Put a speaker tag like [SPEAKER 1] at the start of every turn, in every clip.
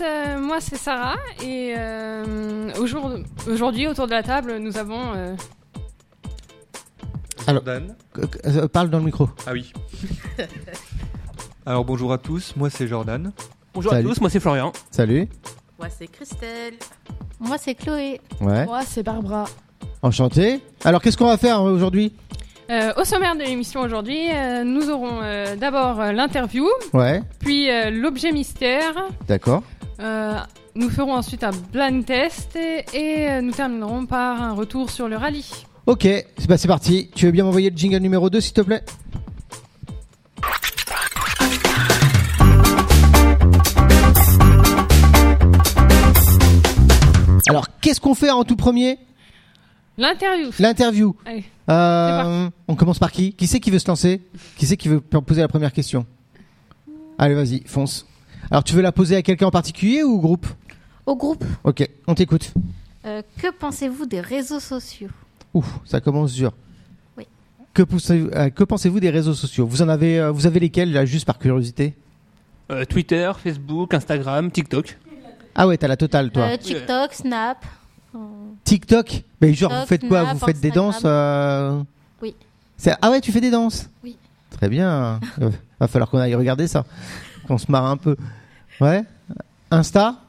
[SPEAKER 1] Euh, moi c'est Sarah et euh, au jour- aujourd'hui autour de la table nous avons euh,
[SPEAKER 2] Alors-
[SPEAKER 3] Jordan.
[SPEAKER 2] Euh, euh, Parle dans le micro.
[SPEAKER 3] Ah oui. Alors bonjour à tous, moi c'est Jordan.
[SPEAKER 4] Bonjour
[SPEAKER 2] Salut.
[SPEAKER 4] à tous, moi c'est Florian.
[SPEAKER 2] Salut.
[SPEAKER 5] Moi, c'est Christelle.
[SPEAKER 6] Moi, c'est Chloé.
[SPEAKER 2] Ouais.
[SPEAKER 7] Moi, c'est Barbara.
[SPEAKER 2] Enchanté. Alors qu'est-ce qu'on va faire euh, aujourd'hui
[SPEAKER 1] euh, au sommaire de l'émission aujourd'hui euh, nous aurons euh, d'abord euh, l'interview
[SPEAKER 2] Ouais.
[SPEAKER 1] puis euh, l'objet mystère
[SPEAKER 2] D'accord.
[SPEAKER 1] euh, nous ferons ensuite un blind test et, et, euh, nous terminerons par un retour sur le rallye.
[SPEAKER 2] Ok. C'est bah, c'est parti. Tu veux bien m'envoyer le jingle numéro 2 s'il te plaît Alors qu'est-ce qu'on fait en tout premier
[SPEAKER 1] L'interview.
[SPEAKER 2] L'interview.
[SPEAKER 1] Allez.
[SPEAKER 2] Euh, on commence par qui Qui c'est qui veut se lancer Qui c'est qui veut p- poser la première question Allez, vas-y, fonce. Alors, tu veux la poser à quelqu'un en particulier ou au groupe
[SPEAKER 6] Au groupe,
[SPEAKER 2] Ok, on t'écoute.
[SPEAKER 6] euh, que pensez-vous des réseaux sociaux
[SPEAKER 2] Ouf, ça commence dur.
[SPEAKER 6] Oui.
[SPEAKER 2] Que, poussez- euh, que pensez-vous des réseaux sociaux Vous en avez, euh, vous avez lesquels là, juste par curiosité
[SPEAKER 4] Euh, Twitter, Facebook, Instagram, TikTok.
[SPEAKER 2] Ah ouais, t'as la totale, toi.
[SPEAKER 6] Euh, TikTok, Snap. euh,
[SPEAKER 2] TikTok Mais genre, vous
[SPEAKER 6] TikTok,
[SPEAKER 2] faites quoi
[SPEAKER 6] Snap,
[SPEAKER 2] Vous faites des
[SPEAKER 6] Instagram.
[SPEAKER 2] danses euh,
[SPEAKER 6] Oui.
[SPEAKER 2] C'est- Ah ouais, tu fais des danses
[SPEAKER 6] Oui.
[SPEAKER 2] Très bien. Euh, Va falloir qu'on aille regarder ça, qu'on se marre un peu. Ouais. Insta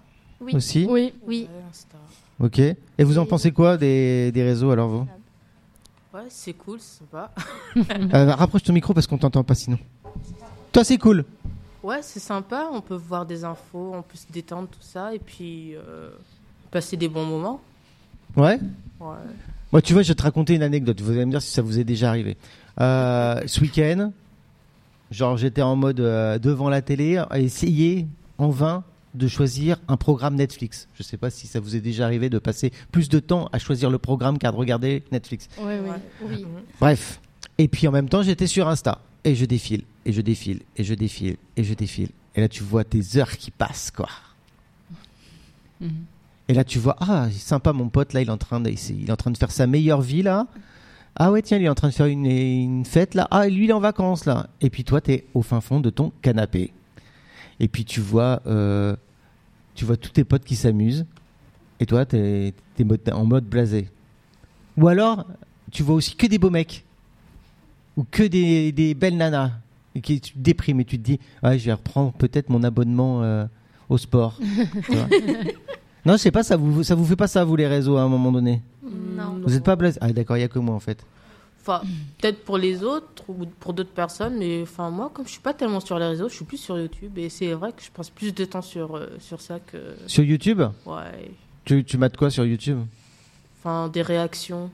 [SPEAKER 6] Oui.
[SPEAKER 2] aussi.
[SPEAKER 7] Oui.
[SPEAKER 6] Oui.
[SPEAKER 5] Ouais, Insta.
[SPEAKER 2] Ok. Et vous en pensez quoi des, des réseaux alors vous
[SPEAKER 5] Ouais, c'est cool, c'est sympa.
[SPEAKER 6] Mm-hmm.
[SPEAKER 2] Euh, Rapproche ton micro parce qu'on t'entend pas sinon. Toi c'est cool.
[SPEAKER 5] Ouais, c'est sympa. On peut voir des infos, on peut se détendre, tout ça, et puis euh, passer des bons moments.
[SPEAKER 2] Ouais.
[SPEAKER 5] Ouais.
[SPEAKER 2] Moi tu vois je vais te raconter une anecdote. Vous allez me dire si ça vous est déjà arrivé. Euh, ce week-end, genre j'étais en mode euh, devant la télé à essayer en vain de choisir un programme Netflix. Je sais pas si ça vous est déjà arrivé de passer plus de temps à choisir le programme qu'à regarder Netflix.
[SPEAKER 7] Ouais, oui.
[SPEAKER 5] Ouais.
[SPEAKER 6] Oui.
[SPEAKER 2] Bref. Et puis en même temps, j'étais sur Insta. Et je défile, et je défile, et je défile, et je défile. Et là, tu vois tes heures qui passent, quoi.
[SPEAKER 1] Mhm.
[SPEAKER 2] Et là, tu vois, ah, sympa, mon pote, là, il est en train de, il est en train de faire sa meilleure vie, là. Ah ouais, tiens, il est en train de faire une, une fête, là. Ah, et lui, il est en vacances, là. Et puis toi, t'es au fin fond de ton canapé. Et puis tu vois, euh, tu vois tous tes potes qui s'amusent. Et toi, t'es es en mode blasé. Ou alors, tu vois aussi que des beaux mecs ou que des, des belles nanas et qui tu te déprimes et tu te dis ouais je vais reprendre peut-être mon abonnement euh, au sport Tu vois. non je sais pas ça vous ça vous fait pas ça vous les réseaux à un moment donné
[SPEAKER 5] Euh,
[SPEAKER 6] Non.
[SPEAKER 2] vous êtes pas blasé ah d'accord il y a que moi en fait
[SPEAKER 5] Enfin, peut-être pour les autres ou pour d'autres personnes, mais enfin moi, comme je suis pas tellement sur les réseaux, je suis plus sur YouTube, et c'est vrai que je passe plus de temps sur euh, sur ça que
[SPEAKER 2] sur YouTube
[SPEAKER 5] ouais.
[SPEAKER 2] tu tu mates quoi sur YouTube
[SPEAKER 5] Enfin, des réactions.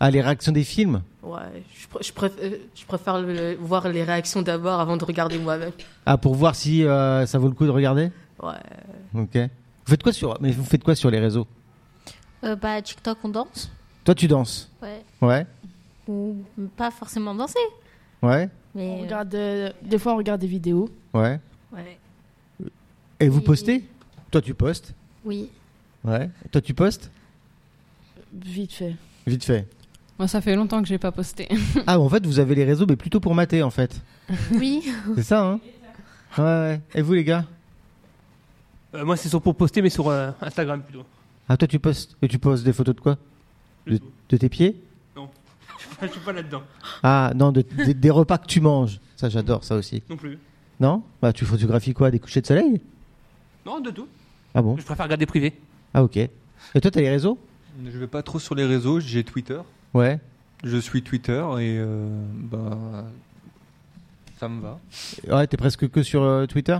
[SPEAKER 2] ah les réactions des films
[SPEAKER 5] Ouais, je, pr- je, préfère, je préfère le- voir les réactions d'abord avant de regarder moi-même.
[SPEAKER 2] ah pour voir si euh, ça vaut le coup de regarder
[SPEAKER 5] Ouais.
[SPEAKER 2] ok vous faites quoi sur mais vous faites quoi sur les réseaux
[SPEAKER 6] Euh, bah, TikTok, on danse.
[SPEAKER 2] toi tu danses
[SPEAKER 6] Ouais.
[SPEAKER 2] ouais
[SPEAKER 6] Ou pas forcément danser.
[SPEAKER 2] ouais
[SPEAKER 6] Mais.
[SPEAKER 7] On regarde, euh, des fois, on regarde des vidéos.
[SPEAKER 2] ouais
[SPEAKER 6] euh, ouais.
[SPEAKER 2] et vous
[SPEAKER 6] Oui.
[SPEAKER 2] postez toi tu postes
[SPEAKER 6] Oui.
[SPEAKER 2] ouais toi tu postes
[SPEAKER 7] Vite fait.
[SPEAKER 2] vite fait
[SPEAKER 1] Moi ça fait longtemps que j'ai pas posté.
[SPEAKER 2] Ah, en fait, vous avez les réseaux, mais plutôt pour mater, en fait.
[SPEAKER 6] Oui.
[SPEAKER 2] C'est ça, hein Ouais, ouais. Et vous, les gars
[SPEAKER 4] Euh, moi c'est sur pour poster mais sur euh, Instagram plutôt.
[SPEAKER 2] Ah, toi, tu postes. Et tu poses des photos de quoi de,
[SPEAKER 4] Plutôt.
[SPEAKER 2] de tes pieds
[SPEAKER 4] Je suis pas là-dedans
[SPEAKER 2] Ah, non, de, des- des repas que tu manges. Ça, j'adore ça aussi.
[SPEAKER 4] non plus.
[SPEAKER 2] Non Bah, tu photographies quoi Des couchers de soleil
[SPEAKER 4] Non, de tout.
[SPEAKER 2] Ah bon
[SPEAKER 4] Je préfère regarder privé.
[SPEAKER 2] Ah, ok. Et toi, t'as les réseaux
[SPEAKER 3] Je vais pas trop sur les réseaux, j'ai Twitter.
[SPEAKER 2] Ouais.
[SPEAKER 3] Je suis Twitter et euh, bah ça me va.
[SPEAKER 2] Ouais, t'es presque que sur euh, Twitter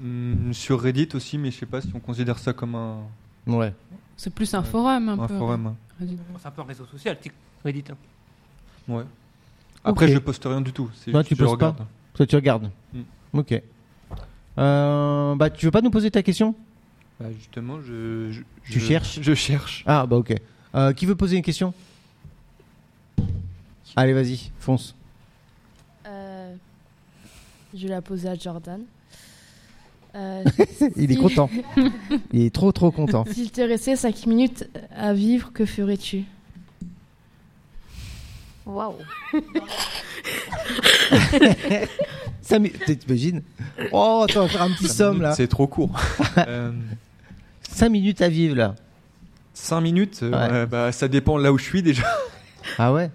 [SPEAKER 3] Hum, sur Reddit aussi, mais je sais pas si on considère ça comme un,
[SPEAKER 2] Ouais.
[SPEAKER 1] C'est plus un forum un
[SPEAKER 3] un
[SPEAKER 1] peu. Oh
[SPEAKER 3] forum.
[SPEAKER 4] C'est un peu un réseau social, Tik- Reddit. hein.
[SPEAKER 3] Ouais. Après,
[SPEAKER 2] Ok.
[SPEAKER 3] je poste rien du tout. c'est
[SPEAKER 2] Non,
[SPEAKER 3] juste
[SPEAKER 2] Bah, tu
[SPEAKER 3] que je
[SPEAKER 2] postes pas
[SPEAKER 3] regarde.
[SPEAKER 2] Toi, tu regardes
[SPEAKER 3] Mm.
[SPEAKER 2] Ok. Euh, bah, tu veux pas nous poser ta question
[SPEAKER 3] Bah, justement, je, je- je-
[SPEAKER 2] Tu cherches
[SPEAKER 3] Je cherche.
[SPEAKER 2] Ah, bah, ok. Euh, qui veut poser une question Allez, vas-y, fonce.
[SPEAKER 7] Euh, je vais la poser à Jordan. Euh,
[SPEAKER 2] Il est
[SPEAKER 7] Si.
[SPEAKER 2] content. Il est trop trop content.
[SPEAKER 7] S'il te restait 5 minutes à vivre, que ferais-tu
[SPEAKER 6] Waouh.
[SPEAKER 2] Cinq minutes, t'imagines Oh, attends, on va faire un petit
[SPEAKER 3] Cinq
[SPEAKER 2] somme
[SPEAKER 3] minutes,
[SPEAKER 2] là.
[SPEAKER 3] C'est trop court. euh,
[SPEAKER 2] 5 minutes à vivre là.
[SPEAKER 3] 5 minutes, euh,
[SPEAKER 2] Ouais.
[SPEAKER 3] ouais, bah, ça dépend là où je suis déjà.
[SPEAKER 2] Ah ouais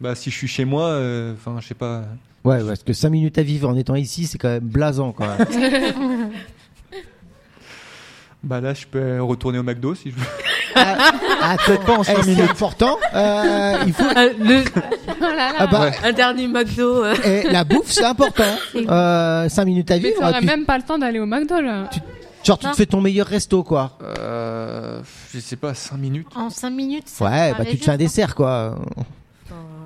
[SPEAKER 3] Bah, si je suis chez moi, euh, enfin, je sais pas.
[SPEAKER 2] Ouais, parce que 5 minutes à vivre en étant ici, c'est quand même blasant quand même.
[SPEAKER 3] Bah, là, je peux retourner au McDo si je veux.
[SPEAKER 2] ah, peut-être
[SPEAKER 3] pas en cinq minutes.
[SPEAKER 2] C'est important. Euh, il faut.
[SPEAKER 5] Euh, le-
[SPEAKER 2] Ah bah,
[SPEAKER 3] Ouais.
[SPEAKER 5] un dernier McDo. euh.
[SPEAKER 2] eh, la bouffe, c'est important. 5 minutes à
[SPEAKER 1] Mais
[SPEAKER 2] vivre.
[SPEAKER 1] t'aurais
[SPEAKER 2] tu-
[SPEAKER 1] même pas le temps d'aller au McDo là.
[SPEAKER 2] Genre, tu te
[SPEAKER 6] Non.
[SPEAKER 2] fais ton meilleur resto quoi.
[SPEAKER 3] Euh, je sais pas, 5 minutes.
[SPEAKER 6] En 5 minutes, ça
[SPEAKER 2] Ouais, bah
[SPEAKER 6] paraît
[SPEAKER 2] tu te fais un
[SPEAKER 6] juste,
[SPEAKER 2] dessert quoi.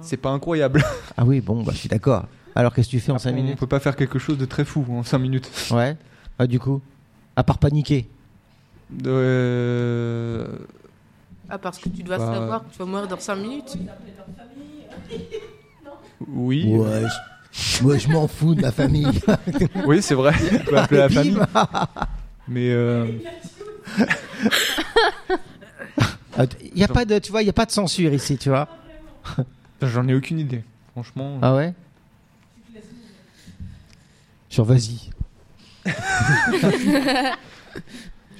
[SPEAKER 3] C'est pas incroyable.
[SPEAKER 2] Ah oui, bon, bah je suis d'accord. Alors qu'est-ce que tu fais en 5
[SPEAKER 3] On
[SPEAKER 2] minutes
[SPEAKER 3] peut pas faire quelque chose de très fou en 5 minutes.
[SPEAKER 2] Ouais. Ah, du coup, à part paniquer.
[SPEAKER 3] Euh,
[SPEAKER 5] Ah, parce que tu dois
[SPEAKER 3] Bah,
[SPEAKER 5] savoir que tu vas mourir dans 5 minutes.
[SPEAKER 3] oui.
[SPEAKER 2] Ouais, je- moi je m'en fous de ma famille.
[SPEAKER 3] Oui, c'est vrai. On peut appeler la famille.
[SPEAKER 2] Bim.
[SPEAKER 3] Mais euh,
[SPEAKER 2] Il Ah, y a pas de, tu vois, il y a pas de censure ici, tu vois.
[SPEAKER 3] j'en ai aucune idée. Franchement. euh,
[SPEAKER 2] Ah ouais. Genre vas-y.
[SPEAKER 3] Je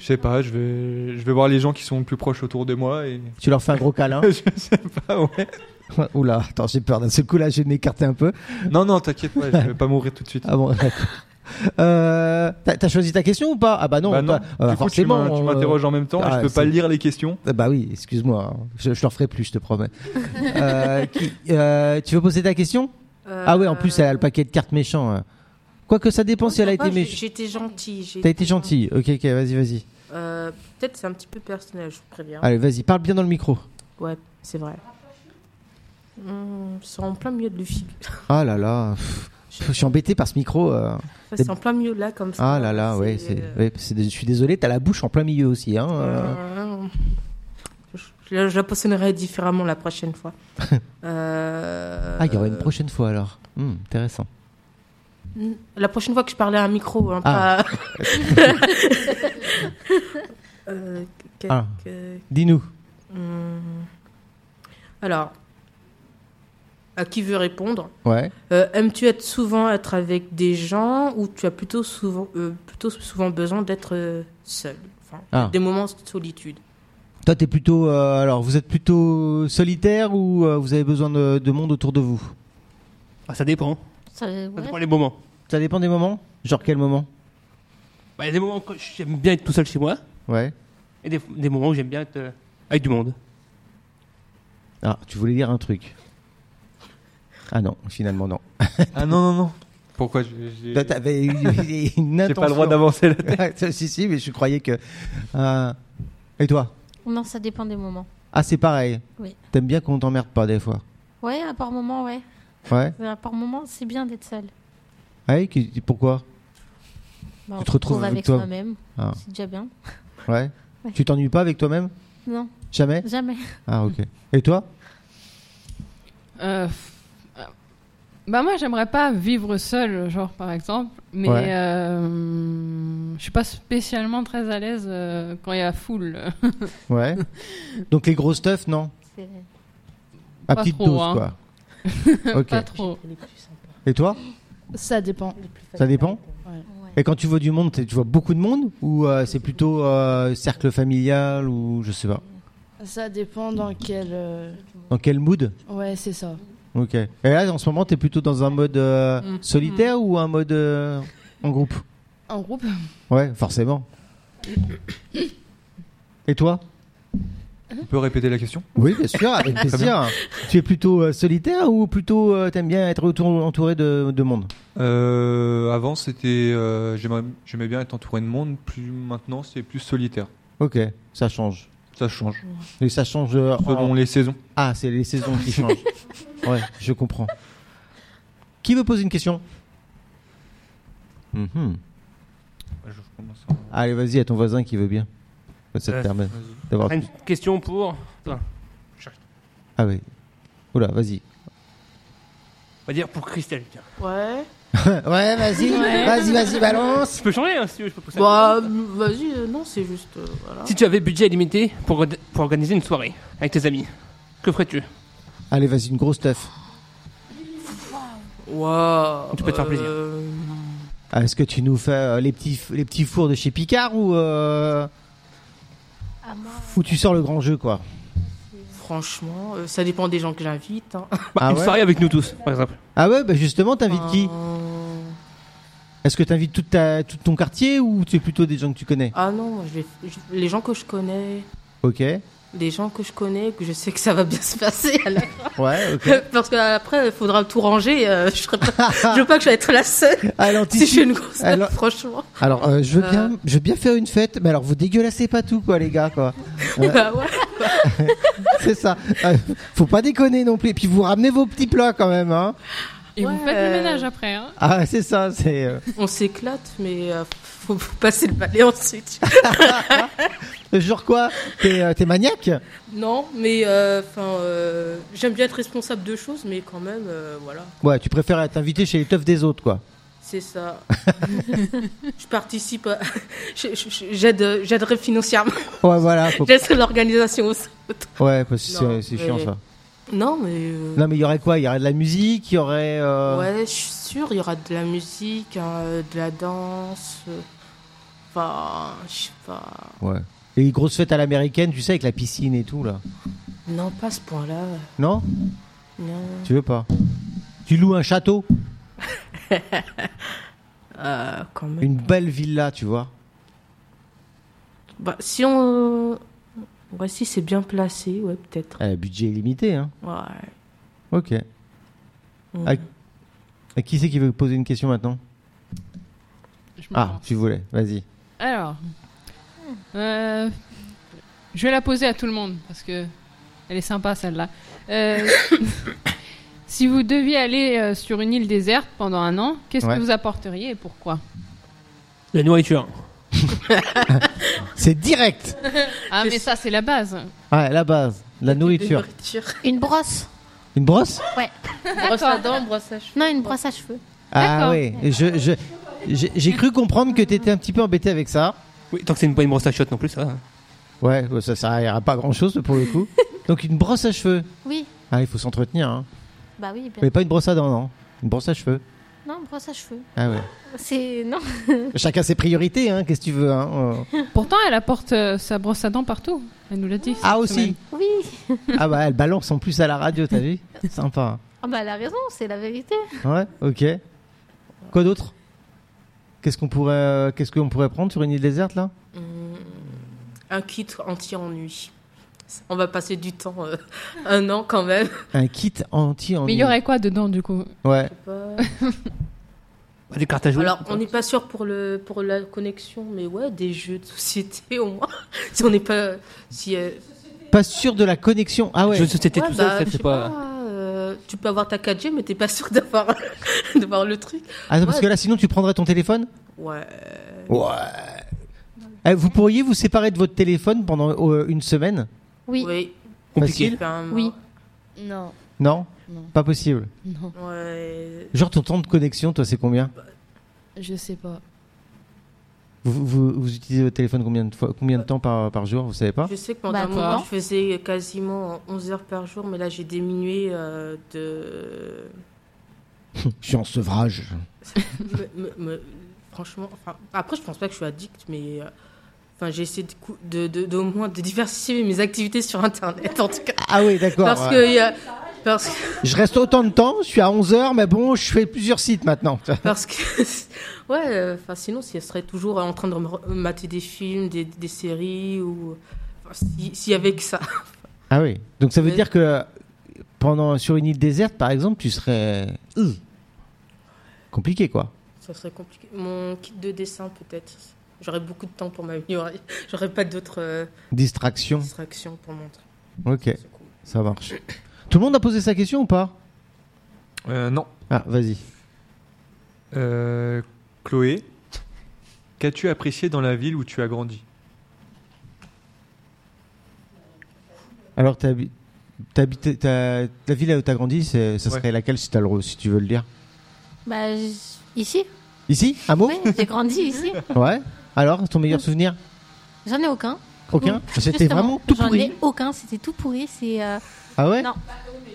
[SPEAKER 3] sais pas, je vais, je vais voir les gens qui sont le plus proches autour de moi et.
[SPEAKER 2] Tu leur fais un gros câlin.
[SPEAKER 3] je sais pas, ouais.
[SPEAKER 2] Oula, attends, j'ai peur. D'un seul coup là, je vais m'écarter un peu.
[SPEAKER 3] Non, non, t'inquiète pas, je vais pas mourir tout de suite.
[SPEAKER 2] Ah bon. d'accord. Euh, t'as, t'as choisi ta question ou pas Ah bah non.
[SPEAKER 3] Bah
[SPEAKER 2] pas- euh,
[SPEAKER 3] du coup, tu
[SPEAKER 2] forcément.
[SPEAKER 3] m'in- tu
[SPEAKER 2] euh,
[SPEAKER 3] m'interroges en même temps et
[SPEAKER 2] ah,
[SPEAKER 3] je peux
[SPEAKER 2] c'est-
[SPEAKER 3] pas lire les questions.
[SPEAKER 2] ah Bah oui, excuse-moi. hein. Je, je leur ferai plus, je te promets. Euh, qui- euh, tu veux poser ta question Ah ouais, en plus elle a le
[SPEAKER 5] Euh,
[SPEAKER 2] paquet de cartes méchants. hein. Quoique ça dépend si elle a été méchante.
[SPEAKER 5] J'étais gentille. j'ai
[SPEAKER 2] T'as été gentille. Ok, ok, vas-y, vas-y.
[SPEAKER 5] Euh, Peut-être c'est un petit peu personnel, je vous préviens.
[SPEAKER 2] Allez, vas-y, parle bien dans le micro.
[SPEAKER 5] Ouais, c'est vrai. Hum, c'est en plein milieu de Luffy.
[SPEAKER 2] Ah là là, pff, je suis embêté par ce micro. euh.
[SPEAKER 5] Enfin, c'est en plein milieu là, comme ça.
[SPEAKER 2] Ah là là, ouais, c'est,
[SPEAKER 5] euh,
[SPEAKER 2] ouais, c'est- je suis désolé, t'as la bouche en plein milieu aussi. Hein. euh.
[SPEAKER 5] Euh, Je, je la positionnerai différemment la prochaine fois. Euh,
[SPEAKER 2] Ah, il y aura une prochaine fois alors. Hmm, intéressant.
[SPEAKER 5] hmm, La prochaine fois que je parlais à un micro, hein,
[SPEAKER 2] Ah.
[SPEAKER 5] pas. Euh, que-
[SPEAKER 2] Ah.
[SPEAKER 5] que-
[SPEAKER 2] Dis-nous.
[SPEAKER 5] hum. Alors, à qui veut répondre
[SPEAKER 2] Ouais.
[SPEAKER 5] Euh, Aimes-tu être souvent être avec des gens ou tu as plutôt souvent, euh, plutôt souvent besoin d'être euh, seul Enfin,
[SPEAKER 2] Ah.
[SPEAKER 5] Des moments de solitude.
[SPEAKER 2] Toi, t'es plutôt. euh, alors, vous êtes plutôt solitaire ou euh, vous avez besoin de, de monde autour de vous
[SPEAKER 4] Ah, ça dépend.
[SPEAKER 6] ça- ouais.
[SPEAKER 4] Ça dépend les moments.
[SPEAKER 2] Ça dépend des moments Genre quel moment
[SPEAKER 4] Bah, Il y a des moments où j'aime bien être tout seul chez moi
[SPEAKER 2] Ouais.
[SPEAKER 4] et des, des moments où j'aime bien être euh, avec du monde.
[SPEAKER 2] Ah, tu voulais dire un truc Ah non, finalement non.
[SPEAKER 3] Ah non, non, non. Pourquoi j'ai- j'ai
[SPEAKER 2] Toi, t'avais une
[SPEAKER 3] j'ai pas le droit
[SPEAKER 2] intention.
[SPEAKER 3] d'avancer là
[SPEAKER 2] si, si, mais je croyais que. euh, Et toi
[SPEAKER 6] Non, ça dépend des moments.
[SPEAKER 2] Ah, c'est pareil.
[SPEAKER 6] Oui.
[SPEAKER 2] T'aimes bien qu'on t'emmerde pas des fois.
[SPEAKER 6] Ouais, à part moment, ouais. Euh,
[SPEAKER 2] Ouais.
[SPEAKER 6] À part moment, c'est bien d'être seul.
[SPEAKER 2] Ouais, qui- pourquoi
[SPEAKER 6] Bah, on
[SPEAKER 2] Tu te
[SPEAKER 6] se retrouve
[SPEAKER 2] retrouves avec
[SPEAKER 6] avec
[SPEAKER 2] toi.
[SPEAKER 6] soi-même.
[SPEAKER 2] Ah.
[SPEAKER 6] C'est déjà bien.
[SPEAKER 2] Ouais.
[SPEAKER 6] Ouais.
[SPEAKER 2] Tu t'ennuies pas avec toi-même
[SPEAKER 6] Non,
[SPEAKER 2] Jamais
[SPEAKER 6] jamais.
[SPEAKER 2] Ah, ok. Et toi
[SPEAKER 1] Euh, euh, bah moi j'aimerais pas vivre seule, genre par exemple, mais
[SPEAKER 2] Ouais.
[SPEAKER 1] euh, je suis pas spécialement très à l'aise euh, quand il y a foule.
[SPEAKER 2] Ouais. Donc les gros stuff, non
[SPEAKER 6] C'est-
[SPEAKER 2] À
[SPEAKER 1] Pas
[SPEAKER 2] petite
[SPEAKER 1] trop,
[SPEAKER 2] dose,
[SPEAKER 1] hein.
[SPEAKER 2] quoi. ok.
[SPEAKER 1] pas trop.
[SPEAKER 2] Et toi
[SPEAKER 7] Ça dépend.
[SPEAKER 2] Ça dépend
[SPEAKER 6] ouais.
[SPEAKER 2] Et quand tu vois du monde, t'es- tu vois beaucoup de monde Ou euh, c'est plutôt euh, cercle familial ou je sais pas
[SPEAKER 7] Ça dépend dans quel. euh,
[SPEAKER 2] Dans quel mood
[SPEAKER 7] Ouais, c'est ça.
[SPEAKER 2] Ok. Et là, en ce moment, t'es plutôt dans un mode euh,
[SPEAKER 5] Mm.
[SPEAKER 2] solitaire ou un mode euh, en groupe
[SPEAKER 7] En groupe.
[SPEAKER 2] Ouais, forcément. Et toi
[SPEAKER 3] On peut répéter la question
[SPEAKER 2] Oui, bien sûr, avec plaisir. tu es plutôt euh, solitaire ou plutôt euh, t'aimes bien être autour- entouré de, de monde
[SPEAKER 3] euh, Avant, c'était. euh, j'aimerais- J'aimais bien être entouré de monde, plus maintenant, c'est plus solitaire.
[SPEAKER 2] Ok, ça change.
[SPEAKER 3] Ça change.
[SPEAKER 2] Et ça change. euh,
[SPEAKER 3] Selon
[SPEAKER 2] en-
[SPEAKER 3] les saisons.
[SPEAKER 2] Ah, c'est les saisons qui changent. ouais, je comprends. Qui veut poser une question Mhm.
[SPEAKER 3] Je commence
[SPEAKER 2] Allez, vas-y, à ton voisin qui veut bien. Ça te
[SPEAKER 4] Euh,
[SPEAKER 2] permet
[SPEAKER 3] vas-y.
[SPEAKER 2] d'avoir.
[SPEAKER 4] Après, une question pour. Attends,
[SPEAKER 2] Ah oui. Oula, vas-y.
[SPEAKER 4] On va dire pour Christelle. tiens.
[SPEAKER 5] Ouais.
[SPEAKER 2] ouais, vas-y, vas-y, vas-y, balance.
[SPEAKER 4] Tu peux changer hein, si tu veux, je peux poser la
[SPEAKER 5] Bah, vas-y, euh, non, c'est juste. euh, voilà.
[SPEAKER 4] question. Si tu avais budget limité pour, orga- pour organiser une soirée avec tes amis, que ferais-tu
[SPEAKER 2] Allez, vas-y, une grosse teuf.
[SPEAKER 5] Waouh.
[SPEAKER 4] Tu peux te faire plaisir.
[SPEAKER 5] euh,
[SPEAKER 2] Ah, Est-ce que tu nous fais euh, les, petits, f- les petits fours de chez Picard ou, euh,
[SPEAKER 6] Ah, moi,
[SPEAKER 2] ou tu sors le grand jeu, quoi
[SPEAKER 5] Franchement, euh, ça dépend des gens que j'invite. hein.
[SPEAKER 4] Bah,
[SPEAKER 2] Ah
[SPEAKER 4] une
[SPEAKER 2] ouais
[SPEAKER 4] soirée avec nous tous, par exemple.
[SPEAKER 2] Ah ouais, bah justement, t'invites qui
[SPEAKER 5] Euh,
[SPEAKER 2] Est-ce que t'invites toute ta, tout ton quartier ou c'est plutôt des gens que tu connais
[SPEAKER 5] Ah non, moi, je vais... je- les gens que je connais,
[SPEAKER 2] Ok. Ouais,
[SPEAKER 5] des gens que je connais, que je sais que ça va bien se passer. à la-
[SPEAKER 2] ok.
[SPEAKER 5] Parce qu'après, il faudra tout ranger. euh, je serai pas- je veux pas que je vais être la seule
[SPEAKER 2] Ah, l'anticipe.
[SPEAKER 5] si je suis une grosse meuf,
[SPEAKER 2] Alors-
[SPEAKER 5] franchement.
[SPEAKER 2] Alors, euh, je veux
[SPEAKER 5] Euh.
[SPEAKER 2] bien, je veux bien faire une fête, mais alors vous dégueulassez pas tout, quoi, les gars, quoi. Ouais.
[SPEAKER 5] Bah ouais.
[SPEAKER 2] C'est ça. Euh, faut pas déconner non plus. Et puis vous ramenez vos petits plats quand même, hein.
[SPEAKER 1] Et vous
[SPEAKER 5] Ouais.
[SPEAKER 1] faites le ménage après. Hein.
[SPEAKER 2] Ah, c'est ça. C'est. euh,
[SPEAKER 5] On s'éclate, mais euh, faut, faut passer le balai ensuite.
[SPEAKER 2] Genre quoi T'es euh, t'es maniaque
[SPEAKER 5] non, mais euh, enfin, j'aime bien être responsable de choses, mais quand même, euh, voilà,
[SPEAKER 2] Ouais, tu préfères être invité chez les teufs des autres, quoi.
[SPEAKER 5] c'est ça. je participe, à- je- je- je- j'aide, euh, j'aiderai financièrement,
[SPEAKER 2] Ouais, voilà. faut-
[SPEAKER 5] j'aide l'organisation aussi.
[SPEAKER 2] Ouais, parce que
[SPEAKER 5] Non,
[SPEAKER 2] c'est- c'est chiant
[SPEAKER 5] mais-
[SPEAKER 2] ça.
[SPEAKER 5] Non, mais euh,
[SPEAKER 2] Non, mais il y aurait quoi Il y aurait de la musique, il y aurait. euh,
[SPEAKER 5] ouais, je suis sûre, il y aura de la musique, hein, euh, de la danse, euh, enfin, je sais pas.
[SPEAKER 2] ouais. Et une grosse fête à l'américaine, tu sais, avec la piscine et tout là.
[SPEAKER 5] Non, pas ce point-là.
[SPEAKER 2] Non
[SPEAKER 5] Non.
[SPEAKER 2] Tu veux pas Tu loues un château,
[SPEAKER 5] Euh, quand même.
[SPEAKER 2] une belle villa, tu vois.
[SPEAKER 5] Bah, si on. Ouais, si c'est bien placé, ouais, peut-être.
[SPEAKER 2] Euh, budget illimité, hein.
[SPEAKER 5] Ouais.
[SPEAKER 2] Ok.
[SPEAKER 5] Mm.
[SPEAKER 2] Ah, À qui c'est qui veut poser une question maintenant
[SPEAKER 1] Je me
[SPEAKER 2] Ah,
[SPEAKER 1] lance.
[SPEAKER 2] tu voulais, vas-y.
[SPEAKER 1] Alors, euh, je vais la poser à tout le monde parce que elle est sympa celle-là. Euh, si vous deviez aller euh, sur une île déserte pendant un an, qu'est-ce
[SPEAKER 2] Ouais.
[SPEAKER 1] que vous apporteriez et pourquoi
[SPEAKER 4] La nourriture.
[SPEAKER 2] C'est direct
[SPEAKER 1] Ah, mais ça c'est la base.
[SPEAKER 2] Ouais, la base, la nourriture.
[SPEAKER 6] Une brosse.
[SPEAKER 2] Une brosse
[SPEAKER 5] brosse à dents, brosse à cheveux.
[SPEAKER 6] Non, une brosse à cheveux.
[SPEAKER 2] Ah
[SPEAKER 1] D'accord.
[SPEAKER 2] oui, je, je- j'ai j'ai cru comprendre que t'étais un petit peu embêté avec ça.
[SPEAKER 4] Oui, tant que c'est une, pas une brosse à chiottes non plus, ça. va.
[SPEAKER 2] Ouais, ouais, ça servira à pas grand-chose pour le coup. Donc une brosse à cheveux.
[SPEAKER 6] Oui.
[SPEAKER 2] Ah, il faut s'entretenir, hein.
[SPEAKER 6] Bah oui, bien.
[SPEAKER 2] Mais pas une brosse à dents, non. Une brosse à cheveux.
[SPEAKER 6] Non, brosse à cheveux.
[SPEAKER 2] Ah ouais.
[SPEAKER 6] C'est. Non.
[SPEAKER 2] Chacun ses priorités, hein, qu'est-ce que tu veux, hein. euh.
[SPEAKER 1] Pourtant, elle apporte euh, sa brosse à dents partout. Elle nous l'a dit.
[SPEAKER 2] Ah
[SPEAKER 1] cette
[SPEAKER 2] aussi
[SPEAKER 1] semaine.
[SPEAKER 6] Oui.
[SPEAKER 2] Ah bah, elle balance en plus à la radio, t'as vu Sympa.
[SPEAKER 6] Ah bah elle a raison, c'est la vérité.
[SPEAKER 2] Ouais, ok. Quoi d'autre Qu'est-ce qu'on pourrait, euh, qu'est-ce qu'on pourrait prendre sur une île déserte là
[SPEAKER 5] Hum, Un kit anti-ennui. On va passer du temps, euh, un an quand même.
[SPEAKER 2] Un kit anti en
[SPEAKER 1] Mais il y aurait quoi dedans du coup
[SPEAKER 2] Ouais.
[SPEAKER 5] Pas-
[SPEAKER 4] Pas Bah, Des cartes à jouer.
[SPEAKER 5] Alors, on n'est pas sûr pour, le, pour la connexion, mais ouais, des jeux de société au moins. si on n'est pas. Si, euh,
[SPEAKER 2] Pas sûr de la connexion. Ah ouais.
[SPEAKER 4] Jeux de société
[SPEAKER 5] ouais,
[SPEAKER 4] tout
[SPEAKER 5] bah,
[SPEAKER 4] seul, ça,
[SPEAKER 5] je sais
[SPEAKER 4] c'est pas.
[SPEAKER 5] pas, euh, tu peux avoir ta 4G, mais t'es pas sûr d'avoir d'avoir le truc.
[SPEAKER 2] Attends, parce
[SPEAKER 5] Ouais.
[SPEAKER 2] que là, sinon, tu prendrais ton téléphone
[SPEAKER 5] Ouais.
[SPEAKER 2] Ouais. vous pourriez vous séparer de votre téléphone pendant euh, une semaine
[SPEAKER 6] Oui.
[SPEAKER 5] Oui.
[SPEAKER 2] Compliqué.
[SPEAKER 5] c'est pas un-
[SPEAKER 6] Oui.
[SPEAKER 7] Non.
[SPEAKER 2] Non,
[SPEAKER 7] Non.
[SPEAKER 2] Pas possible.
[SPEAKER 5] hein. Ouais.
[SPEAKER 2] Genre, ton temps de connexion, toi, c'est combien
[SPEAKER 7] Je sais pas.
[SPEAKER 2] vous, vous, vous utilisez votre téléphone combien de, fois, combien de temps par, par jour Vous savez pas
[SPEAKER 5] Je sais que pendant
[SPEAKER 6] Bah,
[SPEAKER 5] un
[SPEAKER 6] toi.
[SPEAKER 5] moment, je faisais quasiment 11 heures par jour, mais là, j'ai diminué euh, de.
[SPEAKER 2] Je suis en sevrage.
[SPEAKER 5] me- me- me- franchement, enfin, après, je pense pas que je suis addict, mais. euh, Enfin, j'ai essayé de, cou- de, de, de- au moins de diversifier mes activités sur Internet, en tout cas.
[SPEAKER 2] Ah oui, d'accord.
[SPEAKER 5] Parce
[SPEAKER 2] ouais.
[SPEAKER 5] que. il y a- parce, que-
[SPEAKER 2] Je reste autant de temps, je suis à 11h, mais bon, je fais plusieurs sites maintenant.
[SPEAKER 5] parce que. Ouais, euh, enfin, sinon, si elle serait toujours en train de me- mater des films, des, des séries, ou. enfin, si- S'il y avait que ça.
[SPEAKER 2] Ah oui. Donc ça veut
[SPEAKER 5] Oui.
[SPEAKER 2] dire que pendant sur une île déserte, par exemple, tu serais Ugh. compliqué, quoi.
[SPEAKER 5] Ça serait compliqué. Mon kit de dessin, peut-être. J'aurais beaucoup de temps pour m'améliorer. J'aurais pas d'autres euh,
[SPEAKER 2] Distraction.
[SPEAKER 5] distractions pour mon truc.
[SPEAKER 2] Ok,
[SPEAKER 5] C'est cool.
[SPEAKER 2] ça marche. Tout le monde a posé sa question ou pas
[SPEAKER 3] Euh, non.
[SPEAKER 2] Ah, vas-y.
[SPEAKER 3] Euh, Chloé, qu'as-tu apprécié dans la ville où tu as grandi
[SPEAKER 2] Alors, t'habi- t'habitais- t'as- la ville où t'as grandi, c'est- ça
[SPEAKER 3] Ouais.
[SPEAKER 2] serait laquelle si, t'as le- si tu veux le dire
[SPEAKER 6] Bah j- ici.
[SPEAKER 2] Ici Un mot
[SPEAKER 6] Oui, j'ai grandi ici.
[SPEAKER 2] Ouais. Alors, ton meilleur souvenir
[SPEAKER 6] J'en ai aucun.
[SPEAKER 2] Aucun C'était
[SPEAKER 6] Justement,
[SPEAKER 2] vraiment tout
[SPEAKER 6] J'en
[SPEAKER 2] pourri.
[SPEAKER 6] ai aucun, c'était tout pourri. C'est. euh,
[SPEAKER 2] Ah ouais
[SPEAKER 6] Non.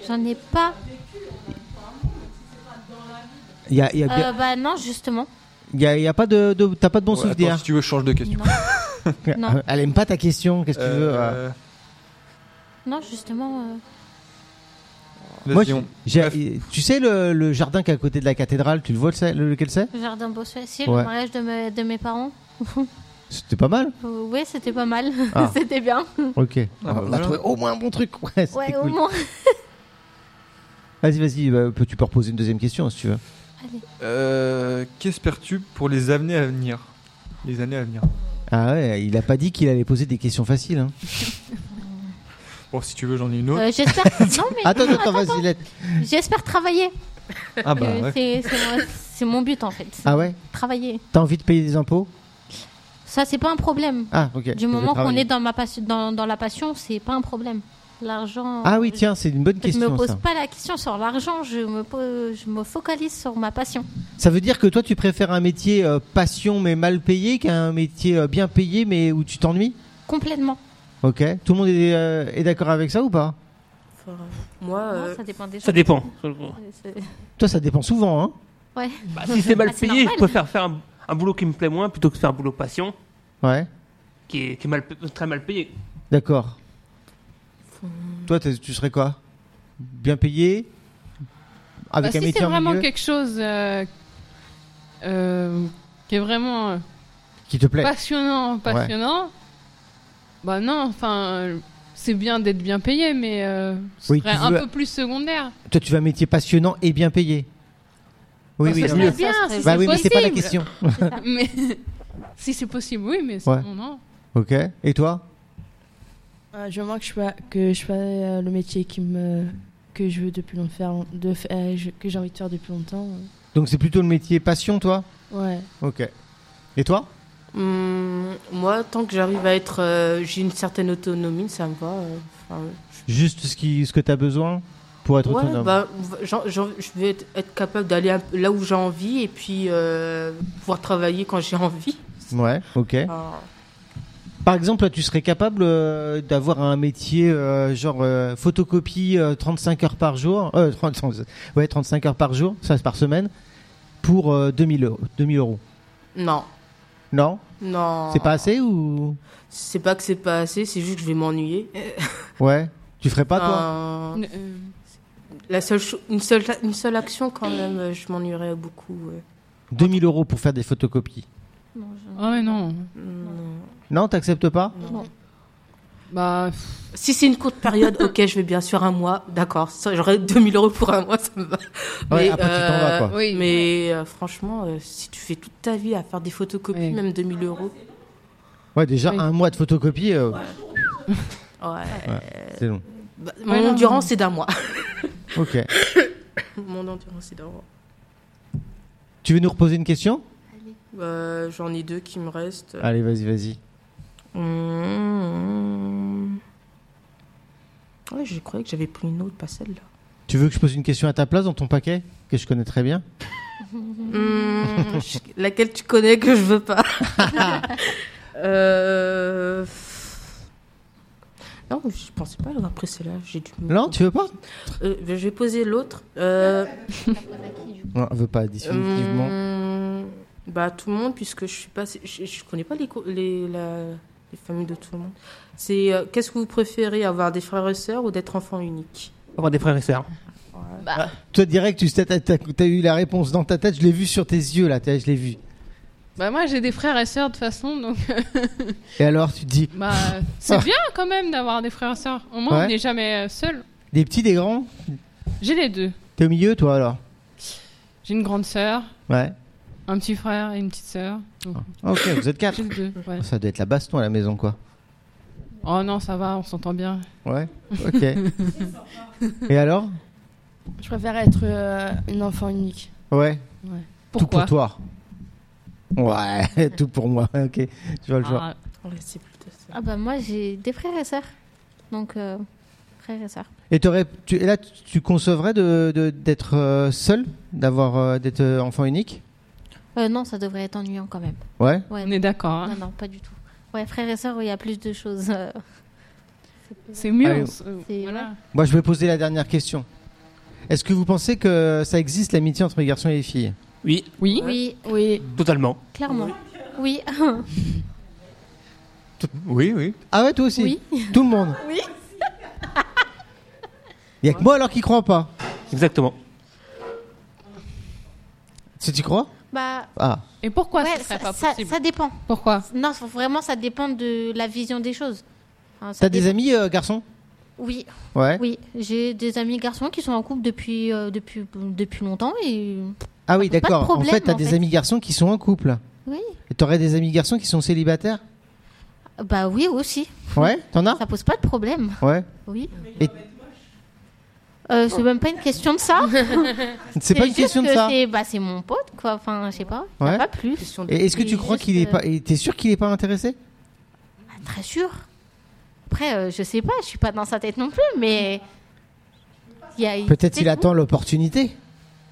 [SPEAKER 6] J'en ai pas.
[SPEAKER 2] Il y a, il y a Eh bien-
[SPEAKER 6] Euh, bah non, justement.
[SPEAKER 2] il y a- il y a pas de, de- t'as pas de bon
[SPEAKER 3] Ouais,
[SPEAKER 2] souvenir.
[SPEAKER 3] attends, si tu veux, change de question.
[SPEAKER 6] Non, non.
[SPEAKER 2] Elle aime pas ta question. Qu'est-ce que tu veux euh,
[SPEAKER 3] Euh,
[SPEAKER 6] non, justement. euh,
[SPEAKER 2] Moi,
[SPEAKER 3] vas-y, on-
[SPEAKER 2] j'ai-
[SPEAKER 3] bref.
[SPEAKER 2] Tu sais le, le jardin qui est à côté de la cathédrale, tu le vois le- lequel c'est
[SPEAKER 6] le euh, Jardin Bossuet. Si,
[SPEAKER 2] Ouais.
[SPEAKER 6] le mariage de, mes- de mes parents.
[SPEAKER 2] C'était pas mal.
[SPEAKER 6] Euh, ouais, c'était pas mal.
[SPEAKER 2] Ah.
[SPEAKER 6] c'était bien.
[SPEAKER 2] Ok.
[SPEAKER 3] bah
[SPEAKER 2] on a
[SPEAKER 3] voilà.
[SPEAKER 2] trouvé au moins un bon truc. Ouais, c'était
[SPEAKER 6] Hum. Ouais, au
[SPEAKER 2] cool.
[SPEAKER 6] moins.
[SPEAKER 2] Vas-y, vas-y. bah, peux- tu peux reposer une deuxième question si tu veux.
[SPEAKER 3] Euh, Qu'espères-tu pour les années à venir Les années à venir.
[SPEAKER 2] Ah ouais, il a pas dit qu'il allait poser des questions faciles. hein.
[SPEAKER 3] Bon, si tu veux, j'en ai une autre.
[SPEAKER 6] Euh, j'espère. non, mais
[SPEAKER 2] Attends, attends, vas-y. Let...
[SPEAKER 6] j'espère travailler.
[SPEAKER 3] Ah bah
[SPEAKER 6] Euh,
[SPEAKER 3] ouais.
[SPEAKER 6] c'est- c'est mon- C'est mon but en fait.
[SPEAKER 2] Ah ouais.
[SPEAKER 6] Travailler.
[SPEAKER 2] T'as envie de payer des impôts
[SPEAKER 6] Ça, c'est pas un problème.
[SPEAKER 2] Ah ok. Je
[SPEAKER 6] Du moment qu'on
[SPEAKER 2] travaille.
[SPEAKER 6] est dans, ma passion, dans, dans la passion, c'est pas un problème. L'argent.
[SPEAKER 2] Ah oui, tiens, c'est une bonne
[SPEAKER 6] Je me
[SPEAKER 2] question
[SPEAKER 6] pose
[SPEAKER 2] ça.
[SPEAKER 6] pas la question sur l'argent, je me, pose, je me focalise sur ma passion.
[SPEAKER 2] Ça veut dire que toi, tu préfères un métier euh, passion mais mal payé qu'un métier euh, bien payé mais où tu t'ennuies
[SPEAKER 6] Complètement.
[SPEAKER 2] Ok. Tout le monde est, euh, est d'accord avec ça ou pas
[SPEAKER 5] Enfin, moi, euh,
[SPEAKER 6] Non, ça dépend des gens.
[SPEAKER 4] Ça dépend.
[SPEAKER 6] C'est-
[SPEAKER 2] Toi, ça dépend souvent. Hein
[SPEAKER 6] Ouais.
[SPEAKER 4] Bah, si c'est mal
[SPEAKER 6] Ah, c'est
[SPEAKER 4] payé, je
[SPEAKER 6] normal.
[SPEAKER 4] préfère faire un, un boulot qui me plaît moins plutôt que faire un boulot patient
[SPEAKER 2] ouais.
[SPEAKER 4] qui est, qui est mal, très mal payé.
[SPEAKER 2] D'accord. Toi, t'es- tu serais quoi Bien payé Avec
[SPEAKER 1] Bah,
[SPEAKER 2] un
[SPEAKER 1] si
[SPEAKER 2] métier
[SPEAKER 1] c'est
[SPEAKER 2] en
[SPEAKER 1] vraiment
[SPEAKER 2] milieu
[SPEAKER 1] quelque chose euh, euh, qui est vraiment euh,
[SPEAKER 2] qui te plaît.
[SPEAKER 1] passionnant, passionnant, bah non, enfin, euh, c'est bien d'être bien payé, mais euh, ce
[SPEAKER 2] Oui,
[SPEAKER 1] serait
[SPEAKER 2] tu
[SPEAKER 1] un
[SPEAKER 2] veux-
[SPEAKER 1] peu plus secondaire.
[SPEAKER 2] Toi, tu veux un métier passionnant et bien payé. Oui,
[SPEAKER 1] Bah,
[SPEAKER 2] oui.
[SPEAKER 1] ce
[SPEAKER 2] non.
[SPEAKER 1] serait
[SPEAKER 6] mieux.
[SPEAKER 1] bien,
[SPEAKER 6] Ça serait-
[SPEAKER 1] si
[SPEAKER 2] Bah
[SPEAKER 1] c'est
[SPEAKER 2] oui, mais c'est pas la
[SPEAKER 1] possible.
[SPEAKER 2] question.
[SPEAKER 1] Mais si c'est possible, oui, mais
[SPEAKER 2] Ouais.
[SPEAKER 1] sinon, non.
[SPEAKER 2] ok. Et toi
[SPEAKER 7] Euh, je vois que je fais, que je fais euh, le métier qui me, que je veux depuis longtemps, faire- de, fa- euh, je- que j'ai envie de faire depuis longtemps. euh.
[SPEAKER 2] Donc, c'est plutôt le métier passion, toi
[SPEAKER 7] Ouais.
[SPEAKER 2] Ok. Et toi
[SPEAKER 5] hum, moi, tant que j'arrive à être. euh, J'ai une certaine autonomie, ça me va. euh, enfin,
[SPEAKER 2] Juste ce, qui, ce que tu as besoin pour être
[SPEAKER 5] Ouais,
[SPEAKER 2] autonome.
[SPEAKER 5] bah, j'en- j'en- je vais être, être capable d'aller un peu là où j'ai envie et puis euh, pouvoir travailler quand j'ai envie. Ah.
[SPEAKER 2] Ouais, ok.
[SPEAKER 5] Enfin,
[SPEAKER 2] Par exemple, toi, tu serais capable euh, d'avoir un métier euh, genre euh, photocopie euh, 35 heures par jour, euh, 30, ouais, 35 heures par jour, ça c'est par semaine, pour euh, 2000, euros, 2000 euros.
[SPEAKER 5] non,
[SPEAKER 2] Non
[SPEAKER 5] non.
[SPEAKER 2] C'est pas assez ou
[SPEAKER 5] C'est pas que c'est pas assez, c'est juste que je vais m'ennuyer.
[SPEAKER 2] Ouais. Tu ferais pas toi
[SPEAKER 5] Euh,
[SPEAKER 1] N- euh,
[SPEAKER 5] la seule cho- une seule une seule action quand même, euh, je m'ennuierais beaucoup. ouais.
[SPEAKER 2] 2000 euros pour faire des photocopies.
[SPEAKER 6] Non, je-
[SPEAKER 1] Ah, mais non.
[SPEAKER 5] Non,
[SPEAKER 2] Non, t'acceptes pas
[SPEAKER 1] Oh.
[SPEAKER 5] non.
[SPEAKER 6] Non.
[SPEAKER 1] Bah, pff,
[SPEAKER 5] Si c'est une courte période, ok, je vais bien sûr un mois, d'accord. ça, J'aurais 2000 euros pour un mois, ça me va.
[SPEAKER 2] Ouais,
[SPEAKER 5] Mais,
[SPEAKER 2] après tu t'en vas
[SPEAKER 5] euh,
[SPEAKER 2] quoi.
[SPEAKER 1] oui.
[SPEAKER 5] Mais euh, franchement, euh, si tu fais toute ta vie à faire des photocopies,
[SPEAKER 1] Ouais.
[SPEAKER 5] même 2000 euros,
[SPEAKER 2] Ouais, déjà
[SPEAKER 1] oui.
[SPEAKER 2] un mois de photocopie, euh,
[SPEAKER 5] ouais.
[SPEAKER 2] c'est long.
[SPEAKER 5] Bah,
[SPEAKER 1] Ouais,
[SPEAKER 5] mon
[SPEAKER 1] non,
[SPEAKER 5] endurance, c'est d'un mois.
[SPEAKER 2] Ok.
[SPEAKER 5] Mon endurance, c'est d'un mois.
[SPEAKER 2] Tu veux nous reposer une question
[SPEAKER 5] Euh, J'en ai deux qui me restent.
[SPEAKER 2] Euh. Allez, vas-y, vas-y.
[SPEAKER 5] Mmh. Ouais, je croyais que j'avais pris une autre, pas celle-là.
[SPEAKER 2] Tu veux que je pose une question à ta place dans ton paquet que je connais très bien
[SPEAKER 5] Mmh, je- laquelle tu connais que je veux pas. Euh, Non, je pensais pas l'avoir pris celle-là. J'ai dû. me-
[SPEAKER 2] Non, tu veux pas
[SPEAKER 5] Euh, je vais poser l'autre. Euh,
[SPEAKER 2] Non, elle veut pas définitivement.
[SPEAKER 1] Euh.
[SPEAKER 5] Hum, bah tout le monde puisque je suis pas je, je connais pas les co- les, la- les familles de tout le monde. C'est euh, qu'est-ce que vous préférez avoir des frères et sœurs ou d'être enfant unique
[SPEAKER 4] Avoir des frères et sœurs.
[SPEAKER 2] Toi, direct, tu t'as, t'as- t'as- t'as eu la réponse dans ta tête. Je l'ai vu sur tes yeux, là. t'as- Je l'ai vu.
[SPEAKER 1] bah, moi, j'ai des frères et sœurs de toute façon, donc
[SPEAKER 2] Et alors, tu te dis
[SPEAKER 1] bah, c'est bien quand même d'avoir des frères et sœurs. Au moins,
[SPEAKER 2] Ouais.
[SPEAKER 1] on n'est jamais euh, seul.
[SPEAKER 2] des petits, des grands
[SPEAKER 1] J'ai les deux.
[SPEAKER 2] T'es au milieu, toi, alors
[SPEAKER 1] J'ai une grande sœur,
[SPEAKER 2] Ouais.
[SPEAKER 1] un petit frère et une petite sœur. Donc,
[SPEAKER 2] Ok, vous êtes quatre.
[SPEAKER 1] j'ai les deux, ouais.
[SPEAKER 2] Ça doit être la baston à la maison, quoi.
[SPEAKER 1] Oh non, ça va, on s'entend bien.
[SPEAKER 2] Ouais. Ok. Et alors
[SPEAKER 7] Je préfère être euh, une enfant unique.
[SPEAKER 2] Ouais.
[SPEAKER 1] Pourquoi
[SPEAKER 2] tout pour toi. Ouais, tout pour moi. Ok. Tu vois le genre.
[SPEAKER 1] Ah,
[SPEAKER 5] Ouais, c'est plutôt ça.
[SPEAKER 6] Ah bah moi j'ai des frères et sœurs. Donc euh, frères et sœurs.
[SPEAKER 2] Et, t'aurais, tu, et là, tu tu concevrais de, de- d'être euh, seul D'avoir, euh, d'être euh, enfant unique
[SPEAKER 6] Euh, non, ça devrait être ennuyant quand même.
[SPEAKER 2] Ouais.
[SPEAKER 6] Ouais,
[SPEAKER 1] on est d'accord. hein.
[SPEAKER 6] non, non, pas du tout. Ouais, frères et sœurs, il y a plus de choses. euh,
[SPEAKER 1] C'est mieux.
[SPEAKER 2] Allez,
[SPEAKER 1] on s- euh,
[SPEAKER 6] Ah. C'est-
[SPEAKER 1] voilà.
[SPEAKER 2] Moi, je vais poser la dernière question. Est-ce que vous pensez que ça existe l'amitié entre les garçons et les filles
[SPEAKER 4] Oui,
[SPEAKER 1] Oui.
[SPEAKER 6] Oui,
[SPEAKER 7] Oui,
[SPEAKER 4] totalement.
[SPEAKER 6] clairement. Oui.
[SPEAKER 3] Oui, oui.
[SPEAKER 2] Ah ouais, toi aussi
[SPEAKER 6] Oui.
[SPEAKER 2] Tout le monde
[SPEAKER 6] Oui.
[SPEAKER 2] Il y a que moi alors qui crois pas.
[SPEAKER 4] Exactement.
[SPEAKER 2] Si tu crois
[SPEAKER 6] Bah,
[SPEAKER 2] Ah,
[SPEAKER 1] Et pourquoi
[SPEAKER 6] ouais,
[SPEAKER 1] ce serait
[SPEAKER 6] ça,
[SPEAKER 1] pas
[SPEAKER 6] ça-
[SPEAKER 1] possible
[SPEAKER 6] ça dépend.
[SPEAKER 1] Pourquoi
[SPEAKER 6] Non, faut- vraiment, ça dépend de la vision des choses. Hein, ça
[SPEAKER 2] t'as des
[SPEAKER 6] dépend-
[SPEAKER 2] amis euh, garçons
[SPEAKER 6] Oui,
[SPEAKER 2] Ouais.
[SPEAKER 6] oui. J'ai des amis garçons qui sont en couple depuis, euh, depuis, depuis longtemps et.
[SPEAKER 2] Ah oui,
[SPEAKER 6] Pas de
[SPEAKER 2] d'accord. En
[SPEAKER 6] problème,
[SPEAKER 2] fait, t'as
[SPEAKER 6] en
[SPEAKER 2] des
[SPEAKER 6] fait.
[SPEAKER 2] amis garçons qui sont en couple.
[SPEAKER 6] Oui.
[SPEAKER 2] Et t'aurais des amis garçons qui sont célibataires
[SPEAKER 6] Bah oui, aussi.
[SPEAKER 2] Ouais, t'en as
[SPEAKER 6] Ça pose pas de problème.
[SPEAKER 2] Ouais.
[SPEAKER 6] Oui.
[SPEAKER 2] Et-
[SPEAKER 6] Euh,
[SPEAKER 5] Oh.
[SPEAKER 6] c'est même pas une question de ça.
[SPEAKER 2] C'est pas une
[SPEAKER 6] juste
[SPEAKER 2] question de
[SPEAKER 6] que
[SPEAKER 2] ça.
[SPEAKER 6] C'est bah, c'est mon pote, quoi. Enfin, je sais pas.
[SPEAKER 2] Ouais.
[SPEAKER 6] Pas plus.
[SPEAKER 5] Question de-
[SPEAKER 2] Et est-ce que tu
[SPEAKER 6] c'est
[SPEAKER 2] crois
[SPEAKER 6] juste,
[SPEAKER 2] qu'il est
[SPEAKER 6] euh,
[SPEAKER 2] pas. et T'es sûr qu'il est pas intéressé
[SPEAKER 5] euh,
[SPEAKER 6] Très sûr. Après, euh, je sais pas, je suis pas dans sa tête non plus, mais. il y a-
[SPEAKER 2] Peut-être il
[SPEAKER 6] tout.
[SPEAKER 2] attend l'opportunité.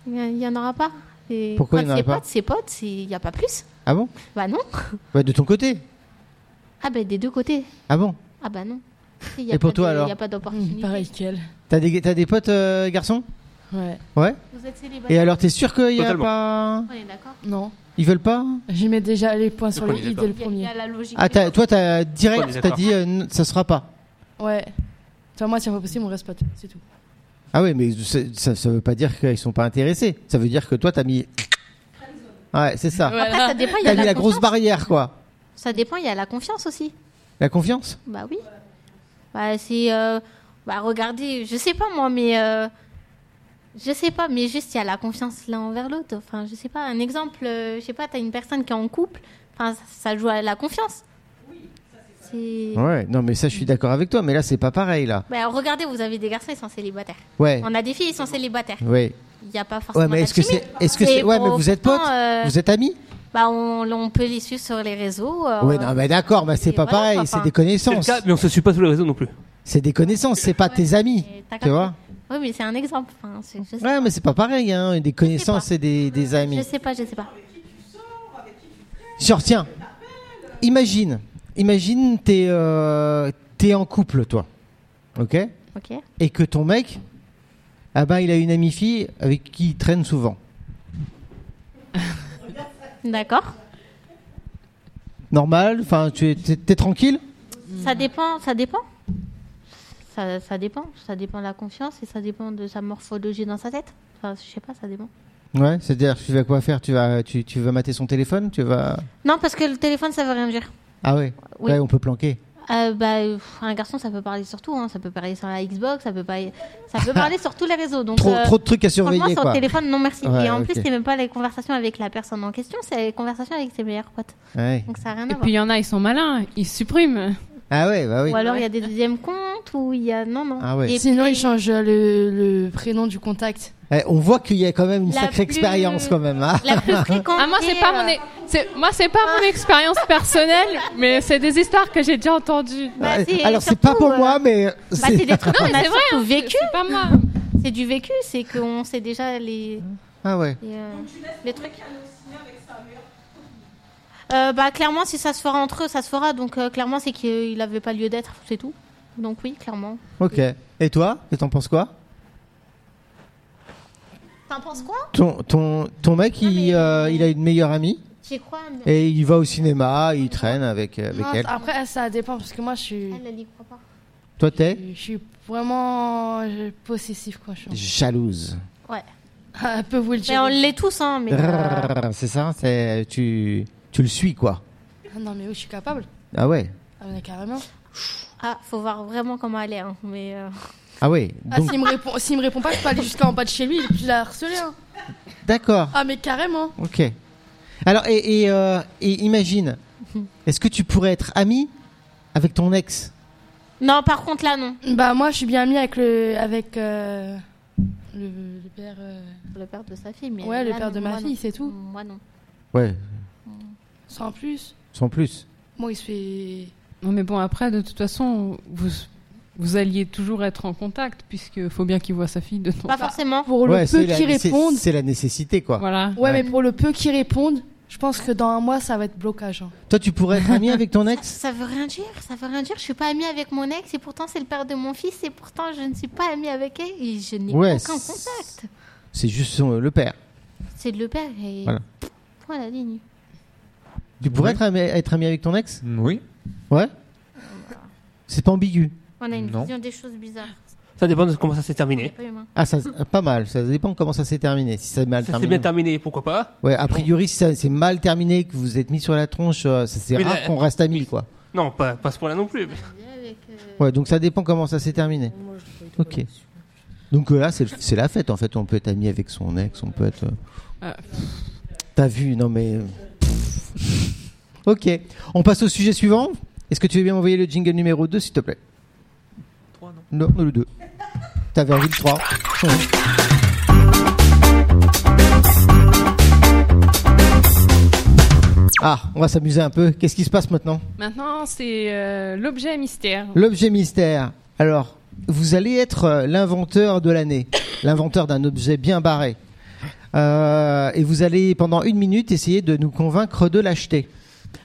[SPEAKER 6] Il y a- il y en aura pas. Et
[SPEAKER 2] Pourquoi
[SPEAKER 6] quand
[SPEAKER 2] il n'y en aura
[SPEAKER 6] c'est
[SPEAKER 2] pas
[SPEAKER 6] potes, C'est potes, c'est- il n'y a pas plus.
[SPEAKER 2] Ah bon
[SPEAKER 6] Bah non.
[SPEAKER 2] Bah, De ton côté.
[SPEAKER 6] Ah bah des deux côtés.
[SPEAKER 2] Ah bon
[SPEAKER 6] Ah bah non. Il y a
[SPEAKER 2] Et pour
[SPEAKER 6] pas
[SPEAKER 2] toi,
[SPEAKER 6] de-
[SPEAKER 2] alors
[SPEAKER 6] Il n'y a pas
[SPEAKER 7] Hum,
[SPEAKER 6] d'opportunité.
[SPEAKER 7] pareil qu'elle.
[SPEAKER 2] T'as des, t'as des potes euh, garçons
[SPEAKER 7] Ouais.
[SPEAKER 2] Ouais.
[SPEAKER 6] Vous êtes
[SPEAKER 2] Et
[SPEAKER 6] célibataire.
[SPEAKER 2] alors, t'es sûr qu'il y a
[SPEAKER 4] Totalement.
[SPEAKER 2] pas.
[SPEAKER 6] On est d'accord.
[SPEAKER 7] Non.
[SPEAKER 2] Ils veulent pas
[SPEAKER 7] Je mets déjà les points sur le
[SPEAKER 4] premier,
[SPEAKER 7] i
[SPEAKER 4] d'accord.
[SPEAKER 7] dès le
[SPEAKER 6] Il y a- il y,
[SPEAKER 7] premier.
[SPEAKER 6] a la logique.
[SPEAKER 2] Ah, t'as- toi, t'as
[SPEAKER 4] Ouais,
[SPEAKER 2] direct,
[SPEAKER 4] mais
[SPEAKER 2] t'as
[SPEAKER 4] d'accord.
[SPEAKER 2] dit euh, non, ça sera pas.
[SPEAKER 7] Ouais. Toi, moi, c'est pas possible, on reste pas tout. C'est tout.
[SPEAKER 2] Ah oui, mais c'est- ça, ça veut pas dire qu'ils sont pas intéressés. Ça veut dire que toi, t'as mis. Ouais, c'est ça.
[SPEAKER 6] Après, ça dépend. Il y
[SPEAKER 2] T'as
[SPEAKER 6] a
[SPEAKER 2] mis la grosse
[SPEAKER 6] confiance.
[SPEAKER 2] barrière, quoi.
[SPEAKER 6] Ça dépend. Il y a la confiance aussi.
[SPEAKER 2] La confiance
[SPEAKER 6] Bah oui. Bah c'est. euh, Bah regardez, je sais pas moi, mais. euh, Je sais pas, mais juste il y a la confiance l'un envers l'autre. Enfin, je sais pas, un exemple, euh, je sais pas, t'as une personne qui est en couple, enfin, ça- ça joue à la confiance. Oui, c'est.
[SPEAKER 2] Ouais, non, mais ça, je suis d'accord avec toi, mais là, c'est pas pareil, là.
[SPEAKER 6] Bah, regardez, vous avez des garçons, ils sont célibataires.
[SPEAKER 2] Ouais.
[SPEAKER 6] On a des filles, ils sont célibataires.
[SPEAKER 2] Ouais.
[SPEAKER 6] Il n'y a pas forcément.
[SPEAKER 2] Ouais, mais est-ce que
[SPEAKER 6] d'alchimie.
[SPEAKER 2] c'est. Est-ce que c'est.
[SPEAKER 6] Et
[SPEAKER 2] Ouais, mais
[SPEAKER 6] pour
[SPEAKER 2] vous êtes
[SPEAKER 6] autant,
[SPEAKER 2] potes
[SPEAKER 6] euh,
[SPEAKER 2] Vous êtes amis
[SPEAKER 6] Bah, on, on peut les suivre sur les réseaux. euh,
[SPEAKER 2] Ouais, non, bah, mais d'accord, mais c'est
[SPEAKER 6] et
[SPEAKER 2] pas
[SPEAKER 6] voilà,
[SPEAKER 2] pareil,
[SPEAKER 6] enfin,
[SPEAKER 2] c'est des
[SPEAKER 4] C'est le
[SPEAKER 2] connaissances.
[SPEAKER 4] cas, mais on se suit pas sur les réseaux non plus.
[SPEAKER 2] C'est des connaissances, c'est pas tes amis.
[SPEAKER 6] et t'as
[SPEAKER 2] Tu
[SPEAKER 6] compris.
[SPEAKER 2] vois
[SPEAKER 6] Ouais, mais c'est un exemple. Enfin, c'est- je, sais,
[SPEAKER 2] Ouais, mais c'est pas pareil, hein. Des connaissances et des, des
[SPEAKER 6] je
[SPEAKER 2] amis.
[SPEAKER 6] sais pas, je sais pas.
[SPEAKER 2] Sur, tiens, imagine, imagine, t'es euh, t'es en couple, toi, ok
[SPEAKER 6] Ok.
[SPEAKER 2] Et que ton mec, ah ben, il a une amie fille avec qui il traîne souvent.
[SPEAKER 6] D'accord.
[SPEAKER 2] Normal, enfin, tu es, t'es- t'es tranquille
[SPEAKER 6] Ça dépend, ça dépend. Ça, ça dépend, ça dépend de la confiance et ça dépend de sa morphologie dans sa tête. Enfin, je sais pas, ça dépend.
[SPEAKER 2] Ouais, c'est-à-dire, tu vas quoi faire Tu vas, tu, tu vas mater son téléphone Tu vas.
[SPEAKER 6] Non, parce que le téléphone, ça veut rien dire.
[SPEAKER 2] Ah ouais,
[SPEAKER 6] Oui.
[SPEAKER 2] ouais, on peut planquer.
[SPEAKER 6] Euh, bah, pff, un garçon, ça peut parler sur tout. hein. Ça peut parler sur la Xbox, ça peut, pas... ça peut parler sur tous les réseaux. Donc,
[SPEAKER 2] Trop,
[SPEAKER 6] euh,
[SPEAKER 2] trop de trucs à
[SPEAKER 6] franchement,
[SPEAKER 2] surveiller,
[SPEAKER 6] sur le
[SPEAKER 2] quoi.
[SPEAKER 6] téléphone, non merci.
[SPEAKER 2] Ouais,
[SPEAKER 6] et en
[SPEAKER 2] ok.
[SPEAKER 6] plus, c'est même pas les conversations avec la personne en question, c'est les conversations avec ses meilleurs potes.
[SPEAKER 2] Ouais.
[SPEAKER 6] Donc, ça n'a rien
[SPEAKER 1] Et
[SPEAKER 6] à
[SPEAKER 1] puis il y en a, ils sont malins, ils suppriment.
[SPEAKER 2] Ah ouais, bah oui.
[SPEAKER 6] voir. Ou alors, il y a des deuxièmes comptes, ou il y a. Non, non.
[SPEAKER 2] Ah ouais.
[SPEAKER 6] Et
[SPEAKER 7] Sinon, ils changent euh, le, le prénom du contact.
[SPEAKER 2] Eh, on voit qu'il y a quand même une
[SPEAKER 6] La
[SPEAKER 2] sacrée
[SPEAKER 6] plus-
[SPEAKER 2] expérience, quand même. hein.
[SPEAKER 6] la plus fréquentée.
[SPEAKER 1] Ah moi c'est pas mon
[SPEAKER 6] euh,
[SPEAKER 1] é- c'est- moi c'est pas
[SPEAKER 6] Ah.
[SPEAKER 1] mon expérience personnelle, mais c'est des histoires que j'ai déjà entendues.
[SPEAKER 6] bah, c'est
[SPEAKER 2] alors, c'est pas
[SPEAKER 6] surtout,
[SPEAKER 2] pour
[SPEAKER 6] euh,
[SPEAKER 2] moi, mais.
[SPEAKER 6] Bah,
[SPEAKER 2] c'est-
[SPEAKER 6] c'est des trucs
[SPEAKER 1] Non
[SPEAKER 6] qu'on
[SPEAKER 1] mais
[SPEAKER 6] a
[SPEAKER 1] c'est vrai,
[SPEAKER 6] surtout
[SPEAKER 1] hein, c'est-
[SPEAKER 6] vécu.
[SPEAKER 1] c'est pas moi.
[SPEAKER 6] C'est du vécu, c'est qu'on sait déjà les,
[SPEAKER 2] Ah ouais.
[SPEAKER 6] les, euh, les trucs. Euh, bah clairement, si ça se fera entre eux, ça se fera. Donc euh, clairement, c'est qu'il n'avait pas lieu d'être, c'est tout. Donc oui, clairement.
[SPEAKER 2] Ok. Et toi Et t'en penses quoi
[SPEAKER 6] T'en penses quoi
[SPEAKER 2] ton, ton, ton mec, il, euh, il a une meilleure amie
[SPEAKER 6] J'y crois. Mais...
[SPEAKER 2] et il va au cinéma, il traîne avec, euh, avec
[SPEAKER 7] Non,
[SPEAKER 2] elle.
[SPEAKER 7] Après, ça dépend, parce que moi, je suis.
[SPEAKER 6] Elle, elle y croit pas.
[SPEAKER 2] Toi, t'es
[SPEAKER 7] Je suis vraiment euh, possessif, quoi. Je suis...
[SPEAKER 2] jalouse.
[SPEAKER 6] Ouais.
[SPEAKER 7] Un peu vous le
[SPEAKER 6] Mais
[SPEAKER 7] dire. Ah,
[SPEAKER 6] on l'est tous, hein. Mais euh,
[SPEAKER 2] Rrrr, C'est ça c'est tu, tu le suis, quoi.
[SPEAKER 7] Ah non, mais oui, je suis capable.
[SPEAKER 2] Ah ouais
[SPEAKER 7] Ah, mais carrément.
[SPEAKER 6] ah, faut voir vraiment comment elle est, hein. Mais euh,
[SPEAKER 2] Ah ouais
[SPEAKER 7] Ah,
[SPEAKER 2] Donc,
[SPEAKER 7] s'il me répond, s'il me répond pas, je peux aller jusqu'en bas de chez lui et puis la harceler. hein.
[SPEAKER 2] d'accord.
[SPEAKER 7] Ah, mais carrément.
[SPEAKER 2] Ok. Alors, et, et, euh, et imagine, est-ce que tu pourrais être amie avec ton ex
[SPEAKER 6] non, par contre là, non.
[SPEAKER 7] Bah, moi, je suis bien amie avec le. Avec. euh, le, le père. euh,
[SPEAKER 6] Le père de sa fille, mais
[SPEAKER 7] Ouais, le
[SPEAKER 6] là,
[SPEAKER 7] père
[SPEAKER 6] non,
[SPEAKER 7] de
[SPEAKER 6] moi,
[SPEAKER 7] ma
[SPEAKER 6] non.
[SPEAKER 7] fille, c'est tout.
[SPEAKER 6] Moi non.
[SPEAKER 2] Ouais,
[SPEAKER 7] Sans plus.
[SPEAKER 2] sans plus.
[SPEAKER 7] Moi, il se fait.
[SPEAKER 1] Non mais bon après de toute façon vous vous alliez toujours être en contact puisque faut bien qu'il voit sa fille de temps.
[SPEAKER 6] Pas forcément.
[SPEAKER 7] Pour le
[SPEAKER 2] ouais,
[SPEAKER 7] peu
[SPEAKER 2] la-
[SPEAKER 7] qui répondent.
[SPEAKER 2] c'est la nécessité, quoi.
[SPEAKER 1] Voilà.
[SPEAKER 7] Ouais,
[SPEAKER 2] Ouais.
[SPEAKER 7] mais pour le peu qui répondent, Je pense que dans un mois, ça va être blocage. hein.
[SPEAKER 2] Toi, tu pourrais être ami avec ton ex
[SPEAKER 6] Ça veut rien dire, ça veut rien dire. Je suis pas amie avec mon ex et pourtant c'est le père de mon fils et pourtant je ne suis pas amie avec elle et je n'ai
[SPEAKER 2] Ouais,
[SPEAKER 6] aucun
[SPEAKER 2] c'est-
[SPEAKER 6] contact.
[SPEAKER 2] C'est juste son- le père.
[SPEAKER 6] C'est le père et
[SPEAKER 2] Voilà.
[SPEAKER 6] Point à la ligne.
[SPEAKER 2] Tu pourrais
[SPEAKER 3] Ouais.
[SPEAKER 2] être, ami, être ami avec ton ex
[SPEAKER 3] Oui.
[SPEAKER 2] Ouais C'est pas ambigu.
[SPEAKER 6] On a une
[SPEAKER 3] Non.
[SPEAKER 6] vision des choses bizarres.
[SPEAKER 4] Ça dépend de comment ça s'est
[SPEAKER 6] On
[SPEAKER 4] terminé.
[SPEAKER 6] n'est pas humain.
[SPEAKER 2] Ah, ça, pas mal. Ça dépend comment ça s'est terminé. Si c'est mal
[SPEAKER 4] Ça s'est
[SPEAKER 2] terminé.
[SPEAKER 4] bien terminé, pourquoi pas
[SPEAKER 2] ouais, a priori, si ça s'est mal terminé, que vous vous êtes mis sur la tronche, euh, ça c'est
[SPEAKER 4] Oui,
[SPEAKER 2] rare
[SPEAKER 4] là-
[SPEAKER 2] qu'on reste amis, quoi.
[SPEAKER 4] Non, pas, pas ce point-là non plus.
[SPEAKER 6] Avec, euh,
[SPEAKER 2] Ouais, donc ça dépend comment ça s'est terminé.
[SPEAKER 5] Moi, je n'ai pas eu de
[SPEAKER 2] Ok.
[SPEAKER 5] relation.
[SPEAKER 2] Donc euh, là, c'est c'est la fête, en fait. On peut être ami avec son ex, on peut être. euh,
[SPEAKER 1] Ah.
[SPEAKER 2] T'as vu, non mais. euh, pff. Ok. On passe au sujet suivant. Est-ce que tu veux bien m'envoyer le jingle numéro 2, s'il te plaît
[SPEAKER 3] Trois, non.
[SPEAKER 2] Non, le 2. T'avais envie de 3. Ah, on va s'amuser un peu. Qu'est-ce qui se passe maintenant
[SPEAKER 1] Maintenant, c'est euh, l'objet mystère.
[SPEAKER 2] L'objet mystère. Alors, vous allez être euh, l'inventeur de l'année, l'inventeur d'un objet bien barré. Euh, et vous allez, pendant une minute, essayer de nous convaincre de l'acheter.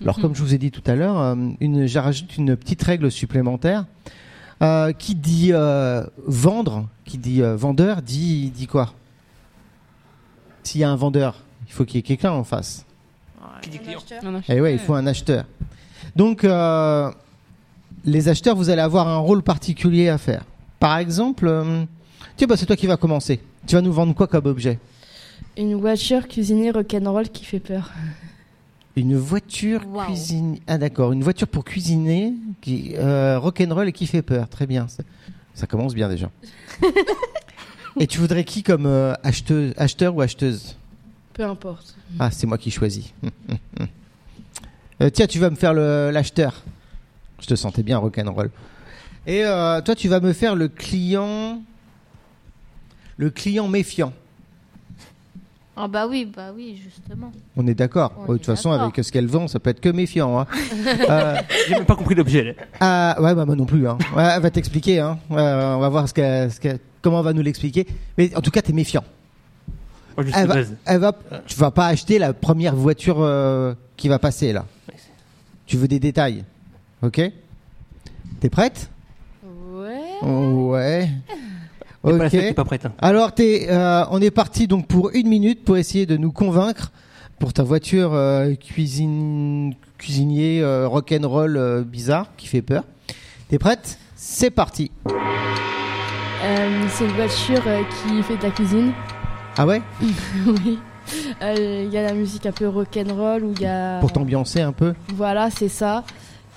[SPEAKER 2] Alors, comme je vous ai dit tout à l'heure, euh, une- j'ai rajouté une petite règle supplémentaire. Euh, qui dit euh, vendre, qui dit euh, vendeur, dit, dit quoi S'il y a un vendeur, il faut qu'il y ait quelqu'un en face.
[SPEAKER 4] Qui dit client
[SPEAKER 1] On achète-
[SPEAKER 2] Eh ouais, il faut un acheteur. Donc, euh, les acheteurs, vous allez avoir un rôle particulier à faire. Par exemple, euh, tiens, bah, c'est toi qui vas commencer. Tu vas nous vendre quoi comme objet
[SPEAKER 7] Une voiture cuisinée rock'n'roll qui fait peur.
[SPEAKER 2] Une voiture
[SPEAKER 6] Wow.
[SPEAKER 2] cuisine. Ah d'accord, une voiture pour cuisiner, qui euh, rock'n'roll et qui fait peur. Très bien, ça, ça commence bien déjà. et tu voudrais qui comme euh, acheteuse- acheteur ou acheteuse
[SPEAKER 7] Peu importe.
[SPEAKER 2] Ah, c'est moi qui choisis. Hum, hum, hum. Euh, tiens, tu vas me faire le- l'acheteur. Je te sentais bien rock'n'roll. Et euh, toi, tu vas me faire le client, le client méfiant.
[SPEAKER 6] Ah bah oui, bah oui, justement.
[SPEAKER 2] On est d'accord.
[SPEAKER 6] On
[SPEAKER 2] Ouais, De
[SPEAKER 6] est
[SPEAKER 2] toute façon,
[SPEAKER 6] d'accord.
[SPEAKER 2] avec ce qu'elle vend, ça peut être que méfiant. hein. Euh,
[SPEAKER 4] J'ai même pas compris l'objet. là.
[SPEAKER 2] ah, ouais, bah, moi non plus. hein. Ouais, elle va t'expliquer. hein. Ouais, on va voir ce qu'elle- ce qu'elle- comment elle va nous l'expliquer. Mais en tout cas, t'es méfiant.
[SPEAKER 4] Moi, je suis
[SPEAKER 2] Elle va,
[SPEAKER 4] naze.
[SPEAKER 2] elle va- tu vas pas acheter la première voiture euh, qui va passer là. Tu veux des détails, ok T'es prête
[SPEAKER 7] Ouais.
[SPEAKER 2] Ouais.
[SPEAKER 4] T'es pas la
[SPEAKER 2] Ok.
[SPEAKER 4] seule qui est pas prête. hein.
[SPEAKER 2] Alors t'es, euh, on est parti donc pour une minute pour essayer de nous convaincre pour ta voiture euh, cuisine cuisinier euh, rock'n'roll euh, bizarre qui fait peur. T'es prête C'est parti.
[SPEAKER 7] Euh, c'est une voiture euh, qui fait de la cuisine.
[SPEAKER 2] Ah ouais
[SPEAKER 7] oui. Euh, Il y a la musique un peu rock'n'roll où il y a.
[SPEAKER 2] Pour t'ambiancer un peu.
[SPEAKER 7] Voilà, c'est ça.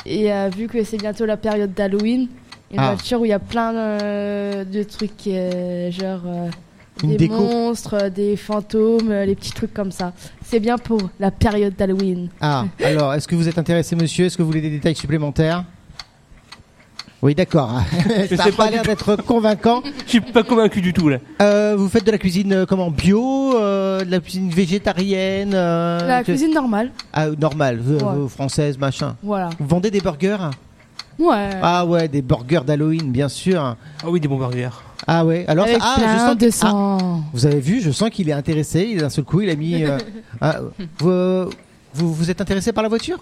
[SPEAKER 7] Et euh, vu que c'est bientôt la période d'Halloween, une
[SPEAKER 2] Ah.
[SPEAKER 7] voiture où il y a plein euh, de trucs, euh, genre euh,
[SPEAKER 2] Une
[SPEAKER 7] des
[SPEAKER 2] déco.
[SPEAKER 7] monstres, euh, des fantômes, euh, les petits trucs comme ça. C'est bien pour la période d'Halloween.
[SPEAKER 2] Ah, alors, est-ce que vous êtes intéressé, monsieur Est-ce que vous voulez des détails supplémentaires Oui, d'accord. Ça
[SPEAKER 4] Je
[SPEAKER 2] n'a
[SPEAKER 4] sais
[SPEAKER 2] pas
[SPEAKER 4] pas
[SPEAKER 2] l'air d'être convaincant.
[SPEAKER 4] Je suis pas convaincu du tout là.
[SPEAKER 2] Euh, vous faites de la cuisine euh, comment Bio euh, De la cuisine végétarienne euh,
[SPEAKER 7] la
[SPEAKER 2] que-
[SPEAKER 7] cuisine normale,
[SPEAKER 2] Ah, normale, euh,
[SPEAKER 7] Ouais.
[SPEAKER 2] euh, française, machin.
[SPEAKER 7] voilà.
[SPEAKER 2] Vous vendez des burgers
[SPEAKER 7] Ouais.
[SPEAKER 2] Ah ouais, des burgers d'Halloween, bien sûr.
[SPEAKER 4] Ah oui, des bons burgers.
[SPEAKER 2] Ah ouais, alors...
[SPEAKER 7] Avec
[SPEAKER 2] ah,
[SPEAKER 7] plein
[SPEAKER 2] sens
[SPEAKER 7] de
[SPEAKER 2] que- Ah,
[SPEAKER 7] sang.
[SPEAKER 2] vous avez vu, je sens qu'il est intéressé. Il- D'un seul coup, il a mis... euh, ah, vous, vous, vous êtes intéressé par la voiture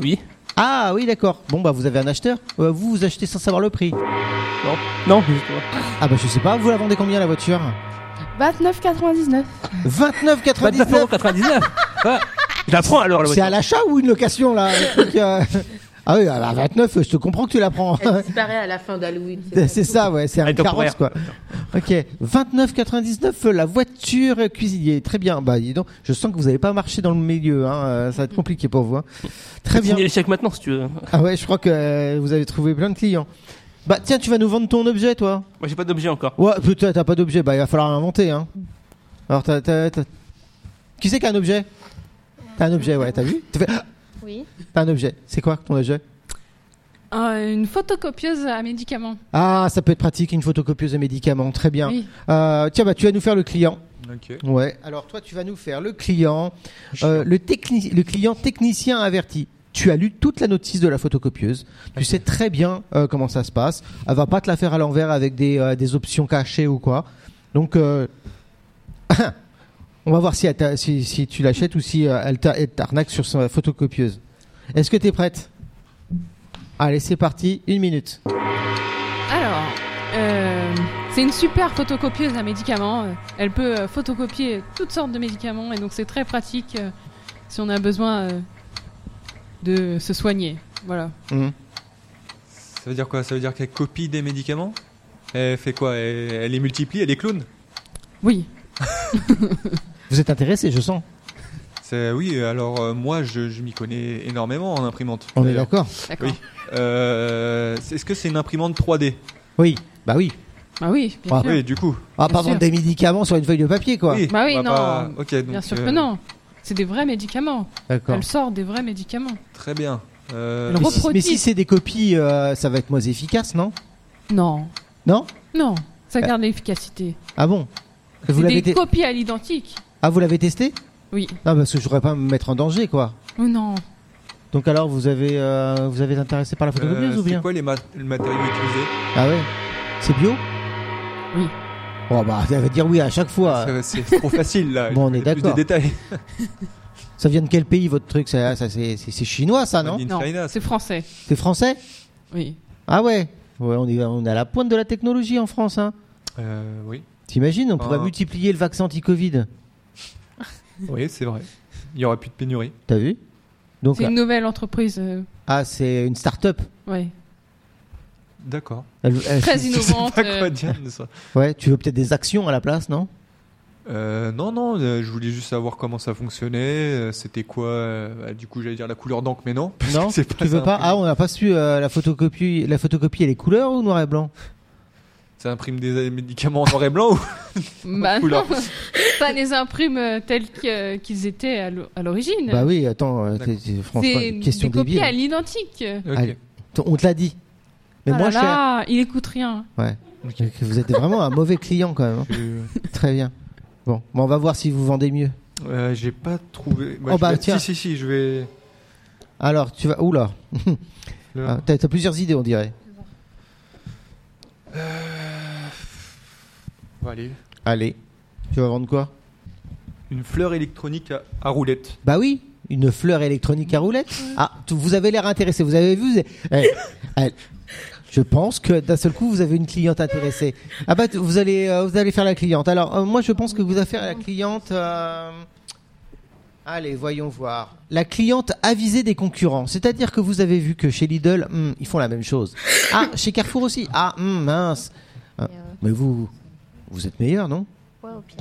[SPEAKER 4] Oui.
[SPEAKER 2] Ah oui, d'accord. Bon, bah vous avez un acheteur. Euh, vous, vous achetez sans savoir le prix.
[SPEAKER 4] Non. Non, justement.
[SPEAKER 2] Ah bah je sais pas, vous la vendez combien la voiture Ah.
[SPEAKER 7] 29,99.
[SPEAKER 2] 29,99
[SPEAKER 4] 29,99 Ah, Je la prends alors la
[SPEAKER 2] C'est à
[SPEAKER 4] voiture.
[SPEAKER 2] l'achat ou une location là le truc, euh Ah oui, à 29, je te comprends que tu la prends.
[SPEAKER 5] Elle disparaît à la fin d'Halloween.
[SPEAKER 2] C'est ça, ouais, c'est un
[SPEAKER 4] Elle est
[SPEAKER 2] carrosse quoi.
[SPEAKER 4] temporaire.
[SPEAKER 2] Ok, 29,99 la voiture cuisinier. Très bien, bah dis donc, je sens que vous n'avez pas marché dans le milieu, hein. euh, ça va être compliqué pour vous. hein. Très bien.
[SPEAKER 4] Signez le chèque maintenant si tu veux.
[SPEAKER 2] Ah ouais, je crois que euh, vous avez trouvé plein de clients. Bah tiens, tu vas nous vendre ton objet toi
[SPEAKER 4] Moi, j'ai pas d'objet encore.
[SPEAKER 2] Ouais, peut-être, t'as pas d'objet, bah il va falloir inventer, hein. Alors, t'as. t'as- t'as- Qui c'est qui a un objet T'as un objet, ouais, t'as vu T'as fait- ah,
[SPEAKER 6] Oui.
[SPEAKER 2] T'as un objet. C'est quoi ton objet
[SPEAKER 1] Ah, une photocopieuse à médicaments.
[SPEAKER 2] Ah, ça peut être pratique, une photocopieuse de médicaments, très bien.
[SPEAKER 1] Oui.
[SPEAKER 2] Euh, tiens, bah tu vas nous faire le client.
[SPEAKER 3] Ok.
[SPEAKER 2] Ouais, alors toi, tu vas nous faire le client, euh, le, techni- le client technicien averti. Tu as lu toute la notice de la photocopieuse. Tu sais très bien euh, comment ça se passe. Elle va pas te la faire à l'envers avec des, euh, des options cachées ou quoi. Donc, euh, On va voir si, elle t'a- si, si tu l'achètes ou si euh, elle t'a- elle t'arnaque sur sa photocopieuse. Est-ce que t'es prête Allez, c'est parti, une minute.
[SPEAKER 1] Alors, euh, c'est une super photocopieuse à médicaments. Euh, Elle peut euh, photocopier toutes sortes de médicaments et donc c'est très pratique euh, si on a besoin euh, de se soigner. Voilà.
[SPEAKER 2] Mhm.
[SPEAKER 3] Ça veut dire quoi Ça veut dire qu'elle copie des médicaments Elle fait quoi elle, elle les multiplie, elle les clone
[SPEAKER 1] Oui.
[SPEAKER 2] Vous êtes intéressé, je sens.
[SPEAKER 3] C'est- Oui, alors euh, moi je, je m'y connais énormément en imprimante.
[SPEAKER 2] On est
[SPEAKER 3] d'ailleurs.
[SPEAKER 2] Euh, d'accord
[SPEAKER 1] D'accord.
[SPEAKER 3] Oui. Euh, c'est- Est-ce que c'est une imprimante 3D
[SPEAKER 2] Oui. Bah oui.
[SPEAKER 1] Bah oui. bien
[SPEAKER 2] Ah,
[SPEAKER 1] sûr.
[SPEAKER 3] Oui, du coup.
[SPEAKER 2] On va
[SPEAKER 1] Bien
[SPEAKER 2] pas
[SPEAKER 1] sûr.
[SPEAKER 2] vendre des médicaments sur une feuille de papier, quoi.
[SPEAKER 3] Oui,
[SPEAKER 1] Bah oui,
[SPEAKER 3] on va
[SPEAKER 1] non.
[SPEAKER 3] Ok,
[SPEAKER 1] Bien
[SPEAKER 3] donc,
[SPEAKER 1] sûr
[SPEAKER 3] euh,
[SPEAKER 1] que non. C'est des vrais médicaments.
[SPEAKER 2] D'accord.
[SPEAKER 1] Elle sort des vrais médicaments.
[SPEAKER 3] Très bien. Euh,
[SPEAKER 1] Elle
[SPEAKER 2] Euh, Mais si,
[SPEAKER 1] reproduit.
[SPEAKER 2] mais si c'est des copies, euh, ça va être moins efficace, non
[SPEAKER 1] Non.
[SPEAKER 2] Non
[SPEAKER 1] Non. Ça garde l'efficacité.
[SPEAKER 2] Ah bon vous
[SPEAKER 1] C'est
[SPEAKER 2] l'avez,
[SPEAKER 1] des
[SPEAKER 2] te-
[SPEAKER 1] copies à l'identique.
[SPEAKER 2] ah, vous l'avez testé
[SPEAKER 1] Oui.
[SPEAKER 2] Non, parce que je voudrais pas me mettre en danger, quoi.
[SPEAKER 1] Ou non.
[SPEAKER 2] Donc alors, vous avez, euh, vous avez été intéressé par
[SPEAKER 3] euh,
[SPEAKER 2] la photocopieuse ou bien
[SPEAKER 3] C'est quoi les mat- le matériau utilisé
[SPEAKER 2] Ah ouais C'est bio
[SPEAKER 1] Oui.
[SPEAKER 2] Oh bah, ça veut dire oui à chaque fois.
[SPEAKER 3] C'est c'est trop facile là.
[SPEAKER 2] Bon, on
[SPEAKER 3] Il
[SPEAKER 2] est
[SPEAKER 3] faut plus
[SPEAKER 2] d'accord.
[SPEAKER 3] de détails.
[SPEAKER 2] Ça vient de quel pays, votre truc ça, ça, c'est, c'est- c'est chinois, ça, Ah, non
[SPEAKER 3] Made in
[SPEAKER 1] Non.
[SPEAKER 3] China,
[SPEAKER 1] C'est français.
[SPEAKER 2] C'est français
[SPEAKER 1] Oui.
[SPEAKER 2] Ah ouais Ouais, on est, on est à la pointe de la technologie en France, hein.
[SPEAKER 3] Euh, oui,
[SPEAKER 2] T'imagines, on pourrait
[SPEAKER 3] Ah.
[SPEAKER 2] multiplier le vaccin anti-Covid.
[SPEAKER 3] oui c'est vrai. Il n'y aura plus de pénurie.
[SPEAKER 2] T'as vu Donc,
[SPEAKER 1] C'est une nouvelle entreprise. euh,
[SPEAKER 2] ah, c'est une start-up.
[SPEAKER 1] ouais.
[SPEAKER 3] D'accord.
[SPEAKER 2] Elle- elle-
[SPEAKER 1] Très
[SPEAKER 3] Je sais
[SPEAKER 1] innovante.
[SPEAKER 3] pas
[SPEAKER 1] euh,
[SPEAKER 3] quoi dire de ça.
[SPEAKER 2] ouais, tu veux peut-être des actions à la place, non
[SPEAKER 3] Euh, non, non, euh, je voulais juste savoir comment ça fonctionnait. euh, C'était quoi euh, bah, Du coup, j'allais dire la couleur d'encre, mais non. parce
[SPEAKER 2] Non,
[SPEAKER 3] que c'est pas
[SPEAKER 2] Tu veux
[SPEAKER 3] ça.
[SPEAKER 2] pas Ah, on n'a pas su euh, la photocopie, la photocopie, elle est couleur ou noir et blanc
[SPEAKER 3] Ça imprime des médicaments en noir et blanc ou
[SPEAKER 1] Bah
[SPEAKER 3] Oula.
[SPEAKER 1] non, ça les imprime euh, tels que- qu'ils étaient à l'o- à l'origine.
[SPEAKER 2] Bah oui, attends, euh,
[SPEAKER 3] D'accord.
[SPEAKER 2] t'es- t'es- franchement,
[SPEAKER 1] c'est
[SPEAKER 2] une
[SPEAKER 1] des
[SPEAKER 2] question
[SPEAKER 1] copies
[SPEAKER 2] débile.
[SPEAKER 1] à l'identique.
[SPEAKER 3] Ok.
[SPEAKER 2] Allez. On te l'a dit. Mais
[SPEAKER 1] Ah
[SPEAKER 2] moi,
[SPEAKER 1] là là, il écoute rien.
[SPEAKER 2] vous êtes vraiment un mauvais client quand même. hein.
[SPEAKER 3] Je-
[SPEAKER 2] Très bien. Bon, Bon, on va voir si vous vendez mieux.
[SPEAKER 3] euh, J'ai pas trouvé.
[SPEAKER 2] Oh,
[SPEAKER 3] je
[SPEAKER 2] bah,
[SPEAKER 3] vais-
[SPEAKER 2] tiens.
[SPEAKER 3] Si, si, si, je vais.
[SPEAKER 2] Alors, tu vas. Oula,
[SPEAKER 3] le-
[SPEAKER 2] Ah, t'as t'as plusieurs idées, on dirait.
[SPEAKER 3] Bon, allez.
[SPEAKER 2] Allez, tu vas vendre quoi
[SPEAKER 3] Une fleur électronique à, à roulette.
[SPEAKER 2] Bah oui, une fleur électronique à roulette. Ah, tu- vous avez l'air intéressé. Vous avez vu vous avez- Eh, eh, Je pense que d'un seul coup, vous avez une cliente intéressée. Ah bah, tu- vous allez, euh, vous allez faire la cliente. Alors, euh, moi, je pense que vous allez faire la cliente. euh, Allez, voyons voir. La cliente avisée des concurrents. C'est-à-dire que vous avez vu que chez Lidl, hmm, ils font la même chose. Ah, chez Carrefour aussi. Ah, hmm, mince. Ah,
[SPEAKER 6] Mais, euh,
[SPEAKER 2] mais vous, vous êtes meilleur, non
[SPEAKER 6] ouais, au pire.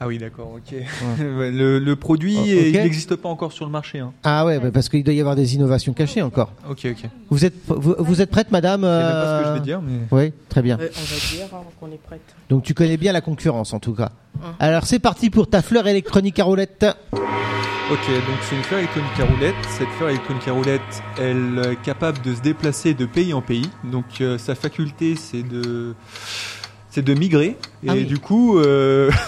[SPEAKER 3] Ah oui, d'accord, ok. Ouais, le, le produit,
[SPEAKER 2] Oh, ok.
[SPEAKER 3] euh, il n'existe pas encore sur le marché. hein.
[SPEAKER 2] Ah ouais, bah parce qu'il doit y avoir des innovations cachées encore.
[SPEAKER 3] Ok, ok. Je sais
[SPEAKER 2] Vous êtes, vous, vous êtes prête, madame
[SPEAKER 3] même pas ce que je
[SPEAKER 2] euh,
[SPEAKER 3] vais dire, mais.
[SPEAKER 2] Oui, très bien.
[SPEAKER 5] Euh, on va dire hein, qu'on est prête.
[SPEAKER 2] Donc tu connais bien la concurrence en tout cas.
[SPEAKER 5] Hein.
[SPEAKER 2] Alors c'est parti pour ta fleur électronique à roulette.
[SPEAKER 3] Ok, donc c'est une fleur électronique à roulette. Cette fleur électronique à roulette, elle est capable de se déplacer de pays en pays. Donc euh, sa faculté, c'est de, c'est de migrer. Et
[SPEAKER 2] Ah oui.
[SPEAKER 3] du coup, euh,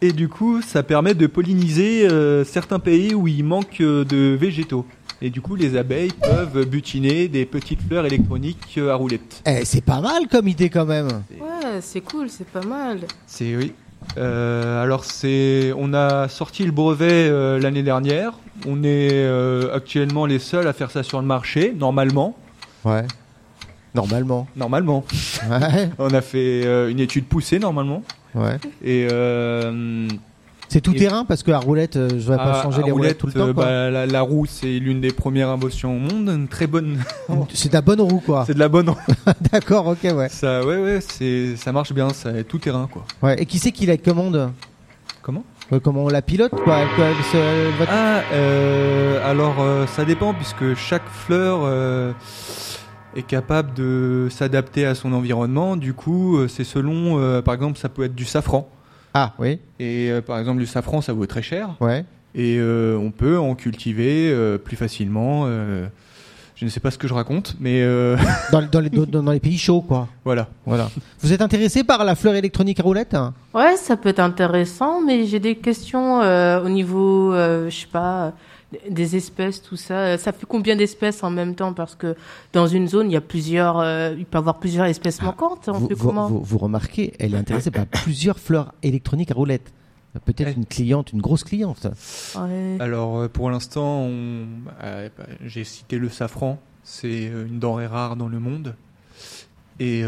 [SPEAKER 3] et du coup, ça permet de polliniser euh, certains pays où il manque euh, de végétaux. Et du coup, les abeilles peuvent butiner des petites fleurs électroniques euh, à roulette.
[SPEAKER 2] Eh, c'est pas mal comme idée quand même.
[SPEAKER 5] Ouais, c'est cool, c'est pas mal.
[SPEAKER 3] C'est oui. Euh, alors c'est, on a sorti le brevet euh, l'année dernière. On est euh, actuellement les seuls à faire ça sur le marché, normalement.
[SPEAKER 2] Ouais. Normalement.
[SPEAKER 3] Normalement.
[SPEAKER 2] Ouais.
[SPEAKER 3] On a fait euh, une étude poussée normalement.
[SPEAKER 2] ouais.
[SPEAKER 3] Et euh,
[SPEAKER 2] C'est tout
[SPEAKER 3] Et-
[SPEAKER 2] terrain parce que à roulette, euh, je vais pas
[SPEAKER 3] à-
[SPEAKER 2] changer
[SPEAKER 3] Ah, à
[SPEAKER 2] les roulettes
[SPEAKER 3] roulette,
[SPEAKER 2] tout le temps.
[SPEAKER 3] euh,
[SPEAKER 2] quoi.
[SPEAKER 3] bah, la, la roue, c'est l'une des premières inventions au monde. Une très bonne.
[SPEAKER 2] C'est ta bonne roue quoi.
[SPEAKER 3] c'est de la bonne. roue.
[SPEAKER 2] D'accord, ok, Ah. ouais.
[SPEAKER 3] ça, ouais, ouais, c'est, ça marche bien. Ça est tout terrain quoi.
[SPEAKER 2] ouais. Et qui c'est qui la commande
[SPEAKER 3] Comment
[SPEAKER 2] Euh, Comment on la pilote quoi Elle- quoi, elle se- elle va-
[SPEAKER 3] Ah, euh, alors euh, ça dépend puisque chaque fleur euh, est capable de s'adapter à son environnement. Du coup, euh, c'est selon, euh, par exemple, ça peut être du safran.
[SPEAKER 2] Ah oui,
[SPEAKER 3] Et euh, par exemple, du safran, ça vaut très cher.
[SPEAKER 2] ouais.
[SPEAKER 3] Et euh, on peut en cultiver euh, plus facilement. euh, je ne sais pas ce que je raconte, mais euh,
[SPEAKER 2] Dans, dans les, dans- dans les pays chauds quoi.
[SPEAKER 3] voilà.
[SPEAKER 2] Voilà. Vous êtes intéressé par la fleur électronique à roulette hein
[SPEAKER 5] Ouais, ça peut être intéressant, mais j'ai des questions euh, au niveau, euh, je sais pas, des espèces, tout ça. Euh, Ça fait combien d'espèces en même temps Parce que dans une zone, il y a plusieurs, euh, il peut y avoir plusieurs espèces manquantes. hein, On
[SPEAKER 2] Ah, vous,
[SPEAKER 5] fait
[SPEAKER 2] vous-
[SPEAKER 5] comment
[SPEAKER 2] vous- vous remarquez, elle est intéressée par plusieurs fleurs électroniques à roulettes. Peut-être
[SPEAKER 3] Elle-
[SPEAKER 2] une cliente, une grosse cliente.
[SPEAKER 5] Ouais.
[SPEAKER 2] Ah,
[SPEAKER 3] Alors euh, pour l'instant, on- euh, bah, j'ai cité le safran, c'est euh, une denrée rare dans le monde. Et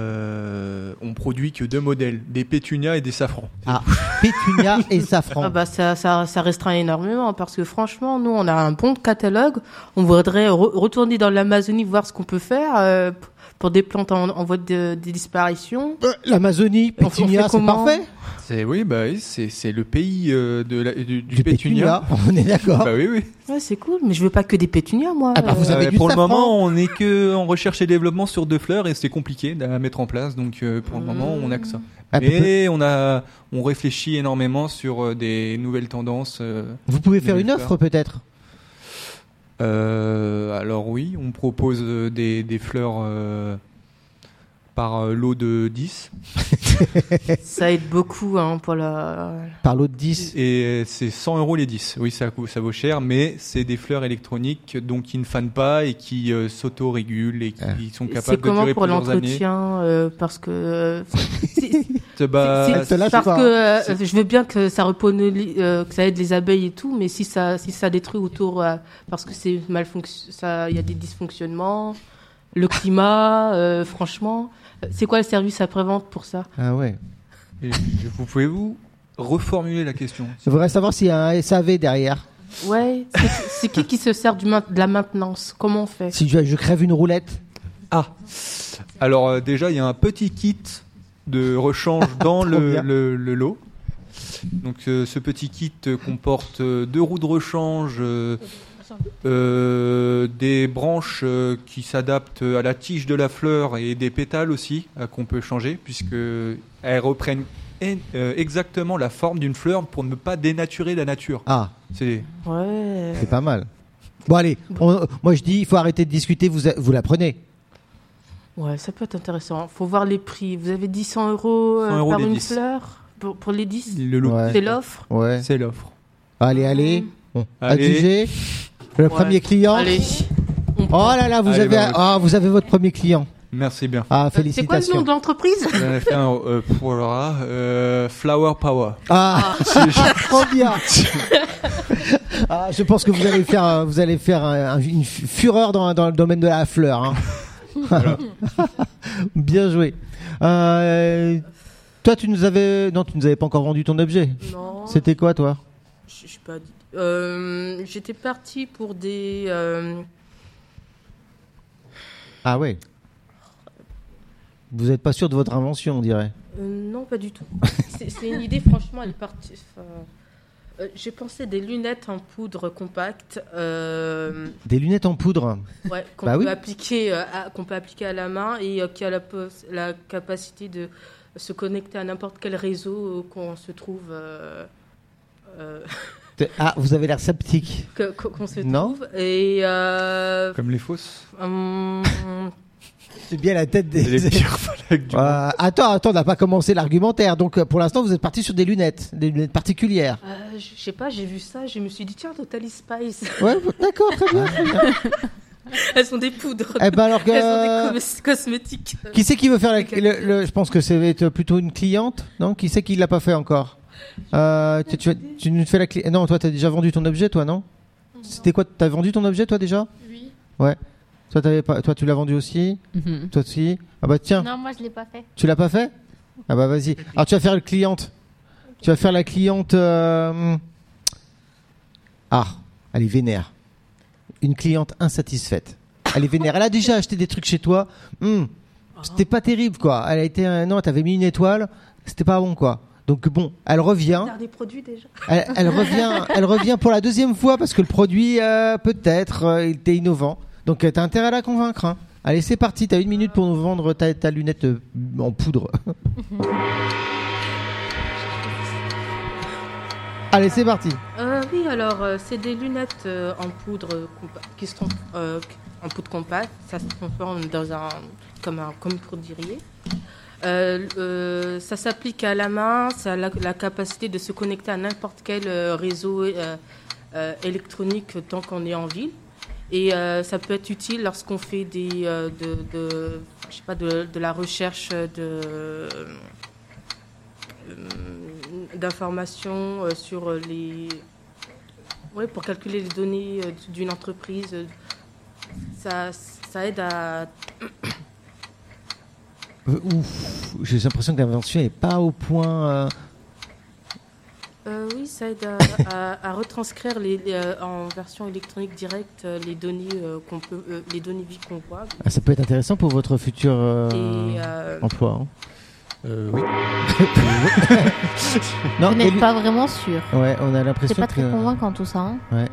[SPEAKER 3] euh, on produit que deux modèles, des pétunias et des safrans.
[SPEAKER 2] Ah. Pétunia et safran.
[SPEAKER 5] Ah bah ça, ça, ça restreint énormément parce que franchement, nous, on a un bon catalogue. On voudrait re- retourner dans l'Amazonie voir ce qu'on peut faire euh, p- pour des plantes en, en voie de, de disparition.
[SPEAKER 2] Euh, L'Amazonie,
[SPEAKER 5] On- on fait
[SPEAKER 2] Pétunia, c'est
[SPEAKER 5] comment
[SPEAKER 2] parfait.
[SPEAKER 3] C'est oui, bah oui, c'est c'est le pays euh, de la- du, du
[SPEAKER 2] Du
[SPEAKER 3] pétunia.
[SPEAKER 2] Pétunia, on est d'accord.
[SPEAKER 3] Bah oui, oui.
[SPEAKER 5] Ouais, c'est cool, mais je veux pas que des pétunias, moi.
[SPEAKER 2] Ah bah, vous
[SPEAKER 5] Euh,
[SPEAKER 2] avez
[SPEAKER 3] Euh,
[SPEAKER 2] du
[SPEAKER 3] pour le
[SPEAKER 2] safran
[SPEAKER 3] moment, on est que en recherche et développement sur deux fleurs et c'est compliqué à mettre en place. Donc euh, pour le moment, on a que ça.
[SPEAKER 2] Ah, peut-
[SPEAKER 3] Mais on a, on réfléchit énormément sur euh, des nouvelles tendances. euh,
[SPEAKER 2] Vous pouvez faire
[SPEAKER 3] Mais
[SPEAKER 2] une
[SPEAKER 3] je
[SPEAKER 2] offre peut-être
[SPEAKER 3] Euh, alors oui, on propose euh, des, des fleurs euh, par euh, lot de 10.
[SPEAKER 5] Ça aide beaucoup hein, pour la.
[SPEAKER 2] par l'autre 10.
[SPEAKER 3] Et euh, c'est 100 euros les 10. Oui, ça, cou- ça vaut cher, mais c'est des fleurs électroniques donc qui ne fanent pas et qui euh, s'autorégulent et qui
[SPEAKER 2] Ah.
[SPEAKER 3] sont
[SPEAKER 5] C'est
[SPEAKER 3] capables de
[SPEAKER 5] comment
[SPEAKER 3] durer
[SPEAKER 5] pour
[SPEAKER 3] plusieurs années.
[SPEAKER 5] l'entretien euh, Parce que euh,
[SPEAKER 3] C'est- bah,
[SPEAKER 5] C'est-
[SPEAKER 2] Elle te lâche
[SPEAKER 5] parce
[SPEAKER 2] pas.
[SPEAKER 5] que euh, je veux bien que ça repone- euh, que ça aide les abeilles et tout, mais si ça, si ça détruit autour, euh, parce que c'est mal fonction- ça, il y a des dysfonctionnements, le climat, euh, franchement, Euh, c'est quoi le service après-vente pour ça
[SPEAKER 2] Ah ouais.
[SPEAKER 3] et je- vous pouvez vous reformuler la question.
[SPEAKER 2] Je voudrais savoir s'il y a un SAV derrière.
[SPEAKER 5] Ouais, c'est- c'est qui qui se sert du main- de la maintenance Comment on fait
[SPEAKER 2] Si je, je crève une roulette.
[SPEAKER 3] Ah, alors euh, déjà, il y a un petit kit de rechange dans le,
[SPEAKER 2] bien.
[SPEAKER 3] le- le lot. Donc euh, ce petit kit euh, comporte euh, deux roues de rechange, euh, euh, des branches euh, qui s'adaptent à la tige de la fleur et des pétales aussi euh, qu'on peut changer puisque euh, elles reprennent en- euh, exactement la forme d'une fleur pour ne pas dénaturer la nature.
[SPEAKER 2] Ah,
[SPEAKER 3] C'est
[SPEAKER 5] Ouais.
[SPEAKER 2] c'est pas mal. Bon allez, on- moi je dis, il faut arrêter de discuter, vous, vous la prenez.
[SPEAKER 5] Ouais, ça peut être intéressant. Faut voir les prix. Vous avez dit 100 euros, euh,
[SPEAKER 3] 100 euros
[SPEAKER 5] par
[SPEAKER 3] les
[SPEAKER 5] une
[SPEAKER 3] 10.
[SPEAKER 5] fleur pour, pour les 10
[SPEAKER 3] le lot.
[SPEAKER 2] Ouais.
[SPEAKER 5] C'est l'offre
[SPEAKER 2] Ouais.
[SPEAKER 3] C'est l'offre.
[SPEAKER 2] Allez, allez. Bon.
[SPEAKER 3] Allez.
[SPEAKER 2] Adjugé. Le
[SPEAKER 5] Ouais.
[SPEAKER 2] premier client.
[SPEAKER 5] Allez. on prend.
[SPEAKER 2] Oh là là, vous,
[SPEAKER 3] Allez,
[SPEAKER 2] avez,
[SPEAKER 3] bah,
[SPEAKER 2] ah, vous avez votre premier client.
[SPEAKER 3] Merci bien.
[SPEAKER 2] Ah,
[SPEAKER 5] Euh, C'est quoi le nom
[SPEAKER 2] félicitations.
[SPEAKER 5] de l'entreprise
[SPEAKER 3] J'en ai fait un, euh, pour Laura, euh, Flower Power.
[SPEAKER 2] Ah, trop bien. Ah, je pense que vous allez faire, euh, vous allez faire euh, un- une fu- fureur dans, dans le domaine de la fleur. hein. bien joué. Euh, toi, tu nous avais, non, tu nous avais pas encore vendu ton objet.
[SPEAKER 5] Non.
[SPEAKER 2] C'était quoi, toi
[SPEAKER 5] Je je sais pas. Euh, J'étais partie pour des. euh,
[SPEAKER 2] Ah ouais. Vous n'êtes pas sûr de votre invention, on dirait.
[SPEAKER 5] euh, non, pas du tout. C'est c'est une idée, franchement, elle est partie. enfin, euh, J'ai pensé des lunettes en poudre compacte euh,
[SPEAKER 2] Des lunettes en poudre.
[SPEAKER 5] ouais, qu'on
[SPEAKER 2] Bah
[SPEAKER 5] peut,
[SPEAKER 2] oui.
[SPEAKER 5] appliquer, euh, à- qu'on peut appliquer à la main et euh, qui a la, pos- la capacité de se connecter à n'importe quel réseau euh, qu'on se trouve. euh, euh,
[SPEAKER 2] Ah, vous avez l'air sceptique.
[SPEAKER 5] que- qu'on qu'on se
[SPEAKER 2] Non.
[SPEAKER 5] trouve. Et. euh,
[SPEAKER 3] Comme les fausses.
[SPEAKER 5] hum,
[SPEAKER 2] C'est bien la tête
[SPEAKER 3] Et les
[SPEAKER 2] des.
[SPEAKER 3] pires flaques du monde.
[SPEAKER 2] Euh, attends, attends, on n'a pas commencé l'argumentaire. Donc, euh, pour l'instant, vous êtes parti sur des lunettes, des lunettes particulières.
[SPEAKER 5] euh, je je sais pas, j'ai vu ça, je me suis dit, tiens, Totally Spice.
[SPEAKER 2] Ouais, d'accord, très bien.
[SPEAKER 5] Elles sont des poudres.
[SPEAKER 2] Eh ben alors que-
[SPEAKER 5] Elles sont des cos- cosmétiques.
[SPEAKER 2] Qui c'est qui veut faire la, le, le- Je pense que c'est plutôt une cliente, non Qui c'est qui l'a pas fait encore Euh, tu, tu, tu nous fais la cli- Non, toi, t'as déjà vendu ton objet, toi, non C'était quoi T'as vendu ton objet, toi, déjà
[SPEAKER 6] Oui.
[SPEAKER 2] Ouais. Toi, t'avais pas... toi, tu l'as vendu aussi
[SPEAKER 1] Mhm.
[SPEAKER 2] Toi aussi Ah bah tiens,
[SPEAKER 6] Non, moi je l'ai pas fait.
[SPEAKER 2] tu l'as pas fait Ah bah vas-y. Alors, tu vas faire la cliente. Tu vas faire la cliente. euh, Ah, elle est vénère. Une cliente insatisfaite. Elle est vénère. Elle a déjà acheté des trucs chez toi. Hmm. C'était pas terrible, quoi. Elle a été. euh, Non, t'avais mis une étoile. C'était pas bon, quoi. Donc bon, elle revient.
[SPEAKER 5] des produits déjà.
[SPEAKER 2] Elle, elle revient. Elle revient pour la deuxième fois parce que le produit, euh, peut-être, euh, il était innovant. Donc euh, t'as intérêt à la convaincre. hein. Allez, c'est parti. T'as une minute pour nous vendre ta, ta lunette euh, en poudre. Allez, c'est parti.
[SPEAKER 5] Euh, oui, alors, euh, c'est des lunettes euh, en poudre euh, compa- qui sont euh, en poudre compacte. Ça se transforme dans un. comme, un, comme pour diriez. Euh, euh, ça s'applique à la main, ça a la, la capacité de se connecter à n'importe quel euh, réseau euh, euh, électronique tant qu'on est en ville. Et euh, ça peut être utile lorsqu'on fait des, euh, de, de- je sais pas, de, de la recherche de, euh, d'informations euh, sur les... Oui, pour calculer les données euh, d'une entreprise. euh, Ça, ça aide à...
[SPEAKER 2] Euh, Ouf, j'ai l'impression que l'invention n'est pas au point. euh,
[SPEAKER 5] euh, oui, ça aide à, à- à retranscrire les, les, euh, en version électronique directe euh, les données euh, qu'on peut, euh, les données vie qu'on voit.
[SPEAKER 2] ah, ça peut être intéressant pour votre futur euh,
[SPEAKER 5] Et, euh,
[SPEAKER 2] emploi. hein.
[SPEAKER 3] Euh, oui.
[SPEAKER 2] Non,
[SPEAKER 6] Vous
[SPEAKER 2] des
[SPEAKER 6] n'êtes
[SPEAKER 2] lu-
[SPEAKER 6] pas vraiment sûr.
[SPEAKER 2] Ouais, on a l'impression
[SPEAKER 6] C'est pas très
[SPEAKER 2] que-
[SPEAKER 6] convaincant tout ça. hein.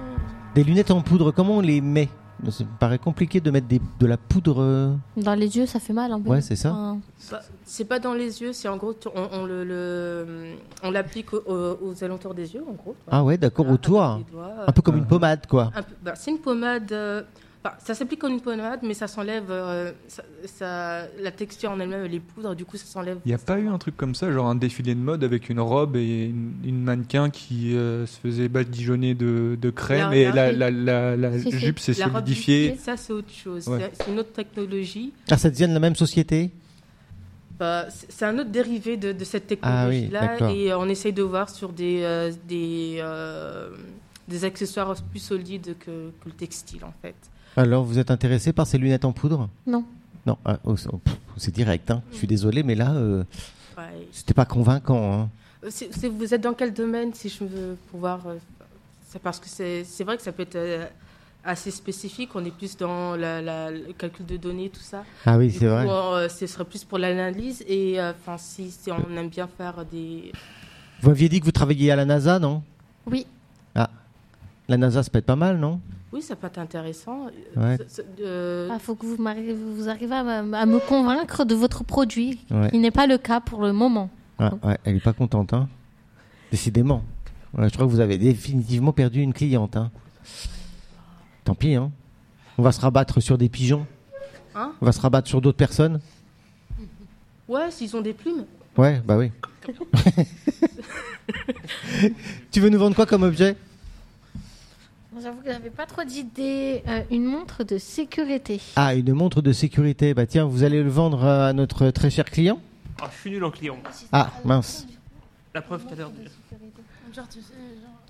[SPEAKER 2] Des lunettes en poudre, comment on les met Ça me paraît compliqué de mettre des- de la poudre. euh,
[SPEAKER 6] Dans les yeux, ça fait mal un peu.
[SPEAKER 2] Ouais, c'est ça.
[SPEAKER 6] Enfin,
[SPEAKER 5] Bah, c'est pas dans les yeux, c'est en gros, tu- on, on le, le- on l'applique au- au- aux, alentours des yeux, en gros.
[SPEAKER 2] Ah ouais, d'accord,
[SPEAKER 5] Voilà,
[SPEAKER 2] autour.
[SPEAKER 5] avec les doigts, euh,
[SPEAKER 2] Un peu comme une pommade, quoi.
[SPEAKER 5] un peu- bah, c'est une pommade. euh, bah, ça s'applique comme une pommade, mais ça s'enlève. euh, ça- ça- la texture en elle-même, elle est poudre, du coup, ça s'enlève.
[SPEAKER 3] Il n'y a pas eu un truc comme ça, genre un défilé de mode avec une robe et une, une mannequin qui euh, se faisait badigeonner de, de crème
[SPEAKER 5] La-
[SPEAKER 3] et
[SPEAKER 5] la-
[SPEAKER 3] la, la, la, la
[SPEAKER 6] Si, si.
[SPEAKER 3] jupe s'est
[SPEAKER 5] La robe
[SPEAKER 3] solidifiée.
[SPEAKER 5] lissée, Ça, c'est autre chose.
[SPEAKER 3] Ouais.
[SPEAKER 5] C'est- C'est une autre technologie.
[SPEAKER 2] Ah, ça devient de la même société
[SPEAKER 5] Bah, c'est c'est un autre dérivé de, de cette
[SPEAKER 2] Ah oui,
[SPEAKER 5] technologie-là.
[SPEAKER 2] d'accord.
[SPEAKER 5] et euh, on essaye de voir sur des, euh, des, euh, des accessoires plus solides que, que le textile, en fait.
[SPEAKER 2] Alors, vous êtes intéressé par ces lunettes en poudre
[SPEAKER 6] Non.
[SPEAKER 2] Non, ah, oh, c'est- oh, pff, c'est direct, hein. Je suis désolé, mais là, euh,
[SPEAKER 5] Ouais.
[SPEAKER 2] c'était pas convaincant. hein.
[SPEAKER 5] Euh, c'est- c'est- vous êtes dans quel domaine, si je veux pouvoir... euh, c'est parce que c'est c'est vrai que ça peut être euh, assez spécifique. On est plus dans la- la- le calcul de données, tout ça.
[SPEAKER 2] Ah oui,
[SPEAKER 5] Du
[SPEAKER 2] c'est
[SPEAKER 5] coup,
[SPEAKER 2] vrai.
[SPEAKER 5] euh, ce serait plus pour l'analyse. Et euh, enfin, si, si on aime bien faire des...
[SPEAKER 2] Vous m'aviez dit que vous travailliez à la NASA, non Ah,
[SPEAKER 6] Oui.
[SPEAKER 2] La NASA, ça peut être pas mal, non
[SPEAKER 5] Oui, ça peut être intéressant.
[SPEAKER 2] Ouais.
[SPEAKER 5] Ce- ce- euh,
[SPEAKER 6] Il Ah, faut que vous, m'arri- vous arrivez à, me- à me convaincre de votre produit.
[SPEAKER 2] Ouais.
[SPEAKER 6] Il n'est pas le cas pour le moment.
[SPEAKER 2] Ouais, ouais, elle est pas contente, hein Décidément. Ouais, je crois que vous avez définitivement perdu une cliente, hein. Tant pis, hein. On va se rabattre sur des pigeons.
[SPEAKER 5] Hein
[SPEAKER 2] On va se rabattre sur d'autres personnes.
[SPEAKER 5] Ouais, s'ils ont des plumes.
[SPEAKER 2] Ouais, bah oui. tu veux nous vendre quoi comme objet
[SPEAKER 6] J'avoue que j'avais pas trop d'idées. Euh, une montre de sécurité.
[SPEAKER 2] Ah, une montre de sécurité. Bah tiens, vous allez le vendre euh, à notre très cher client
[SPEAKER 4] Ah, je suis nul en client.
[SPEAKER 2] Ah, mince.
[SPEAKER 4] La preuve tout à l'heure.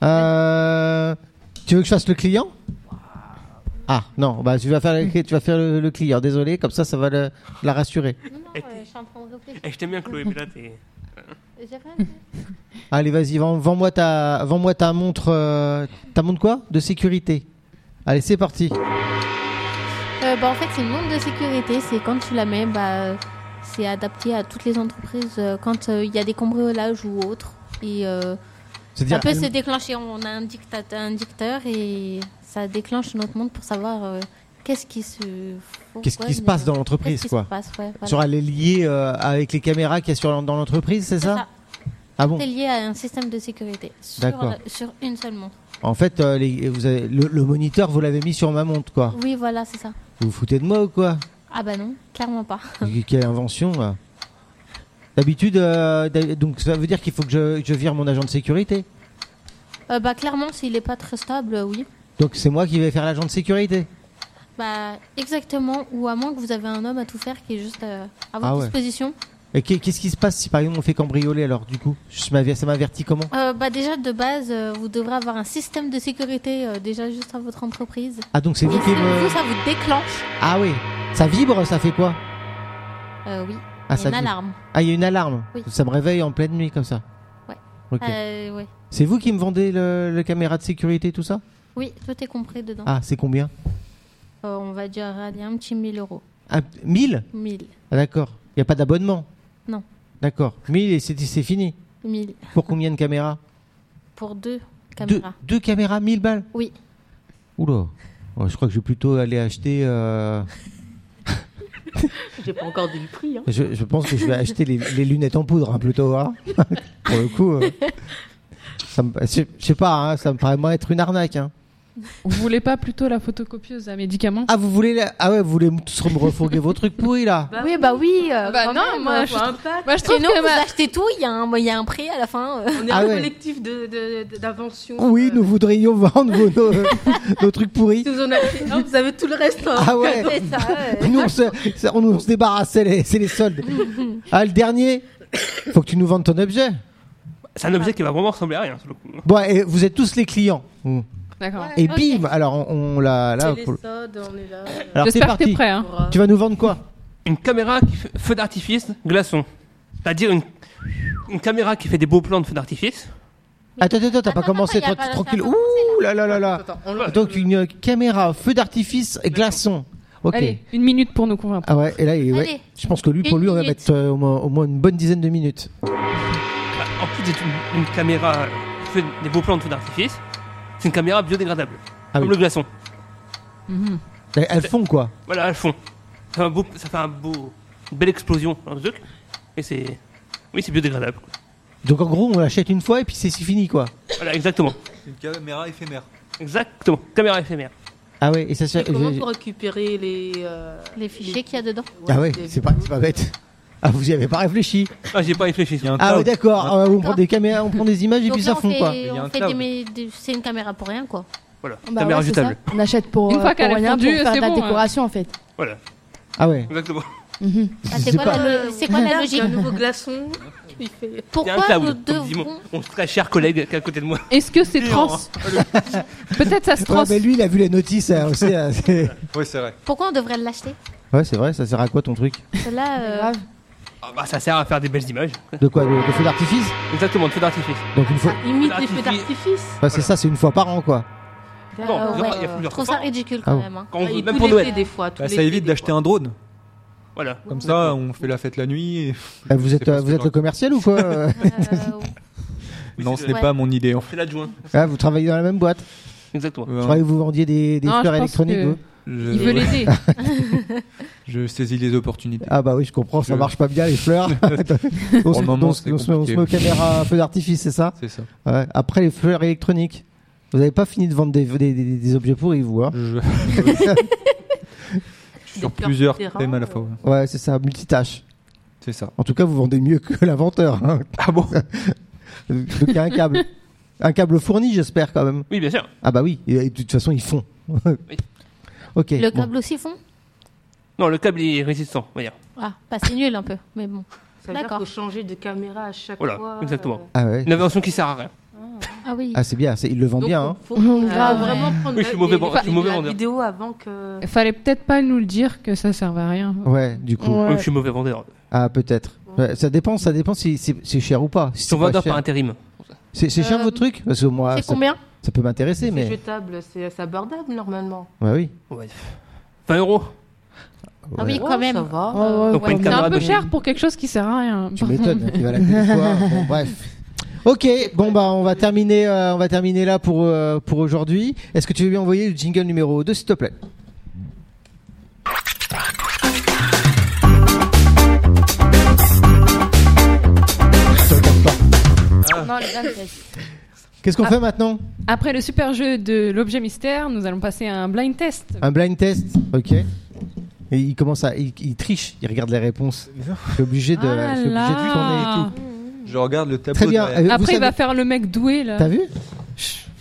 [SPEAKER 2] Euh, tu veux que je fasse le client Ah, non, bah tu vas faire, le- tu vas faire le, le client. Désolé, comme ça, ça va le- la rassurer.
[SPEAKER 6] Non, non,
[SPEAKER 4] Et-
[SPEAKER 6] euh, je suis en train de réfléchir. Euh,
[SPEAKER 4] Eh, je t'aime bien, Chloé, mais là, t'es.
[SPEAKER 6] J'ai rien dit.
[SPEAKER 2] Allez, vas-y, vends- vends-moi ta, vends-moi ta montre. euh, ta montre quoi De sécurité. Allez, c'est parti.
[SPEAKER 6] Euh, bah, en fait, c'est une montre de sécurité. C'est quand tu la mets, bah, c'est adapté à toutes les entreprises euh, quand euh, il y a des cambriolages ou autre. Et euh, ça
[SPEAKER 2] C'est-à-dire,
[SPEAKER 6] peut
[SPEAKER 2] elle-
[SPEAKER 6] se déclencher. On a un dictateur, un dicteur et ça déclenche notre monde pour savoir euh, qu'est-ce qui se
[SPEAKER 2] qu'est-ce
[SPEAKER 6] pourquoi
[SPEAKER 2] qui se
[SPEAKER 6] il-
[SPEAKER 2] passe dans
[SPEAKER 6] qu'est-ce
[SPEAKER 2] l'entreprise,
[SPEAKER 6] qui se
[SPEAKER 2] quoi
[SPEAKER 6] passe, ouais, voilà.
[SPEAKER 2] Sur elle est liée euh, avec les caméras qu'il y a sur, dans l'entreprise, c'est
[SPEAKER 6] C'est
[SPEAKER 2] ça,
[SPEAKER 6] ça.
[SPEAKER 2] Ah bon
[SPEAKER 6] C'est lié à un système de sécurité sur, euh,
[SPEAKER 2] D'accord.
[SPEAKER 6] sur une seule montre.
[SPEAKER 2] En fait, euh, les- vous avez- le, le moniteur, vous l'avez mis sur ma montre, quoi.
[SPEAKER 6] Oui, voilà, c'est ça.
[SPEAKER 2] Vous vous foutez de moi ou quoi
[SPEAKER 6] Ah bah non, clairement pas.
[SPEAKER 2] Quelle invention là. D'habitude, euh, d'hab- donc ça veut dire qu'il faut que je, je vire mon agent de sécurité.
[SPEAKER 6] Euh, bah clairement, s'il est pas très stable, euh, oui.
[SPEAKER 2] Donc c'est moi qui vais faire l'agent de sécurité.
[SPEAKER 6] Bah exactement, ou à moins que vous avez un homme à tout faire qui est juste euh, à votre
[SPEAKER 2] Ah ouais.
[SPEAKER 6] disposition.
[SPEAKER 2] Et qu'est- qu'est-ce qui se passe si par exemple on fait cambrioler alors du coup je m'avi- Ça m'avertit comment
[SPEAKER 6] Euh, bah déjà de base, euh, vous devrez avoir un système de sécurité euh, déjà juste à votre entreprise.
[SPEAKER 2] Ah donc c'est
[SPEAKER 6] Et
[SPEAKER 2] vous qui
[SPEAKER 6] si
[SPEAKER 2] me...
[SPEAKER 6] vous, ça vous déclenche,
[SPEAKER 2] Ah oui, ça vibre, ça fait quoi
[SPEAKER 6] euh, oui,
[SPEAKER 2] Ah
[SPEAKER 6] il y a
[SPEAKER 2] ça
[SPEAKER 6] une
[SPEAKER 2] vibre.
[SPEAKER 6] alarme.
[SPEAKER 2] Ah il y a une alarme.
[SPEAKER 6] Oui.
[SPEAKER 2] Ça me réveille en pleine nuit comme ça.
[SPEAKER 6] Ouais.
[SPEAKER 2] Ok.
[SPEAKER 6] Euh, ouais.
[SPEAKER 2] C'est vous qui me vendez le, le caméra de sécurité tout ça
[SPEAKER 6] Oui, tout est compris dedans.
[SPEAKER 2] Ah c'est combien
[SPEAKER 6] Euh, on va dire allez, un petit 1000 euros.
[SPEAKER 2] Ah, 1000
[SPEAKER 6] 1000.
[SPEAKER 2] Ah, D'accord. Il n'y a pas d'abonnement
[SPEAKER 6] Non.
[SPEAKER 2] D'accord. 1000 et c'est c'est fini.
[SPEAKER 6] 1000
[SPEAKER 2] Pour combien de caméras
[SPEAKER 6] pour deux caméras.
[SPEAKER 2] Deux, deux caméras, 1000 balles
[SPEAKER 6] Oui.
[SPEAKER 2] Oula. Oh, je crois que je vais plutôt aller acheter. euh,
[SPEAKER 5] J'ai pas encore dit le prix. Hein.
[SPEAKER 2] Je, je pense que je vais acheter les, les lunettes en poudre hein, plutôt. hein. Pour le coup, euh, ça me- je, je sais pas, hein, ça me paraît moins être une arnaque. hein.
[SPEAKER 1] Vous voulez pas plutôt la photocopieuse à médicaments
[SPEAKER 2] Ah, vous voulez, la- ah ouais, vous voulez tous me refourguer vos trucs pourris là
[SPEAKER 5] Ah
[SPEAKER 6] oui, bah oui. euh,
[SPEAKER 1] Bah
[SPEAKER 6] quand
[SPEAKER 1] non,
[SPEAKER 6] même,
[SPEAKER 1] moi,
[SPEAKER 6] euh,
[SPEAKER 1] je
[SPEAKER 6] faut un
[SPEAKER 1] trouve-
[SPEAKER 6] pack.
[SPEAKER 1] Bah, je
[SPEAKER 6] Chez
[SPEAKER 1] trouve
[SPEAKER 6] nous,
[SPEAKER 1] que
[SPEAKER 6] vous
[SPEAKER 1] ma-
[SPEAKER 6] achetez tout, il y, a un- il y a un prix à la fin. euh.
[SPEAKER 5] On est
[SPEAKER 2] Ah
[SPEAKER 5] un
[SPEAKER 2] ouais.
[SPEAKER 5] collectif de- de- de- d'inventions.
[SPEAKER 2] Oui,
[SPEAKER 5] euh,
[SPEAKER 2] nous voudrions vendre vos- nos, nos trucs pourris.
[SPEAKER 5] si vous en achetez un, vous avez tout le reste. hein.
[SPEAKER 2] Ah ouais
[SPEAKER 6] C'est ça, ouais.
[SPEAKER 2] Nous, on se, ça, on, on se débarrasse, c'est les, c'est les soldes. Ah, le dernier Faut que tu nous vendes ton objet.
[SPEAKER 4] C'est un objet qui va vraiment ressembler à rien sur le coup.
[SPEAKER 2] Bon, et vous êtes tous les clients. Mm.
[SPEAKER 1] D'accord.
[SPEAKER 6] Ouais,
[SPEAKER 2] Et
[SPEAKER 6] ok.
[SPEAKER 2] bim Alors, on, on l'a. là,
[SPEAKER 5] Les
[SPEAKER 2] pour le-
[SPEAKER 5] sodes, on est là. euh,
[SPEAKER 2] Alors, c'est
[SPEAKER 1] J'espère que t'es
[SPEAKER 2] parti.
[SPEAKER 1] prêt. Hein.
[SPEAKER 5] pour, euh,
[SPEAKER 2] Tu vas nous vendre quoi
[SPEAKER 4] Une caméra qui fait feu d'artifice, glaçon. C'est-à-dire une, une caméra qui fait des beaux plans de feu d'artifice.
[SPEAKER 2] Attends, attends, t'as pas
[SPEAKER 6] Attends,
[SPEAKER 2] commencé, toi,
[SPEAKER 6] attends, y a pas-
[SPEAKER 2] tranquille.
[SPEAKER 6] ça a
[SPEAKER 2] Ouh là là là là
[SPEAKER 5] Attends, on l'a-
[SPEAKER 2] Donc, une euh, caméra, feu d'artifice, et glaçon. Ok.
[SPEAKER 1] Allez, une minute pour nous convaincre.
[SPEAKER 2] Ah ouais, et là, il- ouais.
[SPEAKER 6] Allez.
[SPEAKER 2] je pense que lui, pour
[SPEAKER 6] Une
[SPEAKER 2] lui, on va
[SPEAKER 6] minute.
[SPEAKER 2] mettre euh, au, moins, au moins une bonne dizaine de minutes.
[SPEAKER 4] Bah, En plus d'être une, une caméra euh, qui fait des beaux plans de feu d'artifice, c'est une caméra biodégradable.
[SPEAKER 2] Ah
[SPEAKER 4] comme
[SPEAKER 2] oui.
[SPEAKER 4] le glaçon.
[SPEAKER 1] Mhm.
[SPEAKER 2] Elles, elles font quoi
[SPEAKER 4] Voilà, elles font. Ça fait un beau, ça fait un beau, une belle explosion. dans le truc. Et c'est, oui, c'est biodégradable. quoi.
[SPEAKER 2] Donc, en gros, on l'achète une fois et puis c'est c'est fini, quoi.
[SPEAKER 4] Voilà, exactement,
[SPEAKER 3] C'est une caméra éphémère.
[SPEAKER 4] exactement. Caméra éphémère.
[SPEAKER 2] Ah ouais, et ça se.
[SPEAKER 5] Et comment
[SPEAKER 2] je-
[SPEAKER 5] pour récupérer les. euh,
[SPEAKER 6] Les fichiers qu'il y a dedans.
[SPEAKER 2] Ah ouais,
[SPEAKER 5] les
[SPEAKER 2] c'est pas,
[SPEAKER 5] vidéos
[SPEAKER 2] c'est pas bête. Ah, vous y avez pas réfléchi.
[SPEAKER 4] Ah, j'ai pas réfléchi.
[SPEAKER 3] Il y a un
[SPEAKER 2] Ah ouais,
[SPEAKER 3] cloud.
[SPEAKER 2] d'accord. Ah ouais, on prend des caméras, on prend des images et
[SPEAKER 6] Donc
[SPEAKER 2] puis
[SPEAKER 6] là,
[SPEAKER 2] ça
[SPEAKER 6] on
[SPEAKER 2] font
[SPEAKER 6] fait-
[SPEAKER 2] quoi.
[SPEAKER 3] y a
[SPEAKER 6] on
[SPEAKER 3] un
[SPEAKER 6] fait
[SPEAKER 3] cloud.
[SPEAKER 6] des mé- des- C'est une caméra pour rien, quoi.
[SPEAKER 4] Voilà,
[SPEAKER 7] Bah
[SPEAKER 4] caméra
[SPEAKER 7] ouais, c'est
[SPEAKER 4] jetable.
[SPEAKER 7] ça. On achète pour,
[SPEAKER 1] Une
[SPEAKER 7] euh,
[SPEAKER 1] fois qu'elle
[SPEAKER 7] pour
[SPEAKER 1] est
[SPEAKER 7] rien, pour
[SPEAKER 1] fondue,
[SPEAKER 7] faire
[SPEAKER 1] c'est
[SPEAKER 7] de la
[SPEAKER 1] bon, hein.
[SPEAKER 7] décoration en fait.
[SPEAKER 4] Voilà,
[SPEAKER 2] Ah ouais.
[SPEAKER 4] exactement.
[SPEAKER 7] Mhm.
[SPEAKER 6] Ah,
[SPEAKER 2] Je
[SPEAKER 6] c'est
[SPEAKER 2] sais
[SPEAKER 6] quoi,
[SPEAKER 2] pas.
[SPEAKER 6] la lo- c'est quoi la
[SPEAKER 5] Regarde, il y
[SPEAKER 6] logique
[SPEAKER 5] a euh, un nouveau glaçon. Il fait.
[SPEAKER 4] Il y a un
[SPEAKER 6] Pourquoi
[SPEAKER 4] cloud,
[SPEAKER 6] nous
[SPEAKER 4] comme dit mon,
[SPEAKER 6] devons.
[SPEAKER 4] mon très cher collègue qui est à côté de moi.
[SPEAKER 1] Est-ce que c'est
[SPEAKER 4] Client,
[SPEAKER 1] trans hein. Peut-être ça se
[SPEAKER 2] Ouais,
[SPEAKER 1] trans.
[SPEAKER 2] mais lui, il a vu la notice. hein, aussi, hein, c'est-
[SPEAKER 3] Ouais, c'est vrai.
[SPEAKER 6] Pourquoi on devrait l'acheter
[SPEAKER 2] ouais, c'est vrai. Ça sert à quoi ton truc
[SPEAKER 6] Celle-là, euh,
[SPEAKER 7] Grave.
[SPEAKER 4] Ah bah, ça sert à faire des belles images.
[SPEAKER 2] De quoi De, de feu d'artifice
[SPEAKER 4] Exactement, de feu d'artifice.
[SPEAKER 2] Donc une fois.
[SPEAKER 5] Imite
[SPEAKER 4] Feu
[SPEAKER 5] les feux d'artifice.
[SPEAKER 2] Bah, c'est ça, c'est une fois par an, quoi.
[SPEAKER 4] Non, il
[SPEAKER 6] Ah
[SPEAKER 4] y aura-
[SPEAKER 6] ouais.
[SPEAKER 4] il y a
[SPEAKER 6] je
[SPEAKER 4] plusieurs
[SPEAKER 6] trouve ça
[SPEAKER 4] fois.
[SPEAKER 6] ridicule
[SPEAKER 2] Ah
[SPEAKER 6] quand
[SPEAKER 2] bon.
[SPEAKER 6] même. hein.
[SPEAKER 4] Quand on
[SPEAKER 5] Ah,
[SPEAKER 4] veut,
[SPEAKER 5] Bah il-
[SPEAKER 4] même
[SPEAKER 5] tout
[SPEAKER 4] pour
[SPEAKER 5] l'été,
[SPEAKER 4] Noël.
[SPEAKER 5] des fois. tout
[SPEAKER 3] Bah, ça
[SPEAKER 5] l'été,
[SPEAKER 3] évite
[SPEAKER 5] des
[SPEAKER 3] d'acheter
[SPEAKER 5] fois.
[SPEAKER 3] un drone.
[SPEAKER 4] Voilà.
[SPEAKER 3] Comme ça, on fait la fête la nuit. et-
[SPEAKER 2] Ah, vous êtes,
[SPEAKER 3] C'est
[SPEAKER 2] euh,
[SPEAKER 3] pas
[SPEAKER 2] vous êtes le
[SPEAKER 3] possible.
[SPEAKER 2] commercial ou quoi
[SPEAKER 6] Euh,
[SPEAKER 4] Oui,
[SPEAKER 3] Non,
[SPEAKER 4] c'est
[SPEAKER 3] ce n'est
[SPEAKER 6] vrai.
[SPEAKER 3] pas mon idée. en
[SPEAKER 4] On
[SPEAKER 3] fait. Euh,
[SPEAKER 4] fait l'adjoint.
[SPEAKER 2] Ah, vous travaillez dans la même boîte.
[SPEAKER 4] Exactement.
[SPEAKER 2] Je croyais que vous vendiez des, des
[SPEAKER 1] Non, je
[SPEAKER 2] fleurs
[SPEAKER 1] pense
[SPEAKER 2] électroniques.
[SPEAKER 1] que-
[SPEAKER 2] vous.
[SPEAKER 1] Il veut
[SPEAKER 3] Je,
[SPEAKER 1] l'aider.
[SPEAKER 3] je saisis les opportunités.
[SPEAKER 2] Ah bah oui, je comprends. Ça
[SPEAKER 3] Je-
[SPEAKER 2] marche pas bien les fleurs. on,
[SPEAKER 3] Pour
[SPEAKER 2] se,
[SPEAKER 3] le moment,
[SPEAKER 2] on se-
[SPEAKER 3] c'est
[SPEAKER 2] on se met, on se
[SPEAKER 3] compliqué.
[SPEAKER 2] met aux caméras à feu d'artifice, c'est ça
[SPEAKER 3] C'est ça.
[SPEAKER 2] Ouais. Après les fleurs électroniques. Vous avez pas fini de vendre des, des, des- des objets pourris, vous hein
[SPEAKER 3] Je- Sur
[SPEAKER 5] fleurs
[SPEAKER 3] plusieurs
[SPEAKER 5] souterrains,
[SPEAKER 3] thèmes à la
[SPEAKER 5] euh.
[SPEAKER 3] fois. ouais.
[SPEAKER 2] Ouais, c'est ça, multitâche.
[SPEAKER 3] C'est ça.
[SPEAKER 2] En tout cas, vous vendez mieux que l'inventeur. hein.
[SPEAKER 3] Ah bon
[SPEAKER 2] Donc il y a un câble. Un câble fourni, j'espère quand même.
[SPEAKER 4] Oui, bien sûr.
[SPEAKER 2] Ah bah oui, et, et de toute façon, ils font. ok.
[SPEAKER 6] Le
[SPEAKER 2] bon.
[SPEAKER 6] câble aussi fond
[SPEAKER 4] Non, le câble il est résistant, on va dire.
[SPEAKER 6] Ah, bah, c'est nul un peu, mais bon.
[SPEAKER 5] Ça veut dire
[SPEAKER 6] D'accord.
[SPEAKER 5] faut changer de caméra à chaque
[SPEAKER 4] Voilà,
[SPEAKER 5] fois.
[SPEAKER 4] exactement.
[SPEAKER 5] euh,
[SPEAKER 2] Ah ouais.
[SPEAKER 4] Une invention qui sert à rien.
[SPEAKER 6] Ah oui.
[SPEAKER 2] Ah c'est bien, c'est- ils le vendent
[SPEAKER 5] donc,
[SPEAKER 2] bien.
[SPEAKER 5] faut-
[SPEAKER 2] hein.
[SPEAKER 5] Faut
[SPEAKER 7] Mmh,
[SPEAKER 5] euh,
[SPEAKER 7] grave.
[SPEAKER 5] vraiment prendre
[SPEAKER 4] Oui, je suis mauvais
[SPEAKER 5] les-
[SPEAKER 4] vend- je suis mauvais
[SPEAKER 5] la
[SPEAKER 4] vendeur.
[SPEAKER 5] vidéo avant que.
[SPEAKER 1] Fallait peut-être pas nous le dire que ça servait à rien.
[SPEAKER 2] hein. Ouais, du coup.
[SPEAKER 7] Ouais.
[SPEAKER 4] Oui, je suis mauvais vendeur.
[SPEAKER 2] Ah peut-être. Ouais, ça dépend, ça dépend si si- c'est cher ou pas. Si
[SPEAKER 4] Son
[SPEAKER 2] c'est pas
[SPEAKER 4] vendeur par
[SPEAKER 2] cher.
[SPEAKER 4] intérim.
[SPEAKER 2] C'est c'est cher
[SPEAKER 6] Euh,
[SPEAKER 2] votre truc Parce que moi,
[SPEAKER 6] C'est
[SPEAKER 2] Ah, ça,
[SPEAKER 6] combien
[SPEAKER 2] ça peut m'intéresser,
[SPEAKER 5] C'est
[SPEAKER 2] mais.
[SPEAKER 5] jetable, c'est c'est abordable normalement.
[SPEAKER 2] Ouais, oui.
[SPEAKER 4] Ouais. 20 euros.
[SPEAKER 6] Ah oui,
[SPEAKER 2] Ouais.
[SPEAKER 6] quand
[SPEAKER 5] Ouais,
[SPEAKER 6] même.
[SPEAKER 5] Ça va.
[SPEAKER 7] Ouais, ouais,
[SPEAKER 4] Donc, pas
[SPEAKER 7] ouais,
[SPEAKER 4] une
[SPEAKER 1] C'est
[SPEAKER 7] ouais.
[SPEAKER 4] caméra.
[SPEAKER 1] un peu
[SPEAKER 4] de-
[SPEAKER 1] cher pour quelque chose qui sert à rien.
[SPEAKER 2] Tu m'étonnes, hein, tu vas la payer, toi. Bon, bref. Ok, bon bah on va terminer, euh, on va terminer là pour euh, pour aujourd'hui. Est-ce que tu veux bien envoyer le jingle numéro 2 s'il te plaît Ça regarde pas.
[SPEAKER 7] Non, les gars, c'est-
[SPEAKER 2] Qu'est-ce
[SPEAKER 1] Ah.
[SPEAKER 2] qu'on fait maintenant
[SPEAKER 1] Après le super jeu de l'objet mystère, nous allons passer à un blind test.
[SPEAKER 2] Un blind test, ok. Et il commence à, il, il triche, il regarde les réponses. Je suis obligé de,
[SPEAKER 1] Ah
[SPEAKER 2] je suis obligé de tourner et tout.
[SPEAKER 3] Je regarde le tableau.
[SPEAKER 2] Très bien.
[SPEAKER 3] derrière.
[SPEAKER 2] euh, vous
[SPEAKER 1] Après, il
[SPEAKER 2] savez-
[SPEAKER 1] va faire le mec doué là.
[SPEAKER 2] T'as vu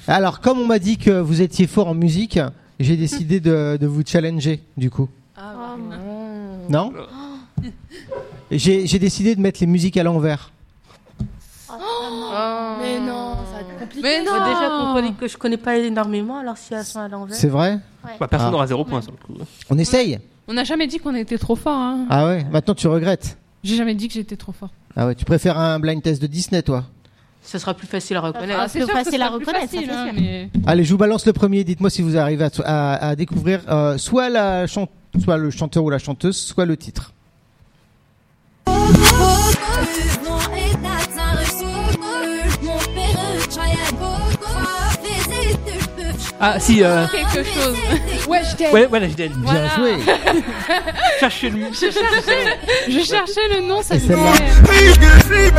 [SPEAKER 2] Alors, comme on m'a dit que vous étiez fort en musique, j'ai décidé de, de vous challenger, du coup.
[SPEAKER 6] Ah,
[SPEAKER 2] Non J'ai j'ai décidé de mettre les musiques à l'envers.
[SPEAKER 7] Mais non, ça va être compliqué.
[SPEAKER 1] Mais non
[SPEAKER 5] Bah, déjà qu'on connaît- que je connais pas énormément, alors si elles sont à l'envers.
[SPEAKER 2] C'est vrai
[SPEAKER 4] Bah, personne
[SPEAKER 2] Ah.
[SPEAKER 4] n'aura 0 point sur le coup.
[SPEAKER 2] On essaye
[SPEAKER 1] On n'a jamais dit qu'on était trop fort. Hein.
[SPEAKER 2] Ah ouais, maintenant tu regrettes.
[SPEAKER 1] J'ai jamais dit que j'étais trop fort.
[SPEAKER 2] Ah ouais, tu préfères un blind test de Disney, toi
[SPEAKER 5] Ça sera plus facile à reconnaître.
[SPEAKER 6] Ah, c'est plus facile à
[SPEAKER 1] sera plus
[SPEAKER 6] reconnaître, ça,
[SPEAKER 1] facile,
[SPEAKER 6] c'est
[SPEAKER 1] hein,
[SPEAKER 6] sûr.
[SPEAKER 1] mais-
[SPEAKER 2] Allez, je vous balance le premier. Dites-moi si vous arrivez à, à- à découvrir euh, soit, la chan- soit le chanteur ou la chanteuse, soit le titre.
[SPEAKER 4] Ah, si, euh.
[SPEAKER 1] Quelque chose.
[SPEAKER 7] Ouais, je t'ai.
[SPEAKER 4] Ouais, ouais, la JDL.
[SPEAKER 2] Bien
[SPEAKER 1] Voilà.
[SPEAKER 2] joué
[SPEAKER 4] Cherchez le
[SPEAKER 1] Je cherchais, je cherchais le nom, ça
[SPEAKER 2] Et
[SPEAKER 1] me
[SPEAKER 2] celle-là.
[SPEAKER 1] disait-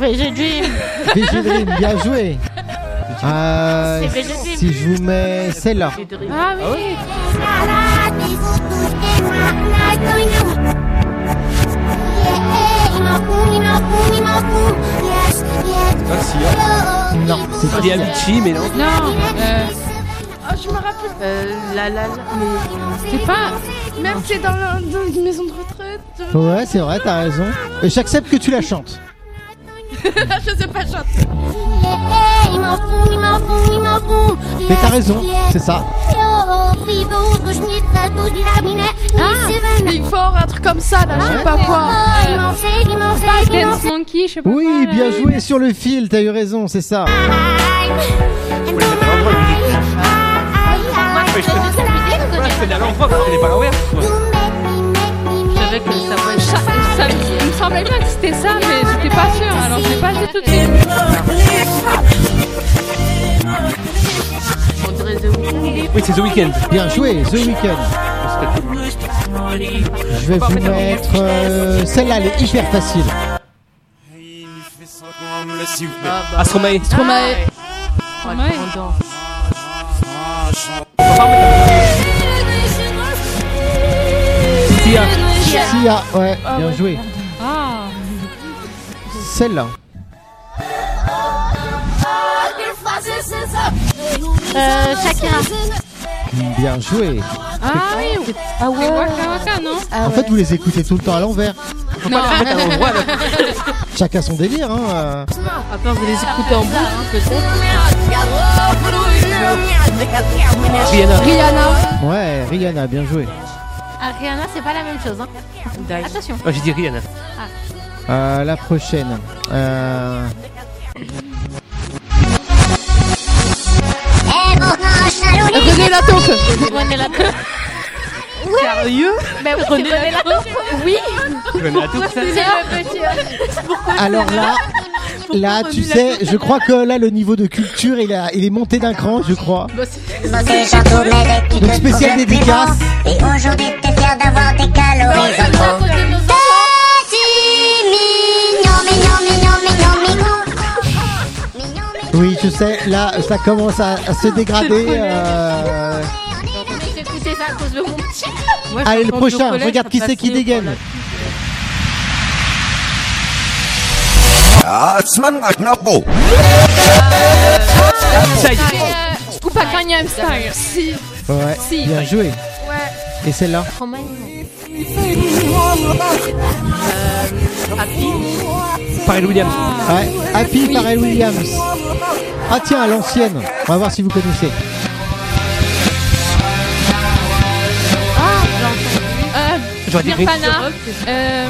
[SPEAKER 6] Mais j'ai dit.
[SPEAKER 2] VG Dream, bien joué Ah,
[SPEAKER 6] C'est vrai, je sais
[SPEAKER 2] si
[SPEAKER 6] plus.
[SPEAKER 2] je vous mets celle-là.
[SPEAKER 5] J'ai dérivé.
[SPEAKER 1] Ah oui
[SPEAKER 3] Ah si, hein.
[SPEAKER 2] Non, c'est
[SPEAKER 4] Des Avicii, mais non.
[SPEAKER 1] Non euh,
[SPEAKER 7] Oh, je me rappelle.
[SPEAKER 5] Euh, la la la. Mais
[SPEAKER 1] C'est pas.
[SPEAKER 7] Merde, c'est dans, la- dans une maison de retraite.
[SPEAKER 2] Ouais, c'est vrai, t'as raison. Et j'accepte que tu la chantes.
[SPEAKER 7] Ah, je sais pas chanter.
[SPEAKER 2] Mais t'as raison, c'est ça.
[SPEAKER 8] Ah, euh,
[SPEAKER 2] Ah,
[SPEAKER 7] Big Four, un truc comme ça, là, je
[SPEAKER 2] Ah,
[SPEAKER 7] sais pas quoi.
[SPEAKER 1] Dance Monkey, je sais pas.
[SPEAKER 2] Oui,
[SPEAKER 1] quoi, là,
[SPEAKER 2] bien
[SPEAKER 1] oui.
[SPEAKER 2] joué sur le fil, t'as eu raison, c'est ça.
[SPEAKER 4] Ouais, c'est de la langue propre, elle est pas à l'envers.
[SPEAKER 5] avec ça va être
[SPEAKER 1] Ça, ça- il me semblait bien que c'était ça, mais j'étais pas sûre, alors je l'ai pas dit tout de suite.
[SPEAKER 5] on dirait de ouf.
[SPEAKER 4] Oui, c'est The Weeknd.
[SPEAKER 2] Bien joué, The Weeknd. Je vais vous mettre euh, celle-là, elle est hyper facile.
[SPEAKER 5] Ah bah.
[SPEAKER 4] Astromae.
[SPEAKER 7] Stromae.
[SPEAKER 5] Oh,
[SPEAKER 1] Ouais.
[SPEAKER 5] le pendant.
[SPEAKER 4] Sia.
[SPEAKER 2] Sia, ouais, bien joué.
[SPEAKER 1] Ah
[SPEAKER 2] Celle-là.
[SPEAKER 6] Euh, Shakira.
[SPEAKER 2] Bien joué.
[SPEAKER 1] Ah oui
[SPEAKER 7] Ah
[SPEAKER 1] C'est
[SPEAKER 7] ouais.
[SPEAKER 1] Waka Waka, non
[SPEAKER 4] Ah,
[SPEAKER 2] En fait, vous les écoutez tout le temps à l'envers.
[SPEAKER 1] Non,
[SPEAKER 2] Chacun son délire, hein. euh.
[SPEAKER 5] Après, vous les écoutez en boucle, hein, peut-être.
[SPEAKER 4] Rihanna.
[SPEAKER 7] Rihanna.
[SPEAKER 2] Ouais, Rihanna, bien joué.
[SPEAKER 6] Ah, Rihanna, c'est pas la même chose. Hein.
[SPEAKER 5] Dai.
[SPEAKER 6] Attention.
[SPEAKER 4] Oh, j'ai dit Rihanna.
[SPEAKER 2] Euh, la prochaine. Euh,
[SPEAKER 7] René Latente.
[SPEAKER 6] René Latour.
[SPEAKER 5] Sérieux
[SPEAKER 6] Mais oui, c'est René Latour. Oui.
[SPEAKER 4] Rihanna à tout ça.
[SPEAKER 2] Alors là, là, tu sais, je crois que là, le niveau de culture, il, a, il est monté d'un cran, je crois.
[SPEAKER 1] Bah,
[SPEAKER 2] Donc spécial dédicace.
[SPEAKER 8] Et aujourd'hui t'es fier d'avoir des calories en trop Petit mignon, mignon, mignon, mignon, mignon Mignon, mignon,
[SPEAKER 2] Oui, je sais, là, ça commence à, à se dégrader. euh.
[SPEAKER 6] J'ai écouté ça à cause de mon petit.
[SPEAKER 5] Moi, je
[SPEAKER 2] Allez, le
[SPEAKER 5] pense au
[SPEAKER 2] prochain,
[SPEAKER 5] collège,
[SPEAKER 2] regarde
[SPEAKER 5] ça
[SPEAKER 2] qui c'est qui
[SPEAKER 5] passait au
[SPEAKER 2] dégaine.
[SPEAKER 5] collège.
[SPEAKER 4] Ça y est.
[SPEAKER 1] euh, Scoop à Gangnam Style. Si.
[SPEAKER 2] Ouais,
[SPEAKER 1] Si.
[SPEAKER 2] bien joué. Et celle-là
[SPEAKER 4] Pharrell Williams.
[SPEAKER 2] Ouais, Happy Pharrell Williams. Ah tiens, à l'ancienne. On va voir si vous connaissez.
[SPEAKER 1] Euh,
[SPEAKER 4] J'aurais dit Green.
[SPEAKER 1] Nirvana. Euh,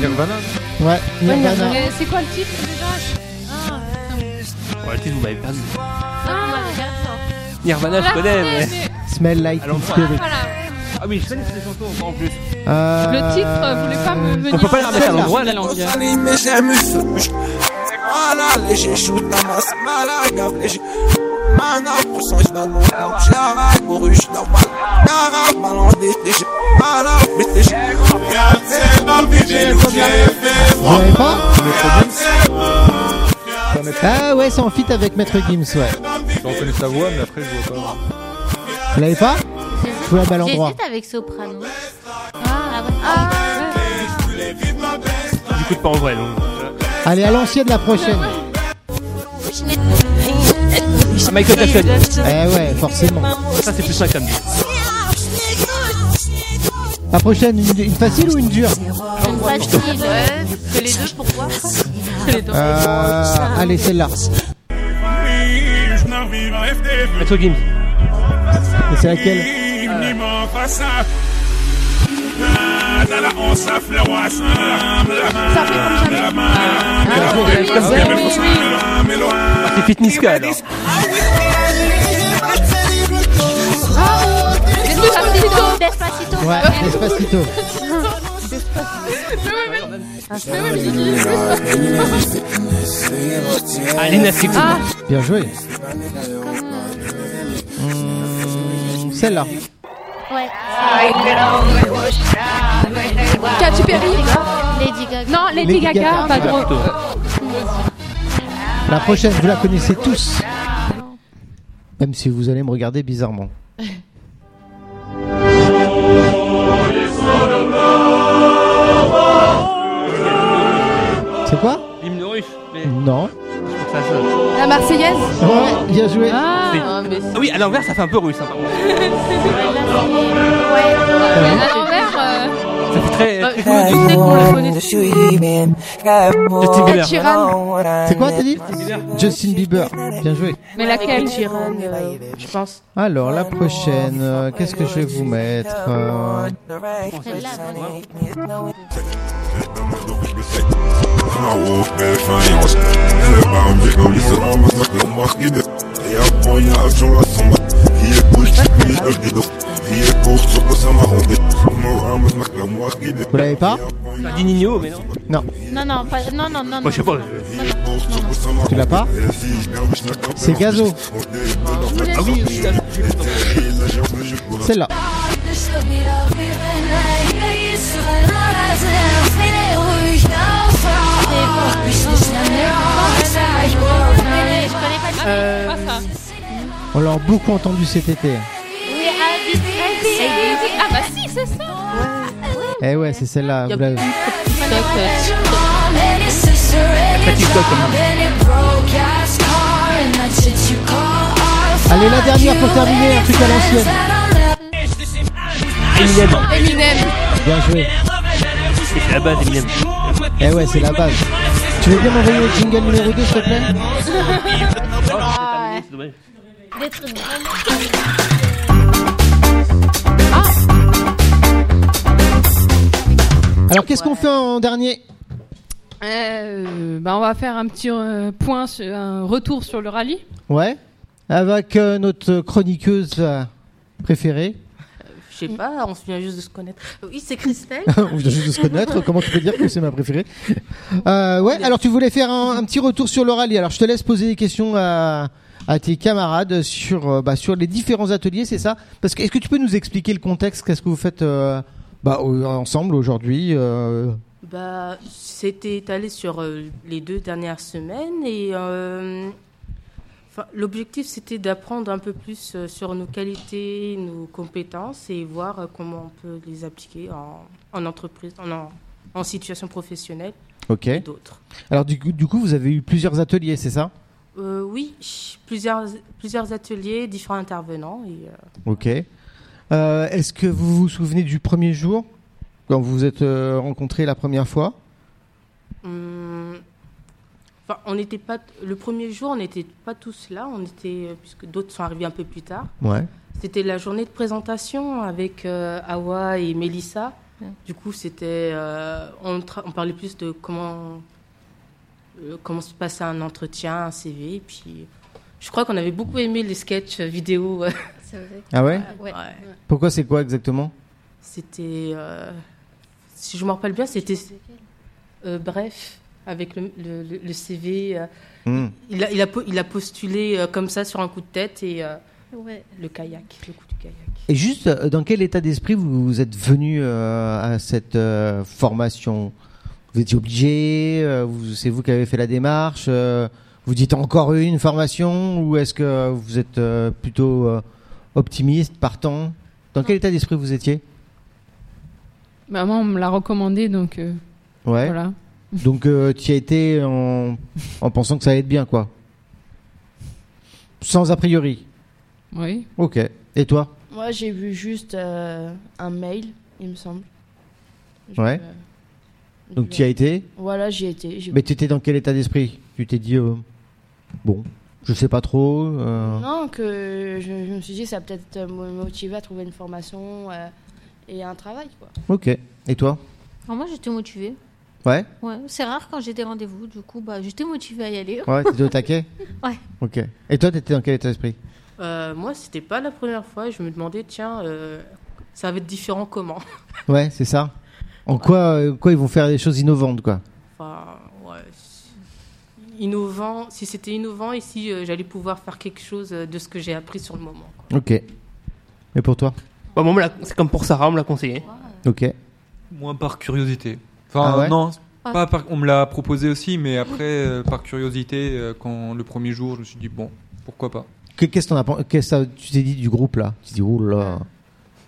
[SPEAKER 2] Ouais, Nirvana.
[SPEAKER 1] euh, c'est quoi le titre déjà
[SPEAKER 4] Ouais, tu sais, vous m'avez perdu.
[SPEAKER 1] Ah,
[SPEAKER 4] Nirvana, je connais, mais.
[SPEAKER 2] Smell Like Teen Spirit.
[SPEAKER 1] Voilà.
[SPEAKER 4] Ah oui, je connais cette chanson en plus.
[SPEAKER 2] Euh,
[SPEAKER 1] Le titre euh, voulait pas me venir.
[SPEAKER 4] On peut pas la remettre à
[SPEAKER 2] Celle-là.
[SPEAKER 4] l'endroit,
[SPEAKER 1] Ah,
[SPEAKER 4] la langue.
[SPEAKER 2] Vous l'avez pas Ah ouais, c'est en fit avec Maître Gims, ouais.
[SPEAKER 3] Je reconnais sa voix, mais après, je vois pas.
[SPEAKER 2] Vous l'avez pas Vous l'avez à l'endroit.
[SPEAKER 6] J'hésite avec Soprano. Ah,
[SPEAKER 4] Du coup, pas en vrai, donc.
[SPEAKER 2] Allez, à l'ancienne la prochaine.
[SPEAKER 4] Ah, Michael Jackson.
[SPEAKER 2] Eh ouais, forcément.
[SPEAKER 4] Ça, c'est plus 5 comme
[SPEAKER 2] La prochaine, une, une facile ou une dure
[SPEAKER 4] Ah,
[SPEAKER 6] Une facile.
[SPEAKER 5] C'est les deux pour moi.
[SPEAKER 2] euh, Allez, celle-là.
[SPEAKER 4] Maître Gims.
[SPEAKER 2] Et c'est laquelle
[SPEAKER 4] Ah, c'est Fitness K, alors.
[SPEAKER 6] Despacito. Despacito.
[SPEAKER 2] Ouais, Despacito.
[SPEAKER 4] Alina Six.
[SPEAKER 2] Bien joué. Hmm, celle-là.
[SPEAKER 6] Ouais.
[SPEAKER 7] Katy Perry.
[SPEAKER 6] Lady Gaga.
[SPEAKER 1] Non, Lady
[SPEAKER 2] Lady
[SPEAKER 1] Gaga,
[SPEAKER 2] Gaga.
[SPEAKER 1] pas drôle.
[SPEAKER 2] La prochaine, vous la connaissez tous. Même si vous allez me regarder bizarrement. C'est quoi
[SPEAKER 4] L'hymne russe. Mais...
[SPEAKER 2] Non.
[SPEAKER 4] Ça, ça.
[SPEAKER 9] La Marseillaise
[SPEAKER 2] Ouais, bien joué.
[SPEAKER 1] Ah,
[SPEAKER 4] C'est-
[SPEAKER 5] Ah, mais c'est-
[SPEAKER 4] Ah oui, à l'envers, ça fait un peu russe. hein, par contre.
[SPEAKER 1] mais à l'envers, euh,
[SPEAKER 4] Ça fait très.
[SPEAKER 5] Ah,
[SPEAKER 4] très-
[SPEAKER 5] je me doutais qu'on la connaissait.
[SPEAKER 4] Justin
[SPEAKER 9] Ed
[SPEAKER 4] Bieber.
[SPEAKER 2] Ah,
[SPEAKER 9] Sheeran
[SPEAKER 2] C'est quoi, t'as dit Justin Bieber. Bien joué.
[SPEAKER 1] mais laquelle
[SPEAKER 5] Ed Sheeran, euh, je pense.
[SPEAKER 2] Alors, la prochaine, euh, qu'est-ce que je vais vous mettre euh,
[SPEAKER 6] Celle-là, voilà.
[SPEAKER 2] Vous l'avez pas
[SPEAKER 4] T'as dit Nino, mais non.
[SPEAKER 6] Non, non, pas- non, non, non.
[SPEAKER 4] Moi, je sais
[SPEAKER 6] non.
[SPEAKER 4] pas.
[SPEAKER 2] Tu l'as pas C'est Gazo.
[SPEAKER 4] Ah oui, oui, ça-
[SPEAKER 2] Celle-là.
[SPEAKER 6] Mais je connais pas du
[SPEAKER 1] Pas ça.
[SPEAKER 2] On l'a beaucoup entendu cet été.
[SPEAKER 1] Ah bah si, c'est ça.
[SPEAKER 2] Eh ouais, c'est celle-là.
[SPEAKER 5] Y a
[SPEAKER 2] vous l'avez-
[SPEAKER 5] TikTok, euh,
[SPEAKER 4] Après TikTok, hein.
[SPEAKER 2] Allez, la dernière pour terminer, un truc à l'ancienne.
[SPEAKER 4] Eminem.
[SPEAKER 9] Eminem
[SPEAKER 2] Bien joué.
[SPEAKER 4] C'est la base, Eminem.
[SPEAKER 2] Eh ouais, c'est la base. Tu veux bien m'envoyer le jingle numéro 2, s'il te plaît
[SPEAKER 4] C'est dommage.
[SPEAKER 6] tout. Des trucs vraiment-
[SPEAKER 2] Alors, qu'est-ce qu'on fait en dernier
[SPEAKER 1] Euh, bah on va faire un petit euh, point, sur- un retour sur le rallye.
[SPEAKER 2] Ouais. Avec euh, notre chroniqueuse euh, préférée.
[SPEAKER 5] Je sais pas, on se vient juste de se connaître. Oui, c'est Christelle.
[SPEAKER 2] On vient juste de se connaître. Comment tu peux dire que c'est ma préférée Euh, Ouais, alors tu voulais faire un, un petit retour sur le rallye. Alors, je te laisse poser des questions à, à tes camarades sur, euh, bah, sur les différents ateliers, c'est ça Parce que, est-ce que tu peux nous expliquer le contexte Qu'est-ce que vous faites euh, bah, au- ensemble aujourd'hui euh,
[SPEAKER 5] Bah, c'était étalé sur euh, les deux dernières semaines et euh, enfin, l'objectif c'était d'apprendre un peu plus euh, sur nos qualités, nos compétences et voir euh, comment on peut les appliquer en, en entreprise, en, en- en situation professionnelle
[SPEAKER 2] Ok.
[SPEAKER 5] et d'autres.
[SPEAKER 2] Alors du coup, du coup, vous avez eu plusieurs ateliers, c'est ça
[SPEAKER 5] Euh, oui, plusieurs, plusieurs ateliers, différents intervenants. Et, euh,
[SPEAKER 2] Ok. Euh, Est-ce que vous vous souvenez du premier jour quand vous vous êtes euh, rencontrés la première fois
[SPEAKER 5] Hum, enfin, on n'était pas le premier jour, on n'était pas tous là, on était euh, puisque d'autres sont arrivés un peu plus tard.
[SPEAKER 2] Ouais.
[SPEAKER 5] C'était la journée de présentation avec euh, Awa et Mélissa.
[SPEAKER 6] Ouais.
[SPEAKER 5] Du coup, c'était euh, on, tra- on parlait plus de comment euh, comment se passait un entretien, un CV, et puis je crois qu'on avait beaucoup aimé les sketchs euh, vidéo. ouais.
[SPEAKER 6] C'est vrai.
[SPEAKER 2] Ah ouais
[SPEAKER 6] Ouais.
[SPEAKER 2] Pourquoi c'est quoi exactement
[SPEAKER 5] C'était euh, si je me rappelle bien, c'était euh, bref avec le, le- le- le CV. euh,
[SPEAKER 2] Hmm.
[SPEAKER 5] Il a, il a po- il a postulé euh, comme ça sur un coup de tête et euh,
[SPEAKER 6] Ouais.
[SPEAKER 5] le kayak, le coup du kayak.
[SPEAKER 2] Et juste, euh, dans quel état d'esprit vous, vous êtes venu euh, à cette euh, formation Vous étiez obligé euh, vous- C'est vous qui avez fait la démarche euh, Vous dites encore une formation Ou est-ce que vous êtes euh, plutôt euh, optimiste, partant Dans quel état d'esprit vous étiez
[SPEAKER 1] Maman Bah, me l'a recommandé, donc euh,
[SPEAKER 2] Ouais.
[SPEAKER 1] voilà.
[SPEAKER 2] Donc euh, tu y as été en, en pensant que ça allait être bien, quoi. Sans a priori.
[SPEAKER 1] Oui.
[SPEAKER 2] Ok. Et toi
[SPEAKER 7] Moi, j'ai vu juste euh, un mail, il me semble. Je-
[SPEAKER 2] Ouais.
[SPEAKER 7] euh,
[SPEAKER 2] Donc
[SPEAKER 7] je-
[SPEAKER 2] tu y as été,
[SPEAKER 7] Voilà, j'y ai été. j'ai-
[SPEAKER 2] mais tu étais dans quel état d'esprit Tu t'es dit, euh, bon, je sais pas trop. euh,
[SPEAKER 7] Non, que je, je me suis dit, ça va peut-être me motiver à trouver une formation euh, et un travail, quoi.
[SPEAKER 2] Ok. Et toi
[SPEAKER 6] Alors moi, j'étais motivée.
[SPEAKER 2] Ouais
[SPEAKER 6] Ouais. C'est rare quand j'ai des rendez-vous, du coup, bah, j'étais motivée à y aller.
[SPEAKER 2] Ouais, t'étais au taquet
[SPEAKER 6] Ouais.
[SPEAKER 2] Ok. Et toi, t'étais dans quel état d'esprit
[SPEAKER 5] Euh, moi, c'était pas la première fois. Je me demandais, tiens, euh, ça va être différent comment
[SPEAKER 2] Ouais, c'est ça. En quoi, euh, quoi ils vont faire des choses innovantes, quoi
[SPEAKER 5] Enfin, ouais. c'est- Innovant, si c'était innovant et si euh, j'allais pouvoir faire quelque chose euh, de ce que j'ai appris sur le moment. quoi.
[SPEAKER 2] Ok. Et pour toi
[SPEAKER 4] Bon, moi, on me l'a- c'est comme pour Sarah, on me l'a conseillé.
[SPEAKER 2] Ok.
[SPEAKER 3] Moins par curiosité. Enfin,
[SPEAKER 2] Ah ouais
[SPEAKER 3] non,
[SPEAKER 6] Ah.
[SPEAKER 3] pas par- on me l'a proposé aussi, mais après, euh, par curiosité, euh, quand le premier jour, je me suis dit, bon, pourquoi pas.
[SPEAKER 2] Que- Qu'est-ce qu'on a pen- qu'est-ce que tu t'es dit du groupe là Tu t'es dit, oh là.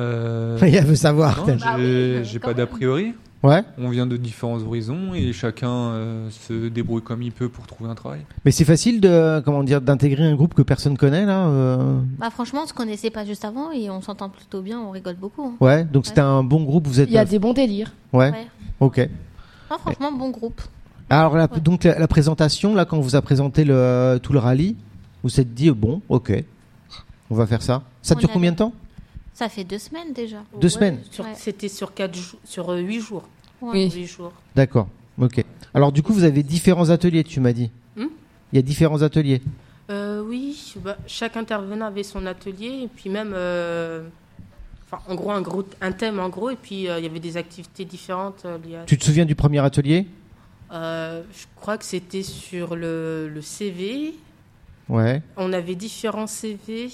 [SPEAKER 3] Euh,
[SPEAKER 2] Elle veut savoir.
[SPEAKER 3] non,
[SPEAKER 2] t'as-
[SPEAKER 6] Bah
[SPEAKER 3] j'ai-
[SPEAKER 6] oui,
[SPEAKER 3] j'ai
[SPEAKER 6] quand
[SPEAKER 3] pas d'a
[SPEAKER 6] même.
[SPEAKER 3] priori.
[SPEAKER 2] Ouais.
[SPEAKER 3] On vient de différents horizons et chacun euh, se débrouille comme il peut pour trouver un travail.
[SPEAKER 2] Mais c'est facile de comment dire d'intégrer un groupe que personne connaît là. euh.
[SPEAKER 6] Bah franchement, on se connaissait pas juste avant et on s'entend plutôt bien, on rigole beaucoup. hein.
[SPEAKER 2] Ouais. Donc c'était un bon groupe. Vous êtes.
[SPEAKER 7] Il y a
[SPEAKER 2] euh,
[SPEAKER 7] des bons délires.
[SPEAKER 2] Ouais.
[SPEAKER 6] Ouais.
[SPEAKER 2] Ok.
[SPEAKER 6] Non, franchement, bon groupe.
[SPEAKER 2] Alors la-
[SPEAKER 6] Ouais.
[SPEAKER 2] donc la, la présentation là quand on vous a présenté le tout le rallye, vous vous êtes dit euh, bon ok, on va faire ça. Ça
[SPEAKER 6] On
[SPEAKER 2] dure
[SPEAKER 6] a-
[SPEAKER 2] combien de temps
[SPEAKER 6] Ça fait deux semaines déjà.
[SPEAKER 2] Deux semaines.
[SPEAKER 5] Sur-
[SPEAKER 6] Ouais.
[SPEAKER 5] C'était sur quatre jou- sur euh, huit jours.
[SPEAKER 1] Oui.
[SPEAKER 5] Huit jours.
[SPEAKER 2] D'accord. Ok. Alors du coup vous avez différents ateliers tu m'as dit.
[SPEAKER 1] Hmm
[SPEAKER 2] Il y a différents ateliers.
[SPEAKER 5] Euh, oui, bah, chaque intervenant avait son atelier et puis même, euh, enfin, en gros, un gros, un thème en gros et puis euh, il y avait des activités différentes euh, liées à-
[SPEAKER 2] Tu te souviens du premier atelier
[SPEAKER 5] Euh, je crois que c'était sur le, le CV.
[SPEAKER 2] Ouais.
[SPEAKER 5] On avait différents CV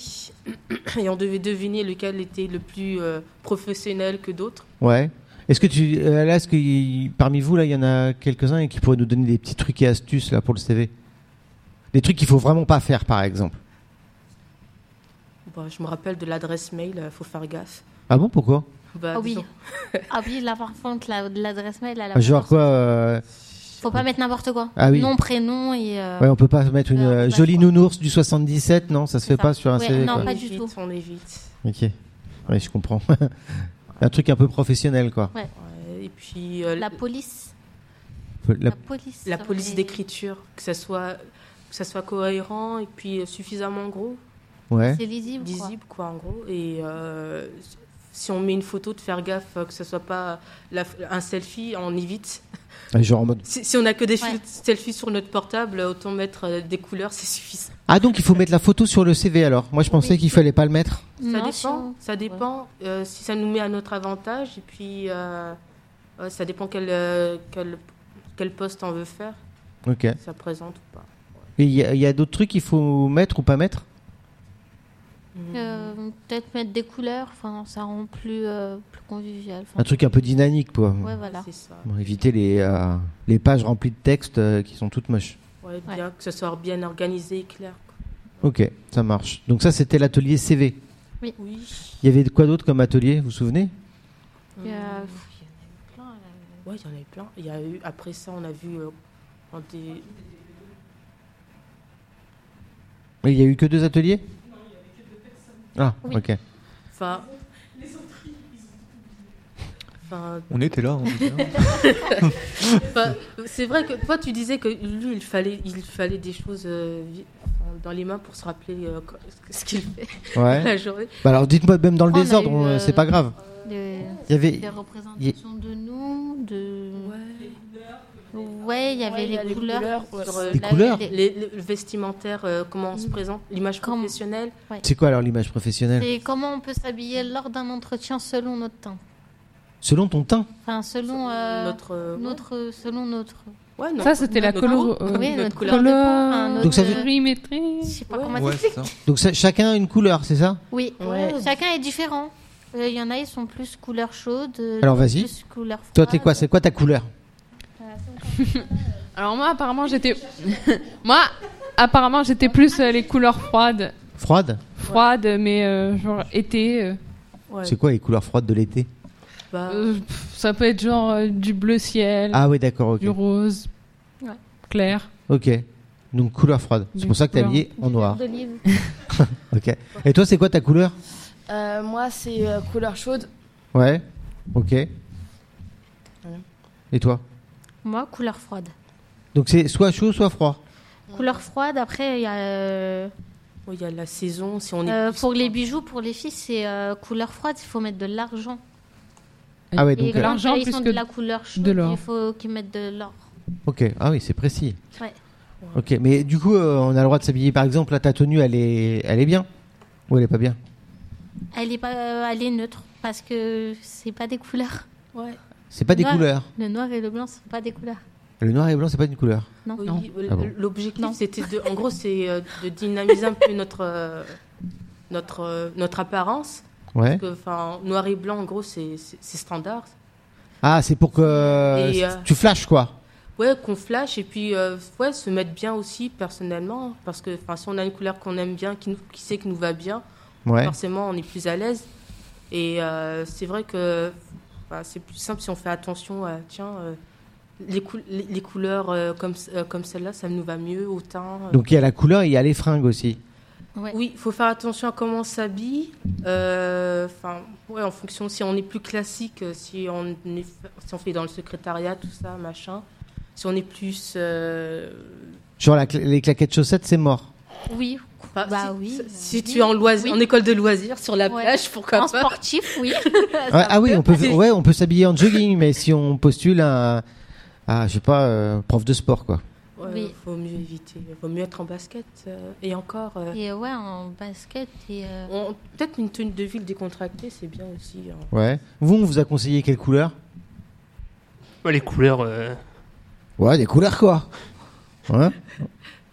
[SPEAKER 5] et on devait deviner lequel était le plus euh, professionnel que d'autres.
[SPEAKER 2] Ouais. Est-ce que tu euh, là est-ce que y- parmi vous là il y en a quelques-uns et qui pourraient nous donner des petits trucs et astuces là pour le CV Des trucs qu'il faut vraiment pas faire par exemple.
[SPEAKER 5] Bah, je me rappelle de l'adresse mail, il faut faire gaffe.
[SPEAKER 2] Ah bon pourquoi
[SPEAKER 5] Bah,
[SPEAKER 6] Ah oui.
[SPEAKER 5] disons-
[SPEAKER 6] Ah oui, là par contre, la- l'adresse mail, là, la
[SPEAKER 2] Ah, Genre quoi euh,
[SPEAKER 6] Faut pas mettre n'importe quoi.
[SPEAKER 2] Ah oui.
[SPEAKER 6] Nom, prénom et. euh,
[SPEAKER 2] Ouais, on peut pas mettre une
[SPEAKER 6] Euh,
[SPEAKER 2] euh,
[SPEAKER 6] bah,
[SPEAKER 2] jolie
[SPEAKER 6] quoi.
[SPEAKER 2] nounours du 77, non, ça se
[SPEAKER 6] C'est
[SPEAKER 2] fait
[SPEAKER 6] ça.
[SPEAKER 2] pas sur un
[SPEAKER 6] Ouais,
[SPEAKER 2] CV.
[SPEAKER 6] non,
[SPEAKER 2] quoi.
[SPEAKER 6] pas
[SPEAKER 5] on
[SPEAKER 6] du
[SPEAKER 5] évite,
[SPEAKER 6] tout.
[SPEAKER 5] On évite.
[SPEAKER 2] Ok. Ouais, je comprends. un truc un peu professionnel, quoi.
[SPEAKER 5] Ouais, et puis euh,
[SPEAKER 6] La
[SPEAKER 5] la,
[SPEAKER 6] police.
[SPEAKER 2] La-
[SPEAKER 6] La police.
[SPEAKER 5] la police
[SPEAKER 6] Et-
[SPEAKER 5] d'écriture, que ça soit que ça soit cohérent et puis euh, suffisamment gros,
[SPEAKER 2] Ouais.
[SPEAKER 6] Ah, C'est lisible. quoi.
[SPEAKER 5] lisible quoi en gros. Et euh, si on met une photo, de faire gaffe euh, que ça soit pas la- un selfie, on évite.
[SPEAKER 2] Ouais, Ah, Genre en mode.
[SPEAKER 5] Si, si on a que des
[SPEAKER 6] Ouais.
[SPEAKER 5] fil- selfies sur notre portable, autant mettre euh, des couleurs, c'est suffisant.
[SPEAKER 2] Ah, donc il faut mettre la photo sur le CV alors. Moi, je pensais
[SPEAKER 6] Oui.
[SPEAKER 2] qu'il fallait pas le mettre.
[SPEAKER 6] Non,
[SPEAKER 5] ça dépend.
[SPEAKER 6] sinon-
[SPEAKER 5] Ça dépend euh, si ça nous met à notre avantage et puis euh, ouais, ça dépend quel, euh, quel quel poste on veut faire,
[SPEAKER 2] Ok. Et
[SPEAKER 5] si ça présente ou pas.
[SPEAKER 2] il y a, il y a d'autres trucs qu'il faut mettre ou pas mettre
[SPEAKER 6] Euh, Peut-être mettre des couleurs, enfin, ça rend plus, euh, plus convivial. Enfin,
[SPEAKER 2] Un truc un peu dynamique, quoi.
[SPEAKER 6] Ouais, voilà.
[SPEAKER 5] C'est ça.
[SPEAKER 2] Bon, éviter les, euh, les pages remplies de textes euh, qui sont toutes moches.
[SPEAKER 5] Ouais, bien que ce soit bien organisé et clair. quoi.
[SPEAKER 2] Ok, ça marche. Donc ça, c'était l'atelier CV.
[SPEAKER 5] Oui.
[SPEAKER 2] Il y avait quoi d'autre comme atelier, vous vous souvenez
[SPEAKER 6] Et, euh,
[SPEAKER 5] Hum. Ouais, il y en avait plein. Il y a eu, après ça, on a vu euh, un des-
[SPEAKER 2] Il y a eu que deux ateliers Ah,
[SPEAKER 6] Oui.
[SPEAKER 2] ok.
[SPEAKER 5] Enfin. Enfin,
[SPEAKER 3] On était là. On était là.
[SPEAKER 5] enfin, c'est vrai que toi tu disais que lui il fallait il fallait des choses euh, vi- enfin, dans les mains pour se rappeler euh, quoi- ce qu'il fait
[SPEAKER 2] Ouais.
[SPEAKER 5] la journée.
[SPEAKER 2] Bah alors dites-moi même dans le
[SPEAKER 6] On a
[SPEAKER 2] désordre,
[SPEAKER 6] eu,
[SPEAKER 2] on-
[SPEAKER 6] euh,
[SPEAKER 2] c'est pas grave.
[SPEAKER 6] des,
[SPEAKER 2] Il y avait
[SPEAKER 6] des représentations de nous, de.
[SPEAKER 5] Ouais.
[SPEAKER 6] Ouais, il y avait
[SPEAKER 7] Ouais, il y a
[SPEAKER 6] les couleurs.
[SPEAKER 7] ouais.
[SPEAKER 5] Sur, euh,
[SPEAKER 2] Des
[SPEAKER 6] Là,
[SPEAKER 2] couleurs
[SPEAKER 6] les-
[SPEAKER 5] les- le vestimentaire, euh, comment on se présente, l'image
[SPEAKER 6] Comment-
[SPEAKER 5] professionnelle.
[SPEAKER 2] C'est quoi alors l'image professionnelle
[SPEAKER 6] C'est comment on peut s'habiller lors d'un entretien selon notre temps.
[SPEAKER 2] Selon ton teint.
[SPEAKER 6] Enfin, selon euh, notre,
[SPEAKER 5] notre, euh,
[SPEAKER 6] selon notre.
[SPEAKER 5] ouais, notre-
[SPEAKER 1] Ça, c'était la
[SPEAKER 5] notre
[SPEAKER 1] color.
[SPEAKER 5] peau.
[SPEAKER 1] euh,
[SPEAKER 6] Oui,
[SPEAKER 5] notre
[SPEAKER 6] notre couleur.
[SPEAKER 5] couleur
[SPEAKER 1] color-
[SPEAKER 6] de peau, enfin, notre-
[SPEAKER 2] Donc ça veut-
[SPEAKER 1] colorimétrie.
[SPEAKER 6] Je sais pas
[SPEAKER 5] Ouais.
[SPEAKER 6] comment
[SPEAKER 3] Ouais,
[SPEAKER 6] t'expliques.
[SPEAKER 3] c'est ça.
[SPEAKER 2] Donc ça- chacun a une couleur, c'est ça
[SPEAKER 6] Oui,
[SPEAKER 5] Ouais.
[SPEAKER 6] chacun est différent. Euh, Il y en a, ils sont plus couleur chaude. euh,
[SPEAKER 2] Alors, vas-y.
[SPEAKER 6] plus couleur
[SPEAKER 2] Toi t'es quoi
[SPEAKER 6] froide.
[SPEAKER 2] C'est quoi ta couleur
[SPEAKER 1] Alors moi, apparemment, j'étais. moi, apparemment, j'étais plus euh, les couleurs froides,
[SPEAKER 2] Froide
[SPEAKER 1] froides, mais euh, genre été. euh,
[SPEAKER 5] Ouais.
[SPEAKER 2] C'est quoi les couleurs froides de l'été
[SPEAKER 5] Bah,
[SPEAKER 1] euh, pff, ça peut être genre euh, du bleu ciel,
[SPEAKER 2] Ah oui, d'accord, ok.
[SPEAKER 1] du rose,
[SPEAKER 6] Ouais.
[SPEAKER 1] clair.
[SPEAKER 2] Ok. Donc couleur froide. C'est
[SPEAKER 1] Des
[SPEAKER 2] pour ça que t'es
[SPEAKER 1] couleurs.
[SPEAKER 2] habillé en noir.
[SPEAKER 6] D'olive.
[SPEAKER 2] Ok. Et toi c'est quoi ta couleur
[SPEAKER 7] Euh, moi, c'est euh, couleur chaude.
[SPEAKER 2] Ouais. Ok. Et toi
[SPEAKER 6] Moi, couleur froide.
[SPEAKER 2] Donc c'est soit chaud, soit froid.
[SPEAKER 6] Couleur froide, après, il y a. euh,
[SPEAKER 5] ouais, il y a la saison, si on est.
[SPEAKER 6] euh,
[SPEAKER 5] plus-
[SPEAKER 6] pour les bijoux, pour les filles, c'est euh, couleur froide, il faut mettre de l'argent.
[SPEAKER 2] Ah ouais,
[SPEAKER 6] Et
[SPEAKER 2] donc.
[SPEAKER 1] de
[SPEAKER 6] quand
[SPEAKER 2] euh,
[SPEAKER 1] l'argent
[SPEAKER 6] ils
[SPEAKER 1] plus
[SPEAKER 6] sont
[SPEAKER 1] que
[SPEAKER 6] de la couleur chaude,
[SPEAKER 1] de l'or.
[SPEAKER 6] il faut qu'ils mettent de l'or.
[SPEAKER 2] Ok. Ah oui, c'est précis.
[SPEAKER 6] Ouais.
[SPEAKER 2] Ok. Mais du coup, euh, on a le droit de s'habiller. Par exemple, là ta tenue, elle est, elle est bien ou elle est pas bien
[SPEAKER 6] Elle est, pas, euh, elle est neutre, parce que c'est pas des couleurs.
[SPEAKER 2] C'est pas des
[SPEAKER 6] Noir.
[SPEAKER 2] couleurs.
[SPEAKER 6] Le noir et le blanc, ce sont pas des couleurs.
[SPEAKER 2] Le noir et blanc, c'est pas une couleur.
[SPEAKER 5] Oui,
[SPEAKER 1] Non.
[SPEAKER 5] l-
[SPEAKER 2] Ah bon.
[SPEAKER 5] L'objectif,
[SPEAKER 6] Non.
[SPEAKER 5] c'était de, en gros, c'est euh, de dynamiser un peu notre euh, notre euh, notre apparence.
[SPEAKER 2] Ouais.
[SPEAKER 5] Parce que, enfin, noir et blanc, en gros, c'est c'est- c'est standard.
[SPEAKER 2] Ah, c'est pour que
[SPEAKER 5] Et,
[SPEAKER 2] euh,
[SPEAKER 5] euh,
[SPEAKER 2] tu flashes quoi.
[SPEAKER 5] ouais, qu'on flash et puis euh, ouais, se mettre bien aussi personnellement. Parce que enfin, si on a une couleur qu'on aime bien, qui, nous, qui sait qui nous va bien,
[SPEAKER 2] Ouais.
[SPEAKER 5] forcément on est plus à l'aise. Et euh, c'est vrai que bah, c'est plus simple si on fait attention à, tiens, euh, les, cou- les, les couleurs euh, comme, euh, comme celle-là, ça nous va mieux au teint. euh.
[SPEAKER 2] Donc il y a la couleur et il y a les fringues aussi.
[SPEAKER 5] Oui, il faut faire attention à comment on s'habille. Euh, Enfin, ouais, en fonction si on est plus classique, euh, si on, est, si on fait dans le secrétariat, tout ça, machin. Si on est plus. euh,
[SPEAKER 2] Genre la cla- les claquettes chaussettes, c'est mort.
[SPEAKER 6] Oui,
[SPEAKER 5] enfin,
[SPEAKER 6] Bah
[SPEAKER 5] si,
[SPEAKER 6] oui,
[SPEAKER 5] Si
[SPEAKER 6] oui.
[SPEAKER 5] tu es en, loisir,
[SPEAKER 6] Oui.
[SPEAKER 5] en école de loisirs, sur la
[SPEAKER 6] Ouais.
[SPEAKER 5] plage, pourquoi
[SPEAKER 6] en
[SPEAKER 5] pas
[SPEAKER 6] sportif, oui.
[SPEAKER 2] Ouais, ah oui, on peut,
[SPEAKER 5] passer.
[SPEAKER 2] ouais, on peut s'habiller en jogging, mais si on postule à, à je sais pas, euh, prof de sport quoi.
[SPEAKER 5] Ouais,
[SPEAKER 6] Oui.
[SPEAKER 5] Vaut mieux éviter. Vaut mieux être en basket. euh, et encore. euh,
[SPEAKER 6] Et ouais, en basket et. euh,
[SPEAKER 5] on- Peut-être une tenue de ville décontractée, c'est bien aussi. hein.
[SPEAKER 2] Ouais. Vous, on vous a conseillé quelle couleur
[SPEAKER 4] Ouais, les couleurs. euh,
[SPEAKER 2] Ouais, des couleurs quoi. Ouais.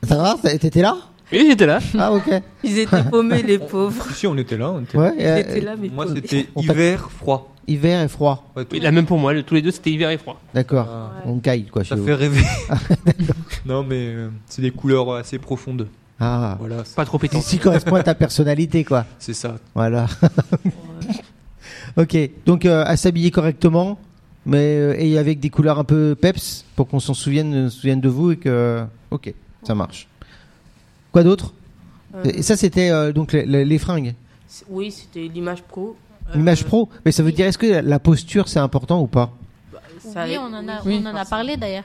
[SPEAKER 2] Ça va ça- T'étais là
[SPEAKER 4] Oui, j'étais là.
[SPEAKER 2] Ah ok.
[SPEAKER 5] Ils étaient paumés, les pauvres.
[SPEAKER 3] Si, si, on était là. On était...
[SPEAKER 2] Ouais.
[SPEAKER 5] Ils
[SPEAKER 2] euh,
[SPEAKER 5] étaient là, mais
[SPEAKER 3] Moi,
[SPEAKER 5] paumés.
[SPEAKER 3] c'était
[SPEAKER 2] On t'a-
[SPEAKER 3] hiver froid.
[SPEAKER 2] hiver et froid.
[SPEAKER 3] Ouais, tout-
[SPEAKER 4] Oui, la même pour moi. le- Tous les deux, c'était hiver et froid.
[SPEAKER 2] D'accord.
[SPEAKER 3] Ah,
[SPEAKER 5] Ouais.
[SPEAKER 2] On caille quoi
[SPEAKER 3] Ça
[SPEAKER 2] chez vous.
[SPEAKER 3] fait rêver. non, mais euh, c'est des couleurs assez profondes.
[SPEAKER 2] Ah.
[SPEAKER 3] Voilà, c'est-
[SPEAKER 4] Pas trop pétant.
[SPEAKER 2] Ici correspond à ta personnalité quoi.
[SPEAKER 3] c'est ça.
[SPEAKER 2] Voilà. ok, donc euh, à s'habiller correctement, mais euh, et avec des couleurs un peu peps pour qu'on s'en souvienne, se souvienne de vous et que. Ok, ça marche. Quoi d'autre
[SPEAKER 5] Euh,
[SPEAKER 2] Et ça, c'était euh, donc les, les- les fringues.
[SPEAKER 5] c'est- oui, c'était l'image pro. euh,
[SPEAKER 2] L'image pro, mais ça veut dire est-ce que la- la posture c'est important ou pas
[SPEAKER 5] bah, ça- Ah,
[SPEAKER 6] oui, on en a,
[SPEAKER 1] Oui.
[SPEAKER 6] on en a parlé d'ailleurs.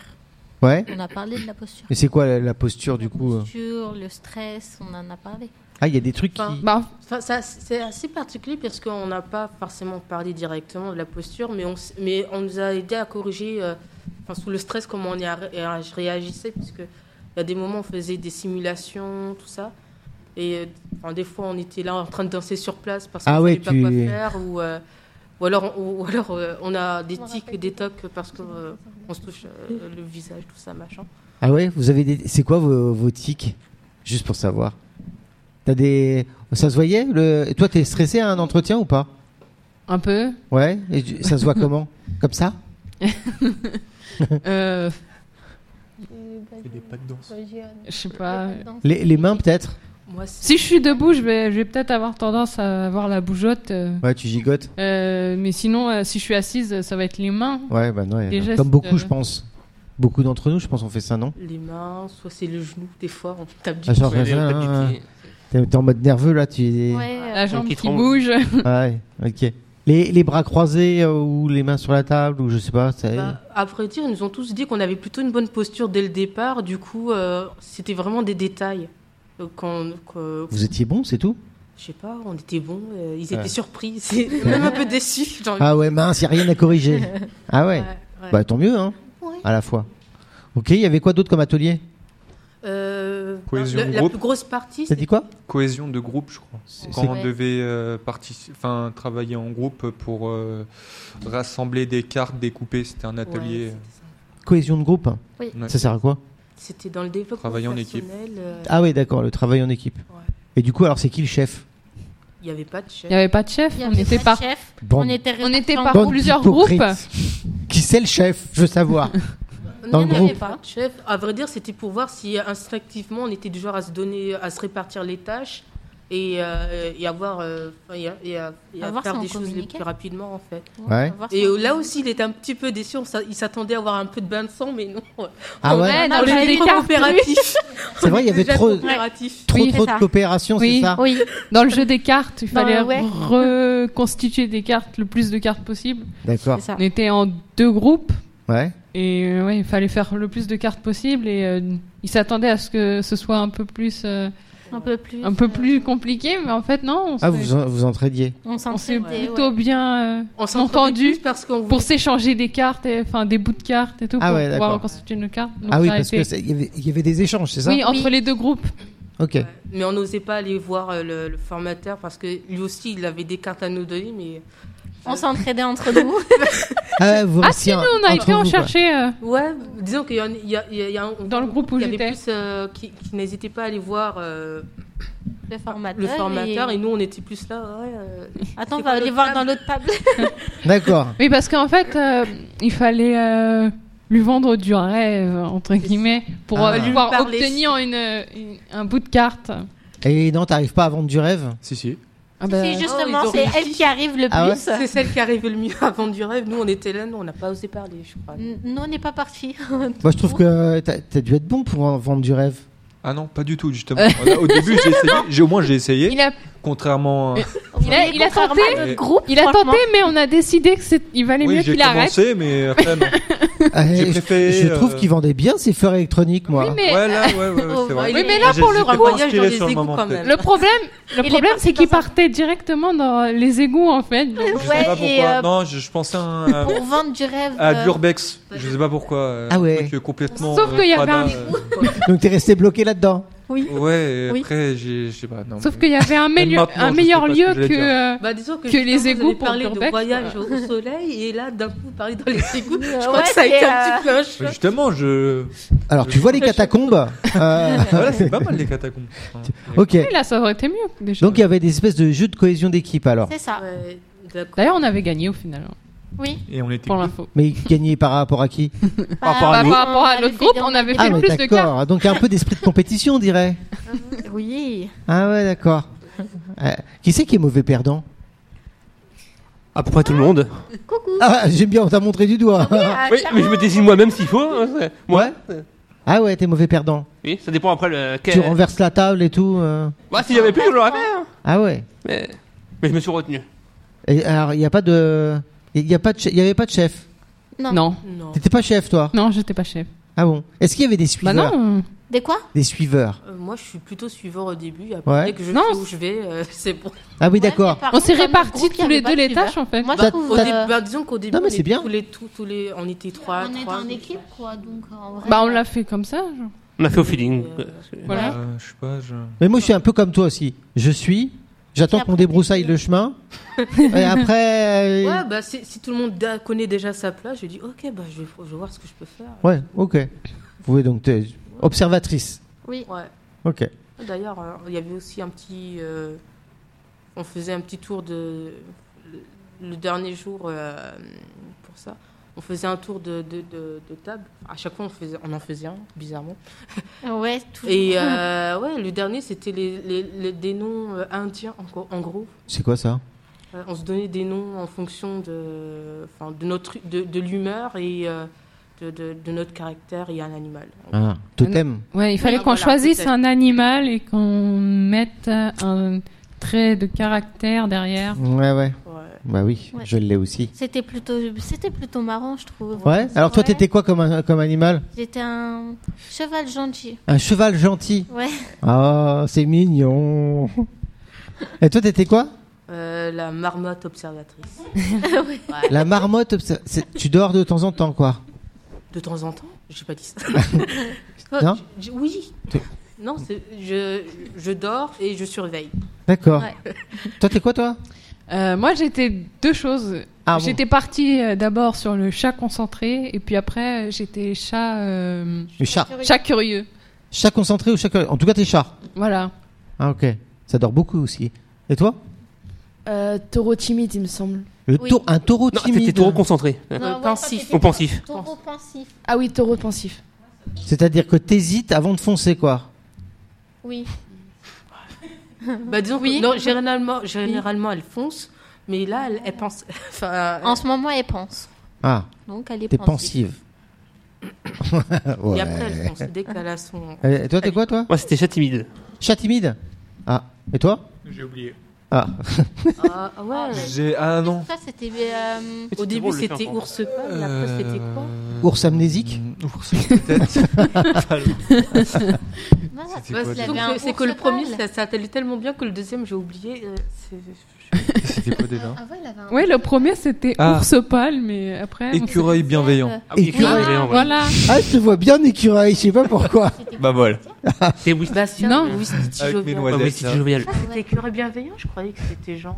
[SPEAKER 2] Ouais.
[SPEAKER 6] On a parlé de la posture.
[SPEAKER 2] Mais c'est quoi la, la posture du
[SPEAKER 6] La
[SPEAKER 2] coup euh
[SPEAKER 6] posture, le stress, on en a parlé.
[SPEAKER 2] Ah, il y a des trucs qui.
[SPEAKER 5] Enfin,
[SPEAKER 1] Bah,
[SPEAKER 5] Enfin, ça, c'est assez particulier parce qu'on n'a pas forcément parlé directement de la posture, mais on, s- mais on nous a aidé à corriger, euh, enfin, sous le stress, comment on y a ré- euh, je réagissais, parce que il y a des moments on faisait des simulations, tout ça, et euh, enfin, des fois on était là en train de danser sur place parce qu'on
[SPEAKER 2] Ah
[SPEAKER 5] ne
[SPEAKER 2] ouais,
[SPEAKER 5] savait pas quoi
[SPEAKER 2] tu-
[SPEAKER 5] faire, ou, euh, ou alors, on- ou alors euh, on a des
[SPEAKER 6] Je me
[SPEAKER 5] tics,
[SPEAKER 6] rappelle
[SPEAKER 5] des
[SPEAKER 6] de-
[SPEAKER 5] tocs parce qu'on se touche euh, le visage, tout ça, machin.
[SPEAKER 2] Ah ouais, vous avez des. C'est quoi vos, vos tics Juste pour savoir. T'as des. Ça se voyait le... et Toi, t'es stressé à un entretien ou pas
[SPEAKER 1] un peu.
[SPEAKER 2] Ouais, et tu- ça se voit comment Comme ça
[SPEAKER 1] Euh,
[SPEAKER 3] C'est des pas de danse.
[SPEAKER 1] je sais
[SPEAKER 6] Euh,
[SPEAKER 1] pas.
[SPEAKER 2] les, les mains peut-être
[SPEAKER 5] Moi, c'est-
[SPEAKER 1] Si je suis debout, je vais, je vais peut-être avoir tendance à avoir la bougeotte. euh,
[SPEAKER 2] Ouais, tu gigotes.
[SPEAKER 1] euh, mais sinon, euh, si je suis assise, ça va être les mains.
[SPEAKER 2] Ouais, bah non, y a-
[SPEAKER 1] Déjà,
[SPEAKER 2] comme
[SPEAKER 1] c'est,
[SPEAKER 2] beaucoup,
[SPEAKER 1] euh,
[SPEAKER 2] je pense. Beaucoup d'entre nous, je pense, on fait ça, non
[SPEAKER 5] les mains, soit c'est le genou, des fois on tape du
[SPEAKER 2] Ah, genre,
[SPEAKER 4] Ouais, les-
[SPEAKER 2] ça,
[SPEAKER 4] les
[SPEAKER 2] hein,
[SPEAKER 4] petits-
[SPEAKER 2] T'es t'es en mode nerveux là, tu es.
[SPEAKER 6] Ouais, euh,
[SPEAKER 1] La jambe
[SPEAKER 4] qui
[SPEAKER 1] qui,
[SPEAKER 4] tremble.
[SPEAKER 1] bouge.
[SPEAKER 2] Ouais, ok. Les, les bras croisés euh, ou les mains sur la table ou je sais pas. ça-
[SPEAKER 5] Bah, après dire, ils nous ont tous dit qu'on avait plutôt une bonne posture dès le départ. Du coup, euh, c'était vraiment des détails. Euh, Quand, que-
[SPEAKER 2] Vous étiez bon, c'est tout
[SPEAKER 5] je sais pas, on était bons. euh, ils étaient
[SPEAKER 2] Ouais.
[SPEAKER 5] surpris, c'est même un peu déçus. Genre,
[SPEAKER 2] Ah ouais, mince, y a rien à corriger. Ah ouais.
[SPEAKER 5] ouais.
[SPEAKER 2] Bah tant mieux, hein.
[SPEAKER 6] Ouais.
[SPEAKER 2] À la fois. Ok, il y avait quoi d'autre comme atelier
[SPEAKER 5] Euh,
[SPEAKER 3] Cohésion
[SPEAKER 5] la,
[SPEAKER 3] de
[SPEAKER 5] la
[SPEAKER 3] groupe.
[SPEAKER 5] plus grosse partie,
[SPEAKER 2] T'as
[SPEAKER 5] c'est
[SPEAKER 2] dit quoi
[SPEAKER 3] Cohésion de groupe, je crois.
[SPEAKER 2] C'est-
[SPEAKER 3] Quand
[SPEAKER 2] c'est-
[SPEAKER 3] on
[SPEAKER 6] Ouais.
[SPEAKER 3] devait euh, partici- enfin, travailler en groupe pour euh, rassembler des cartes découpées, c'était un
[SPEAKER 5] ouais,
[SPEAKER 3] atelier.
[SPEAKER 5] c'était ça.
[SPEAKER 2] Cohésion de groupe hein.
[SPEAKER 6] Oui.
[SPEAKER 3] Ouais.
[SPEAKER 2] Ça sert à quoi
[SPEAKER 5] C'était dans le développement
[SPEAKER 3] Travailler en équipe.
[SPEAKER 5] personnel. euh,
[SPEAKER 2] Ah ouais, d'accord, le travail en équipe.
[SPEAKER 5] Ouais.
[SPEAKER 2] Et du coup, alors c'est qui le chef
[SPEAKER 5] Il n'y avait pas de
[SPEAKER 1] Il
[SPEAKER 5] chef.
[SPEAKER 1] n'y avait pas de chef.
[SPEAKER 6] Il y
[SPEAKER 1] on
[SPEAKER 6] avait
[SPEAKER 1] était
[SPEAKER 6] pas
[SPEAKER 1] par,
[SPEAKER 6] de chef.
[SPEAKER 2] Bande-
[SPEAKER 6] On était,
[SPEAKER 1] on était
[SPEAKER 6] répartis en
[SPEAKER 1] par
[SPEAKER 6] groupes.
[SPEAKER 2] Bande
[SPEAKER 1] plusieurs
[SPEAKER 2] d'hypocrites.
[SPEAKER 1] groupes.
[SPEAKER 2] Qui c'est le chef Je veux savoir.
[SPEAKER 5] Il
[SPEAKER 2] Dans le
[SPEAKER 5] n'y en avait
[SPEAKER 2] groupe.
[SPEAKER 5] pas de chef. À vrai dire, c'était pour voir si euh, instinctivement on était du genre à se donner, à se répartir les tâches et, euh, et avoir, euh, et à, et à- et à
[SPEAKER 6] À voir
[SPEAKER 5] faire
[SPEAKER 6] si on
[SPEAKER 5] des choses le
[SPEAKER 6] communiquait.
[SPEAKER 5] plus rapidement en fait.
[SPEAKER 2] Ouais.
[SPEAKER 6] On va voir si
[SPEAKER 5] Et
[SPEAKER 6] on-
[SPEAKER 5] là aussi, il était un petit peu déçu. On s'a- Il s'attendait à avoir un peu de bain de sang, mais non.
[SPEAKER 2] Ah
[SPEAKER 5] On-
[SPEAKER 2] ouais
[SPEAKER 1] Ouais, non,
[SPEAKER 5] on
[SPEAKER 1] mais
[SPEAKER 5] était
[SPEAKER 1] les
[SPEAKER 5] trop
[SPEAKER 1] cartes,
[SPEAKER 5] coopératif.
[SPEAKER 2] C'est vrai, il y avait
[SPEAKER 5] Déjà
[SPEAKER 2] trop,
[SPEAKER 5] coopératif.
[SPEAKER 2] trop,
[SPEAKER 6] Oui,
[SPEAKER 2] trop
[SPEAKER 6] c'est
[SPEAKER 2] de
[SPEAKER 6] ça.
[SPEAKER 2] coopération,
[SPEAKER 1] Oui.
[SPEAKER 2] c'est ça
[SPEAKER 6] Oui,
[SPEAKER 1] Dans le jeu des cartes, il
[SPEAKER 6] Dans
[SPEAKER 1] fallait
[SPEAKER 6] le- ouais.
[SPEAKER 1] reconstituer des cartes, le plus de cartes possible.
[SPEAKER 2] D'accord.
[SPEAKER 6] c'est ça.
[SPEAKER 1] On était en deux groupes
[SPEAKER 2] Ouais.
[SPEAKER 1] et euh, ouais, il fallait faire le plus de cartes possible et euh, ils s'attendaient à ce que ce soit un peu plus euh,
[SPEAKER 6] Un peu plus.
[SPEAKER 1] un peu
[SPEAKER 6] euh,
[SPEAKER 1] plus compliqué, mais en fait non, on s'est
[SPEAKER 2] Ah, vous en- vous entraidiez.
[SPEAKER 6] On
[SPEAKER 1] on s'est
[SPEAKER 6] s'entendait. ouais.
[SPEAKER 1] plutôt bien euh,
[SPEAKER 5] On s'est
[SPEAKER 1] entendu
[SPEAKER 5] parce qu'on
[SPEAKER 1] pour s'échanger des cartes, et- enfin des bouts de cartes et tout
[SPEAKER 2] Ah
[SPEAKER 1] pour
[SPEAKER 2] ouais,
[SPEAKER 1] pouvoir
[SPEAKER 2] d'accord.
[SPEAKER 1] reconstituer nos cartes. Donc
[SPEAKER 2] Ah oui,
[SPEAKER 1] ça a
[SPEAKER 2] parce
[SPEAKER 1] été-
[SPEAKER 2] que c'est- il y avait- il y avait des échanges, c'est ça
[SPEAKER 1] oui, entre
[SPEAKER 6] Oui.
[SPEAKER 1] les deux groupes.
[SPEAKER 2] Ok.
[SPEAKER 5] Ouais, Mais on n'osait pas aller voir euh, le, le formateur parce que lui aussi, il avait des cartes à nous donner, mais
[SPEAKER 6] On s'entraidait entre nous.
[SPEAKER 2] Ah, vous
[SPEAKER 1] Ah si,
[SPEAKER 2] restiez
[SPEAKER 1] nous
[SPEAKER 2] un-
[SPEAKER 1] on a
[SPEAKER 2] entre
[SPEAKER 1] été en
[SPEAKER 2] vous, quoi.
[SPEAKER 1] chercher euh,
[SPEAKER 5] Ouais, disons qu'il y, en- il y a, il y a- il y a un-
[SPEAKER 1] Dans le groupe où
[SPEAKER 5] il y avait
[SPEAKER 1] j'étais.
[SPEAKER 5] plus euh, qui, qui n'hésitaient pas à aller voir euh,
[SPEAKER 6] Le formateur.
[SPEAKER 5] le formateur
[SPEAKER 6] et-
[SPEAKER 5] et... nous on était plus là. Ouais, euh,
[SPEAKER 6] Attends, on va
[SPEAKER 5] C'est quoi
[SPEAKER 6] aller
[SPEAKER 5] l'autre
[SPEAKER 6] voir
[SPEAKER 5] table
[SPEAKER 6] dans l'autre table.
[SPEAKER 2] D'accord.
[SPEAKER 1] Oui, parce qu'en fait, euh, il fallait euh, lui vendre du rêve, entre guillemets, pour
[SPEAKER 2] Ah.
[SPEAKER 1] euh,
[SPEAKER 2] Lui
[SPEAKER 1] pouvoir
[SPEAKER 5] parler.
[SPEAKER 1] obtenir une, une- un bout de carte.
[SPEAKER 2] Et non, t'arrives pas à vendre du rêve
[SPEAKER 3] Si, si.
[SPEAKER 1] Ah bah,
[SPEAKER 6] Si, justement,
[SPEAKER 5] Oh, ils ont
[SPEAKER 6] c'est
[SPEAKER 5] réussi.
[SPEAKER 6] elle qui arrive le
[SPEAKER 2] Ah ouais
[SPEAKER 6] plus.
[SPEAKER 5] C'est celle qui arrivait le mieux avant du rêve. Nous, on était là, nous, on n'a pas osé parler, je crois.
[SPEAKER 6] N- Non, on n'est pas parti.
[SPEAKER 2] Moi, je trouve que t'as t'as dû être bon pour en vendre du rêve.
[SPEAKER 3] Ah non, pas du tout, justement. Voilà, Au début, j'ai essayé. J'ai- Au moins, j'ai essayé.
[SPEAKER 1] Euh. il a,
[SPEAKER 3] Contrairement. à-
[SPEAKER 1] il a- il a tenté,
[SPEAKER 3] notre
[SPEAKER 6] groupe,
[SPEAKER 1] il a tenté, mais on a décidé que c'est- il valait mieux
[SPEAKER 3] Oui, j'ai
[SPEAKER 1] qu'il arrête.
[SPEAKER 3] commencé, mais après, non.
[SPEAKER 2] Ah,
[SPEAKER 3] J'ai
[SPEAKER 2] je-
[SPEAKER 3] préféré,
[SPEAKER 2] je, trouve
[SPEAKER 3] euh,
[SPEAKER 2] qu'ils vendaient bien ces fleurs électroniques, moi.
[SPEAKER 1] Oui, mais
[SPEAKER 3] Ouais, là, ouais, ouais, ouais, c'est vrai.
[SPEAKER 1] Oh, Oui, mais là, pour le
[SPEAKER 3] J'étais
[SPEAKER 1] coup,
[SPEAKER 3] inspiré
[SPEAKER 5] voyage dans les
[SPEAKER 3] sur le
[SPEAKER 5] égouts,
[SPEAKER 3] moment,
[SPEAKER 5] quand
[SPEAKER 3] peut-être.
[SPEAKER 5] même.
[SPEAKER 1] le problème, le
[SPEAKER 6] Il est
[SPEAKER 1] problème,
[SPEAKER 6] parti
[SPEAKER 1] c'est qu'il
[SPEAKER 6] dans un-
[SPEAKER 1] partait directement dans les égouts, en fait. Donc,
[SPEAKER 3] Je sais pas
[SPEAKER 6] Ouais, et
[SPEAKER 3] pourquoi.
[SPEAKER 6] euh,
[SPEAKER 3] Non, je, je pensais à, un- à-
[SPEAKER 6] pour vendre du rêve.
[SPEAKER 3] à
[SPEAKER 6] euh,
[SPEAKER 3] de l'urbex. Je sais pas pourquoi. euh,
[SPEAKER 2] Ah ouais.
[SPEAKER 3] un truc complètement.
[SPEAKER 1] Sauf
[SPEAKER 3] euh,
[SPEAKER 1] qu'il y avait
[SPEAKER 3] fada,
[SPEAKER 1] un-
[SPEAKER 3] euh,
[SPEAKER 2] Donc t'es resté bloqué là-dedans.
[SPEAKER 3] Ouais, et
[SPEAKER 6] Oui.
[SPEAKER 3] après, j'ai- je sais pas. non,
[SPEAKER 1] Sauf
[SPEAKER 3] mais-
[SPEAKER 1] qu'il y avait un, meilleur-
[SPEAKER 3] maintenant,
[SPEAKER 1] un
[SPEAKER 3] je
[SPEAKER 1] meilleur
[SPEAKER 3] sais pas ce que
[SPEAKER 1] lieu
[SPEAKER 3] j'allais
[SPEAKER 1] que.
[SPEAKER 3] dire.
[SPEAKER 1] euh,
[SPEAKER 5] Bah, disons que,
[SPEAKER 1] Que les
[SPEAKER 5] justement, vous
[SPEAKER 1] égouts
[SPEAKER 5] avez
[SPEAKER 1] pour
[SPEAKER 5] parlé de
[SPEAKER 1] l'urbex,
[SPEAKER 5] voyage au soleil et là d'un coup vous parlez dans les égouts. Je crois
[SPEAKER 6] Ouais,
[SPEAKER 5] que ça a été
[SPEAKER 6] c'est,
[SPEAKER 5] un
[SPEAKER 6] euh,
[SPEAKER 5] petit peu un
[SPEAKER 3] Mais
[SPEAKER 5] choc.
[SPEAKER 3] Justement, je.
[SPEAKER 2] Alors tu vois les catacombes. euh,
[SPEAKER 3] Voilà, c'est pas mal les catacombes. Hein.
[SPEAKER 2] ok.
[SPEAKER 1] oui, là, ça aurait été mieux. déjà.
[SPEAKER 2] Donc il y avait des espèces de jeux de cohésion d'équipe alors.
[SPEAKER 6] C'est ça.
[SPEAKER 5] Ouais, d'accord.
[SPEAKER 1] D'ailleurs, on avait gagné au final, hein,
[SPEAKER 6] Oui.
[SPEAKER 3] Et on était.
[SPEAKER 1] pour l'info.
[SPEAKER 2] Mais gagné par rapport à qui
[SPEAKER 3] Par rapport à
[SPEAKER 1] Bah,
[SPEAKER 3] nous.
[SPEAKER 1] par rapport à
[SPEAKER 6] on
[SPEAKER 1] l'autre
[SPEAKER 6] avait
[SPEAKER 1] groupe,
[SPEAKER 6] fait
[SPEAKER 1] on avait
[SPEAKER 2] Ah
[SPEAKER 1] fait
[SPEAKER 2] ouais,
[SPEAKER 1] plus de cartes.
[SPEAKER 2] d'accord. Donc un peu d'esprit de compétition, on dirait.
[SPEAKER 6] Oui.
[SPEAKER 2] Ah ouais, d'accord. Euh, qui c'est qui est mauvais perdant
[SPEAKER 4] À peu près tout le monde.
[SPEAKER 2] Ah, j'aime bien, on t'a montré du doigt.
[SPEAKER 4] Oui, mais je me désigne moi-même s'il faut. hein, c'est- Moi
[SPEAKER 2] Ah ouais, t'es mauvais perdant.
[SPEAKER 4] Oui, ça dépend après le.
[SPEAKER 2] Tu
[SPEAKER 4] Quel...
[SPEAKER 2] renverses la table et tout. euh.
[SPEAKER 4] Bah, si j'avais pu, je l'aurais fait. hein.
[SPEAKER 2] Ah ouais.
[SPEAKER 4] Mais... mais je me suis retenu.
[SPEAKER 2] Et alors il y a pas de, il y a pas de, che- il y avait pas de chef.
[SPEAKER 6] Non.
[SPEAKER 1] Non,
[SPEAKER 5] Non.
[SPEAKER 2] T'étais pas chef toi
[SPEAKER 1] non, j'étais pas chef.
[SPEAKER 2] Ah bon Est-ce qu'il y avait des
[SPEAKER 1] Bah
[SPEAKER 2] suiveurs
[SPEAKER 1] non.
[SPEAKER 6] Des quoi
[SPEAKER 2] Des suiveurs.
[SPEAKER 5] Euh, moi je suis plutôt suiveur au début. Après
[SPEAKER 2] Ouais.
[SPEAKER 5] dès que je
[SPEAKER 1] Non,
[SPEAKER 5] sais où je vais, euh, c'est bon.
[SPEAKER 2] Ah oui, d'accord.
[SPEAKER 1] On s'est répartis tous les deux les tâches, en fait.
[SPEAKER 6] Moi, je
[SPEAKER 2] Bah,
[SPEAKER 6] trouve.
[SPEAKER 5] Au
[SPEAKER 2] t'as-
[SPEAKER 5] début,
[SPEAKER 6] euh,
[SPEAKER 5] bah, disons qu'au début
[SPEAKER 2] Non, mais
[SPEAKER 5] on
[SPEAKER 2] c'est
[SPEAKER 5] était
[SPEAKER 2] bien.
[SPEAKER 5] tous les tous, tous les on était trois.
[SPEAKER 6] On est
[SPEAKER 5] trois,
[SPEAKER 6] en
[SPEAKER 5] je-
[SPEAKER 6] équipe, quoi. Donc, en vrai.
[SPEAKER 1] Bah, on l'a fait comme ça. genre.
[SPEAKER 4] On a fait au feeling.
[SPEAKER 5] Euh,
[SPEAKER 1] Voilà.
[SPEAKER 3] Euh, je sais pas, je.
[SPEAKER 2] Mais moi, je suis un peu comme toi aussi. Je suis, j'attends qu'on
[SPEAKER 6] après,
[SPEAKER 2] débroussaille le chemin. et après. euh,
[SPEAKER 5] Ouais, bah si, si tout le monde da- connaît déjà sa place, je dis ok, bah je vais, je vais voir ce que je peux faire.
[SPEAKER 2] Ouais, ok. Vous pouvez donc. t'es- Observatrice.
[SPEAKER 6] Oui.
[SPEAKER 5] Ouais.
[SPEAKER 2] Ok.
[SPEAKER 5] D'ailleurs, euh, il y avait aussi un petit. euh, on faisait un petit tour de. Le, le dernier jour, euh, pour ça, on faisait un tour de, de, de- de table. À chaque fois, on, faisait, on en faisait un, bizarrement.
[SPEAKER 6] Ouais, toujours.
[SPEAKER 5] Et euh, ouais, le dernier, c'était les, les- les- des noms euh, indiens, en, gros- en gros.
[SPEAKER 2] C'est quoi ça
[SPEAKER 5] Euh, on se donnait des noms en fonction de, enfin, de, notre, de, de l'humeur et euh, de, de- de notre caractère et un animal.
[SPEAKER 2] ah, Totem.
[SPEAKER 1] Ouais, il fallait qu'on
[SPEAKER 5] voilà,
[SPEAKER 1] choisisse
[SPEAKER 5] peut-être.
[SPEAKER 1] un animal et qu'on mette un trait de caractère derrière.
[SPEAKER 2] Ouais, ouais.
[SPEAKER 5] Ouais.
[SPEAKER 2] Bah oui,
[SPEAKER 6] Ouais.
[SPEAKER 2] je l'ai aussi.
[SPEAKER 6] C'était plutôt, c'était plutôt marrant, je trouve.
[SPEAKER 2] Ouais Alors toi,
[SPEAKER 6] Ouais.
[SPEAKER 2] t'étais quoi comme, un- comme animal
[SPEAKER 6] J'étais un cheval gentil.
[SPEAKER 2] Un cheval gentil.
[SPEAKER 6] Ouais.
[SPEAKER 2] Ah, c'est mignon. Et toi, t'étais quoi
[SPEAKER 5] Euh, la marmotte observatrice.
[SPEAKER 2] La marmotte. obs- c'est- Tu dors de temps en temps, quoi.
[SPEAKER 5] De temps en temps, j'ai pas dit ça.
[SPEAKER 6] Oh,
[SPEAKER 2] Non
[SPEAKER 5] Je- je- Oui.
[SPEAKER 2] Tu-
[SPEAKER 5] Non, c'est- je, je dors et je surveille.
[SPEAKER 2] D'accord.
[SPEAKER 6] Ouais.
[SPEAKER 2] Toi, t'es quoi, toi
[SPEAKER 1] Euh, moi, j'étais deux choses.
[SPEAKER 2] Ah bon.
[SPEAKER 1] j'étais partie euh, d'abord sur le chat concentré et puis après, euh, j'étais chat, euh,
[SPEAKER 2] Le chat.
[SPEAKER 1] chat curieux.
[SPEAKER 2] Chat concentré ou chat. En tout cas, t'es chat.
[SPEAKER 1] Voilà.
[SPEAKER 2] Ah ok, ça dort beaucoup aussi. Et toi
[SPEAKER 7] Euh, taureau timide, il me semble.
[SPEAKER 2] Le
[SPEAKER 6] Oui.
[SPEAKER 2] tau- Un taureau
[SPEAKER 4] Non,
[SPEAKER 2] timide.
[SPEAKER 4] c'était trop concentré.
[SPEAKER 5] Euh,
[SPEAKER 6] ouais,
[SPEAKER 5] pensif.
[SPEAKER 6] toi,
[SPEAKER 4] Au pensif.
[SPEAKER 6] t'étais Taureau pensif.
[SPEAKER 7] Ah oui, taureau pensif.
[SPEAKER 2] C'est-à-dire que t'hésites avant de foncer quoi.
[SPEAKER 6] Oui.
[SPEAKER 5] Bah, disons que-
[SPEAKER 6] Oui.
[SPEAKER 5] non, généralement, généralement, elle fonce, mais là, elle, elle pense. Enfin,
[SPEAKER 6] En ce moment, elle pense.
[SPEAKER 2] Ah,
[SPEAKER 6] Donc, elle est
[SPEAKER 2] t'es
[SPEAKER 6] pensive.
[SPEAKER 2] pensive.
[SPEAKER 5] et
[SPEAKER 2] ouais.
[SPEAKER 5] euh, après, elle fonce. Dès qu'elle a son.
[SPEAKER 2] Et toi t'es quoi toi
[SPEAKER 4] Moi, c'était chat timide.
[SPEAKER 2] Chat timide Ah, et toi
[SPEAKER 3] J'ai oublié.
[SPEAKER 2] Ah,
[SPEAKER 5] Ah, ah ouais.
[SPEAKER 3] J'ai. Ah non.
[SPEAKER 6] Ça, c'était. euh,
[SPEAKER 5] Au début, c'était ours pâle, après, c'était quoi
[SPEAKER 3] Euh,
[SPEAKER 2] ours amnésique
[SPEAKER 3] Ours, peut-être. Alors,
[SPEAKER 6] voilà,
[SPEAKER 3] C'était
[SPEAKER 5] Bah,
[SPEAKER 3] quoi,
[SPEAKER 5] C'est
[SPEAKER 6] déjà
[SPEAKER 5] donc,
[SPEAKER 6] Un
[SPEAKER 5] c'est que
[SPEAKER 6] ours
[SPEAKER 5] le premier,
[SPEAKER 6] pâle.
[SPEAKER 5] ça, ça allait tellement bien que le deuxième, j'ai oublié. euh, c'est-
[SPEAKER 3] C'était quoi déjà
[SPEAKER 6] Ah ouais, elle avait un
[SPEAKER 1] Ouais, le premier, c'était
[SPEAKER 3] Ah.
[SPEAKER 1] ours pâle, mais après. on s'est-
[SPEAKER 3] Écureuil bienveillant.
[SPEAKER 6] Euh,
[SPEAKER 4] Ah oui,
[SPEAKER 2] Et
[SPEAKER 4] écureuil,
[SPEAKER 2] que-
[SPEAKER 4] géant, voilà.
[SPEAKER 1] Voilà.
[SPEAKER 2] Ah, je te vois bien écureuil, je sais pas pourquoi.
[SPEAKER 3] Bah voilà.
[SPEAKER 4] C'est oui,
[SPEAKER 5] Bah, c'est
[SPEAKER 1] Non.
[SPEAKER 5] un- oui,
[SPEAKER 3] Avec
[SPEAKER 5] c'était
[SPEAKER 3] mes
[SPEAKER 5] jovial.
[SPEAKER 3] noix.
[SPEAKER 4] Ah oui, c'est jovial.
[SPEAKER 5] Ah, C'était curé bienveillant, je croyais que c'était genre.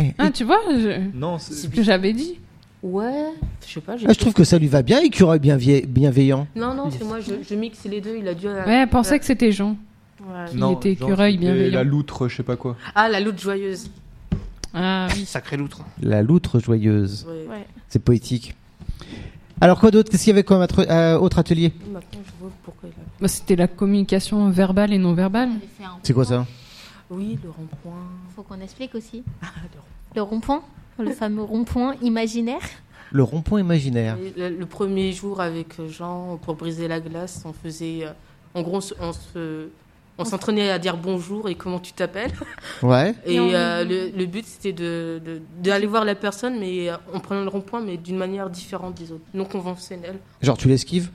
[SPEAKER 2] Eh,
[SPEAKER 1] Ah, tu vois, je-
[SPEAKER 3] Non,
[SPEAKER 1] c'est ce
[SPEAKER 3] c'est.
[SPEAKER 1] que j'avais dit.
[SPEAKER 5] Ouais, je sais pas. j'ai-
[SPEAKER 2] Ah, je trouve que ça lui va bien écureuil bien vie- bienveillant.
[SPEAKER 5] Non, non, c'est moi, je, je mixe les deux, il a dû. euh,
[SPEAKER 1] Ouais, elle pensait que c'était Jean.
[SPEAKER 5] Ouais.
[SPEAKER 3] Non,
[SPEAKER 1] était
[SPEAKER 3] genre,
[SPEAKER 1] écureuil
[SPEAKER 3] c'était
[SPEAKER 1] bienveillant.
[SPEAKER 3] La loutre, je sais pas quoi.
[SPEAKER 5] Ah, la loutre joyeuse.
[SPEAKER 1] Ah oui.
[SPEAKER 4] Sacré loutre.
[SPEAKER 2] La loutre joyeuse,
[SPEAKER 5] Ouais.
[SPEAKER 6] Ouais.
[SPEAKER 2] c'est poétique. Alors quoi d'autre Qu'est-ce qu'il y avait comme atre- euh, autre atelier
[SPEAKER 5] Maintenant, je vois pourquoi il a-
[SPEAKER 1] Bah, C'était la communication verbale et non verbale.
[SPEAKER 6] J'ai fait un
[SPEAKER 2] C'est quoi
[SPEAKER 6] point.
[SPEAKER 2] ça
[SPEAKER 5] Oui, le rond-point.
[SPEAKER 6] Faut qu'on explique aussi.
[SPEAKER 5] le
[SPEAKER 6] Le rond-point, le fameux rond-point imaginaire.
[SPEAKER 2] Le rond-point imaginaire.
[SPEAKER 5] Et Le, le premier jour avec euh, Jean, pour briser la glace, on faisait. euh, En gros, on se- on se. On s'entraînait à dire bonjour et comment tu t'appelles.
[SPEAKER 2] Ouais.
[SPEAKER 5] Et
[SPEAKER 6] Et on-
[SPEAKER 5] euh, le, le but, c'était d'aller de, d'aller voir la personne, mais euh, en prenant le rond-point, mais d'une manière différente des autres, non conventionnelle.
[SPEAKER 2] Genre tu l'esquives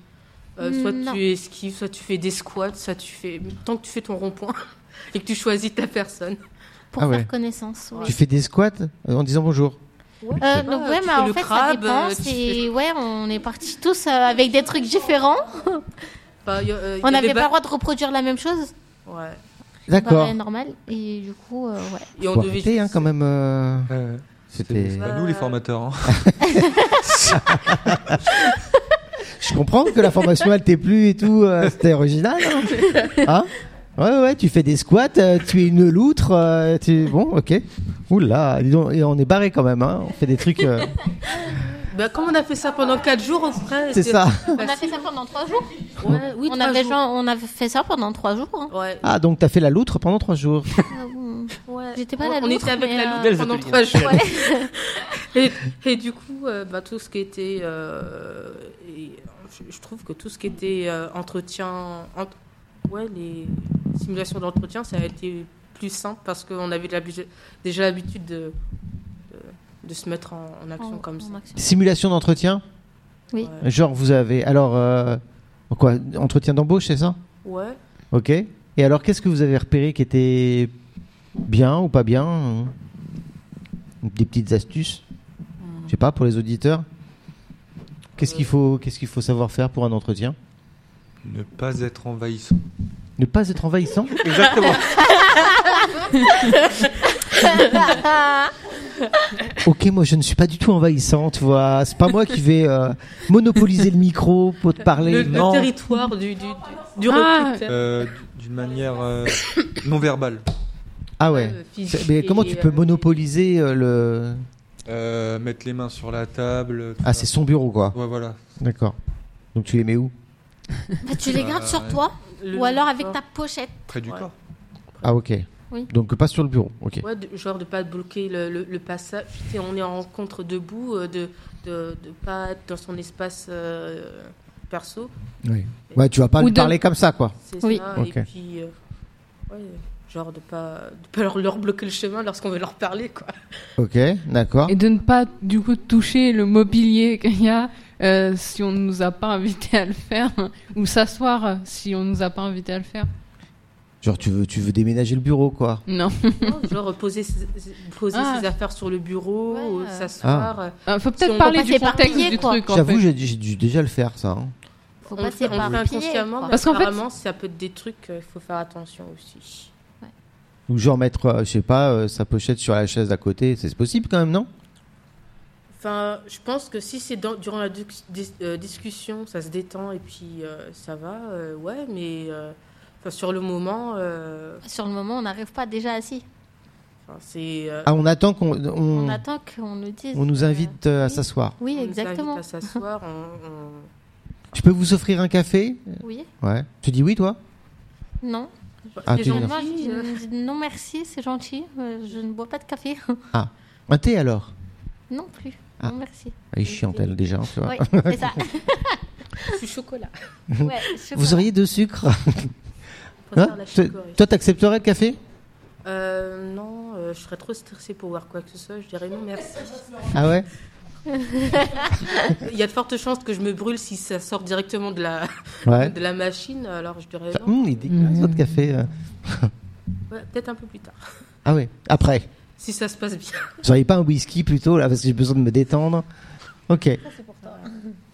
[SPEAKER 5] Euh, soit
[SPEAKER 6] Non.
[SPEAKER 5] tu esquives, soit tu fais des squats, soit tu fais. Tant que tu fais ton rond-point et que tu choisis ta personne.
[SPEAKER 6] Pour
[SPEAKER 2] Ah ouais.
[SPEAKER 6] faire connaissance. ouais.
[SPEAKER 2] Tu fais des squats euh, en disant bonjour
[SPEAKER 6] Euh, donc
[SPEAKER 5] Ah,
[SPEAKER 6] ouais,
[SPEAKER 5] tu
[SPEAKER 6] mais
[SPEAKER 5] fais
[SPEAKER 6] en
[SPEAKER 5] le
[SPEAKER 6] fait,
[SPEAKER 5] crabe,
[SPEAKER 6] ça dépend.
[SPEAKER 5] euh, tu
[SPEAKER 6] c'est- Ouais, on est partis tous euh, avec des trucs différents.
[SPEAKER 5] Enfin, y a- euh, y
[SPEAKER 6] On
[SPEAKER 5] avait
[SPEAKER 6] n'avait
[SPEAKER 5] ba-
[SPEAKER 6] pas le droit de reproduire la même chose.
[SPEAKER 5] Ouais.
[SPEAKER 2] D'accord.
[SPEAKER 6] Ouais, normal. Et du coup, euh, ouais.
[SPEAKER 5] Et on
[SPEAKER 2] Faut
[SPEAKER 5] devait.
[SPEAKER 2] arrêter, hein, quand même. euh,
[SPEAKER 3] Euh,
[SPEAKER 2] C'était.
[SPEAKER 3] c'est
[SPEAKER 1] Bah,
[SPEAKER 3] pas nous les formateurs. hein.
[SPEAKER 2] Je comprends que la formation elle t'est plus et tout. euh, C'était original. Hein, Hein Ouais ouais. Tu fais des squats. euh, tu es une loutre. euh, tu bon ok. Oula. Dis donc, et on est barré quand même. Hein. On fait des trucs. euh,
[SPEAKER 5] Bah, comme on a fait ça pendant 4 jours, après.
[SPEAKER 2] C'est ça.
[SPEAKER 6] On a fait ça pendant trois jours.
[SPEAKER 5] Ouais, oui,
[SPEAKER 6] on,
[SPEAKER 5] trois
[SPEAKER 6] avait
[SPEAKER 5] jours.
[SPEAKER 6] genre- on avait fait ça pendant trois jours. hein. Ah
[SPEAKER 5] Ouais.
[SPEAKER 2] Ah donc t'as fait la loutre pendant trois jours.
[SPEAKER 6] J'étais pas
[SPEAKER 5] on,
[SPEAKER 6] la
[SPEAKER 5] on
[SPEAKER 6] loutre,
[SPEAKER 5] était avec
[SPEAKER 6] mais,
[SPEAKER 5] la
[SPEAKER 6] euh,
[SPEAKER 5] loutre
[SPEAKER 4] Belles
[SPEAKER 5] pendant
[SPEAKER 4] ateliers.
[SPEAKER 5] trois jours. et, et du coup, euh, bah, tout ce qui était, euh, et je, je trouve que tout ce qui était euh, entretien, ent- ouais, les simulations d'entretien, ça a été plus simple parce qu'on avait la- déjà l'habitude de, de, de se mettre en, en action
[SPEAKER 6] en-
[SPEAKER 5] comme
[SPEAKER 6] en
[SPEAKER 5] ça.
[SPEAKER 6] action.
[SPEAKER 2] Simulation d'entretien.
[SPEAKER 6] Oui.
[SPEAKER 2] Genre vous avez alors euh, quoi entretien d'embauche c'est ça
[SPEAKER 5] Ouais.
[SPEAKER 2] Ok. Et alors, qu'est-ce que vous avez repéré qui était bien ou pas bien Des petites astuces
[SPEAKER 5] Hmm.
[SPEAKER 2] Je sais pas, pour les auditeurs Qu'est-ce qu'il
[SPEAKER 5] Euh.
[SPEAKER 2] faut, qu'est-ce qu'il faut savoir faire pour un entretien
[SPEAKER 3] Ne pas être envahissant.
[SPEAKER 2] Ne pas être envahissant
[SPEAKER 4] Exactement.
[SPEAKER 2] Ok, moi je ne suis pas du tout envahissant, tu vois. C'est pas moi qui vais euh, monopoliser le micro pour te
[SPEAKER 5] Le,
[SPEAKER 2] parler.
[SPEAKER 5] le
[SPEAKER 2] non.
[SPEAKER 5] territoire du, du, du, du
[SPEAKER 1] Ah.
[SPEAKER 5] recruteur.
[SPEAKER 3] Euh, D'une manière euh, non verbale.
[SPEAKER 2] Ah ouais.
[SPEAKER 5] euh, physique
[SPEAKER 2] C'est- Mais comment
[SPEAKER 5] et,
[SPEAKER 2] tu peux
[SPEAKER 5] euh,
[SPEAKER 2] monopoliser euh, le.
[SPEAKER 3] Euh, mettre les mains sur la table. tout
[SPEAKER 2] Ah,
[SPEAKER 3] ça.
[SPEAKER 2] c'est son bureau, quoi.
[SPEAKER 3] Ouais, voilà.
[SPEAKER 2] D'accord. Donc tu les mets où
[SPEAKER 6] Bah, tu les gardes
[SPEAKER 3] Euh,
[SPEAKER 6] sur toi
[SPEAKER 5] le-
[SPEAKER 6] ou alors avec ta pochette.
[SPEAKER 3] Près du
[SPEAKER 5] Ouais.
[SPEAKER 3] corps.
[SPEAKER 2] Ah, ok.
[SPEAKER 6] Oui.
[SPEAKER 2] Donc pas sur le bureau, ok.
[SPEAKER 5] Ouais, de- genre de pas bloquer le, le- le passage. Tu sais, on est en rencontre debout, euh, de de de pas être dans son espace euh, perso.
[SPEAKER 2] Oui. Ouais, tu vas pas
[SPEAKER 1] Ou
[SPEAKER 2] lui
[SPEAKER 1] de-
[SPEAKER 2] parler comme ça, quoi.
[SPEAKER 5] C'est
[SPEAKER 6] Oui.
[SPEAKER 5] ça.
[SPEAKER 2] Ok.
[SPEAKER 5] Et puis, euh, ouais, genre de pas, de pas leur, leur bloquer le chemin lorsqu'on veut leur parler. Quoi.
[SPEAKER 2] Ok, d'accord.
[SPEAKER 1] Et de ne pas, du coup, toucher le mobilier qu'il y a euh, si on ne nous a pas invités à le faire. Ou s'asseoir euh, si on ne nous a pas invités à le faire.
[SPEAKER 2] Genre tu veux, tu veux déménager le bureau, quoi.
[SPEAKER 1] Non.
[SPEAKER 5] Non, genre poser, ses, poser
[SPEAKER 1] Ah.
[SPEAKER 5] ses affaires sur le bureau,
[SPEAKER 6] Ouais.
[SPEAKER 5] euh, s'asseoir. euh,
[SPEAKER 1] Euh, faut
[SPEAKER 5] Si
[SPEAKER 1] peut-être
[SPEAKER 5] on
[SPEAKER 1] parler
[SPEAKER 6] peut pas
[SPEAKER 1] du contexte
[SPEAKER 6] s'éparpiller,
[SPEAKER 1] du
[SPEAKER 6] quoi.
[SPEAKER 1] truc, en
[SPEAKER 2] J'avoue,
[SPEAKER 1] fait.
[SPEAKER 2] j'ai dû j'ai dû déjà le faire, ça. hein.
[SPEAKER 6] Faut
[SPEAKER 5] on
[SPEAKER 6] pas
[SPEAKER 5] le fait- on le fait
[SPEAKER 6] s'éparpiller,
[SPEAKER 5] inconsciemment,
[SPEAKER 6] quoi.
[SPEAKER 5] mais
[SPEAKER 1] Parce qu'en fait-
[SPEAKER 5] apparemment, ça peut être des trucs, euh, il faut faire attention aussi.
[SPEAKER 2] Ou genre mettre, euh, je sais pas, euh, sa pochette sur la chaise d'à côté, c'est c'est possible quand même, non
[SPEAKER 5] Enfin, je pense que si c'est dans- durant la du- dis- euh, discussion, ça se détend et puis euh, ça va, euh, ouais, mais euh, enfin, sur le moment, euh,
[SPEAKER 6] Sur le moment, on n'arrive pas déjà assis.
[SPEAKER 5] enfin, c'est. euh,
[SPEAKER 2] Ah, on attend qu'on,
[SPEAKER 6] On
[SPEAKER 2] on,
[SPEAKER 6] attend qu'on nous dise.
[SPEAKER 2] on nous
[SPEAKER 6] euh,
[SPEAKER 2] invite euh, à
[SPEAKER 6] oui.
[SPEAKER 2] s'asseoir.
[SPEAKER 6] Oui,
[SPEAKER 5] on nous invite
[SPEAKER 6] exactement.
[SPEAKER 5] à s'asseoir, on- on-
[SPEAKER 2] Je peux vous offrir un café
[SPEAKER 6] Oui.
[SPEAKER 2] Ouais. Tu dis oui, toi
[SPEAKER 6] Non.
[SPEAKER 2] Ah, tu
[SPEAKER 5] C'est
[SPEAKER 2] dis
[SPEAKER 5] gentil,
[SPEAKER 6] Moi, je dis-
[SPEAKER 5] euh,
[SPEAKER 6] je dis non merci, c'est gentil. euh, Je ne bois pas de café.
[SPEAKER 2] Un thé alors
[SPEAKER 6] non plus.
[SPEAKER 2] Ah. Bah.
[SPEAKER 6] Non merci.
[SPEAKER 2] Elle est chiante, elle, déjà, hein, tu vois.
[SPEAKER 6] Oui, c'est ça.
[SPEAKER 5] je suis chocolat.
[SPEAKER 6] Ouais, je sais
[SPEAKER 2] Vous
[SPEAKER 6] pas.
[SPEAKER 2] auriez deux sucres
[SPEAKER 5] Je préfère
[SPEAKER 2] Hein
[SPEAKER 5] la
[SPEAKER 2] Te-
[SPEAKER 5] chicorée.
[SPEAKER 2] Toi, t'accepterais le café
[SPEAKER 5] Euh, non, euh, je serais trop stressée pour voir quoi que ce soit, je dirais non merci.
[SPEAKER 2] Ah ouais
[SPEAKER 5] Il y a de fortes chances que je me brûle si ça sort directement de la,
[SPEAKER 2] Ouais.
[SPEAKER 5] de la machine, alors je dirais
[SPEAKER 2] Ça-
[SPEAKER 5] non,
[SPEAKER 2] Hum, il est dégueulasse,
[SPEAKER 1] Mhm.
[SPEAKER 2] votre café. euh.
[SPEAKER 5] ouais, peut-être un peu plus tard,
[SPEAKER 2] Ah ouais, après.
[SPEAKER 5] si ça se passe bien.
[SPEAKER 2] J'aurais pas un whisky plutôt là parce que j'ai besoin de me détendre. Ok. Et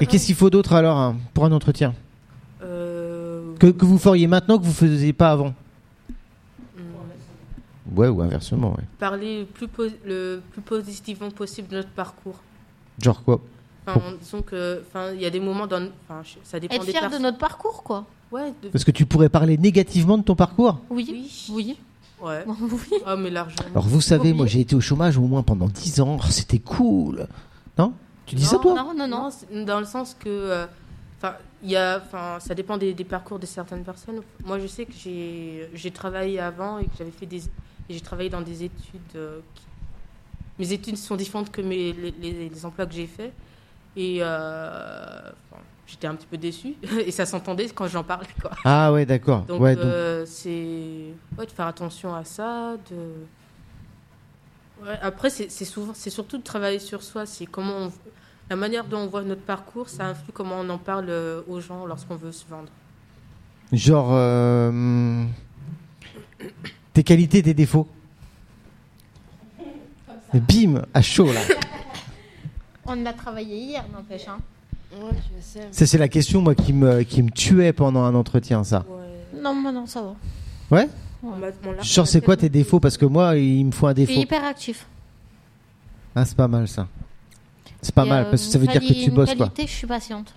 [SPEAKER 2] qu'est-ce qu'il faut d'autre alors hein, pour un entretien
[SPEAKER 5] Euh,
[SPEAKER 2] que, que vous feriez maintenant que vous faisiez pas avant Mm. Ouais, ou inversement, ouais.
[SPEAKER 5] parler le plus, po- le plus positivement possible de notre parcours.
[SPEAKER 2] Genre quoi
[SPEAKER 5] Enfin, on- disons que, enfin, il y a des moments dans, enfin, je- ça dépend
[SPEAKER 6] Être
[SPEAKER 5] des
[SPEAKER 6] fier de
[SPEAKER 5] personnes.
[SPEAKER 6] notre parcours, quoi.
[SPEAKER 5] Ouais, de-
[SPEAKER 2] Parce que tu pourrais parler négativement de ton parcours.
[SPEAKER 6] Oui.
[SPEAKER 5] oui,
[SPEAKER 6] Oui.
[SPEAKER 5] ouais.
[SPEAKER 6] Oui.
[SPEAKER 5] Ah, mais l'argent.
[SPEAKER 2] Alors vous savez, moi j'ai été au chômage au moins pendant 10 ans. Oh, C'était cool. Non Tu dis ça toi
[SPEAKER 6] Non, non, non.
[SPEAKER 5] Non, c'est dans le sens que, euh, enfin, il y a, enfin, ça dépend des, des parcours de certaines personnes. Moi, je sais que j'ai, j'ai travaillé avant et que j'avais fait des, et j'ai travaillé dans des études. euh, qui- mes études sont différentes que mes, les, les- les emplois que j'ai faits et euh, enfin, j'étais un petit peu déçue et ça s'entendait quand j'en parlais, quoi.
[SPEAKER 2] Ah ouais, d'accord.
[SPEAKER 5] Donc,
[SPEAKER 2] Ouais, donc-
[SPEAKER 5] euh, c'est ouais, de faire attention à ça. De... Ouais, après, c'est c'est souvent, c'est surtout de travailler sur soi. C'est comment on- la manière dont on voit notre parcours, ça influe comment on en parle euh, aux gens lorsqu'on veut se vendre.
[SPEAKER 2] Genre. euh, hum, Tes qualités, tes défauts. Mais Bim, à chaud là.
[SPEAKER 6] On l'a travaillé hier, n'empêche. hein.
[SPEAKER 7] Ouais, je sais.
[SPEAKER 2] Ça, c'est la question, moi, qui me, qui me tuait pendant un entretien, ça.
[SPEAKER 6] Non, moi, non, ça va.
[SPEAKER 2] Ouais
[SPEAKER 5] On m'a- on l'a- on
[SPEAKER 2] Genre,
[SPEAKER 5] l'a
[SPEAKER 2] c'est quoi tes
[SPEAKER 5] tellement-
[SPEAKER 2] défauts Parce que moi, il me faut un
[SPEAKER 6] Je suis
[SPEAKER 2] défaut.
[SPEAKER 6] hyper actif.
[SPEAKER 2] Ah, c'est pas mal, ça. C'est pas mal, parce que euh, ça veut dire que tu bosses, quoi.
[SPEAKER 6] euh, qualité, je suis patiente.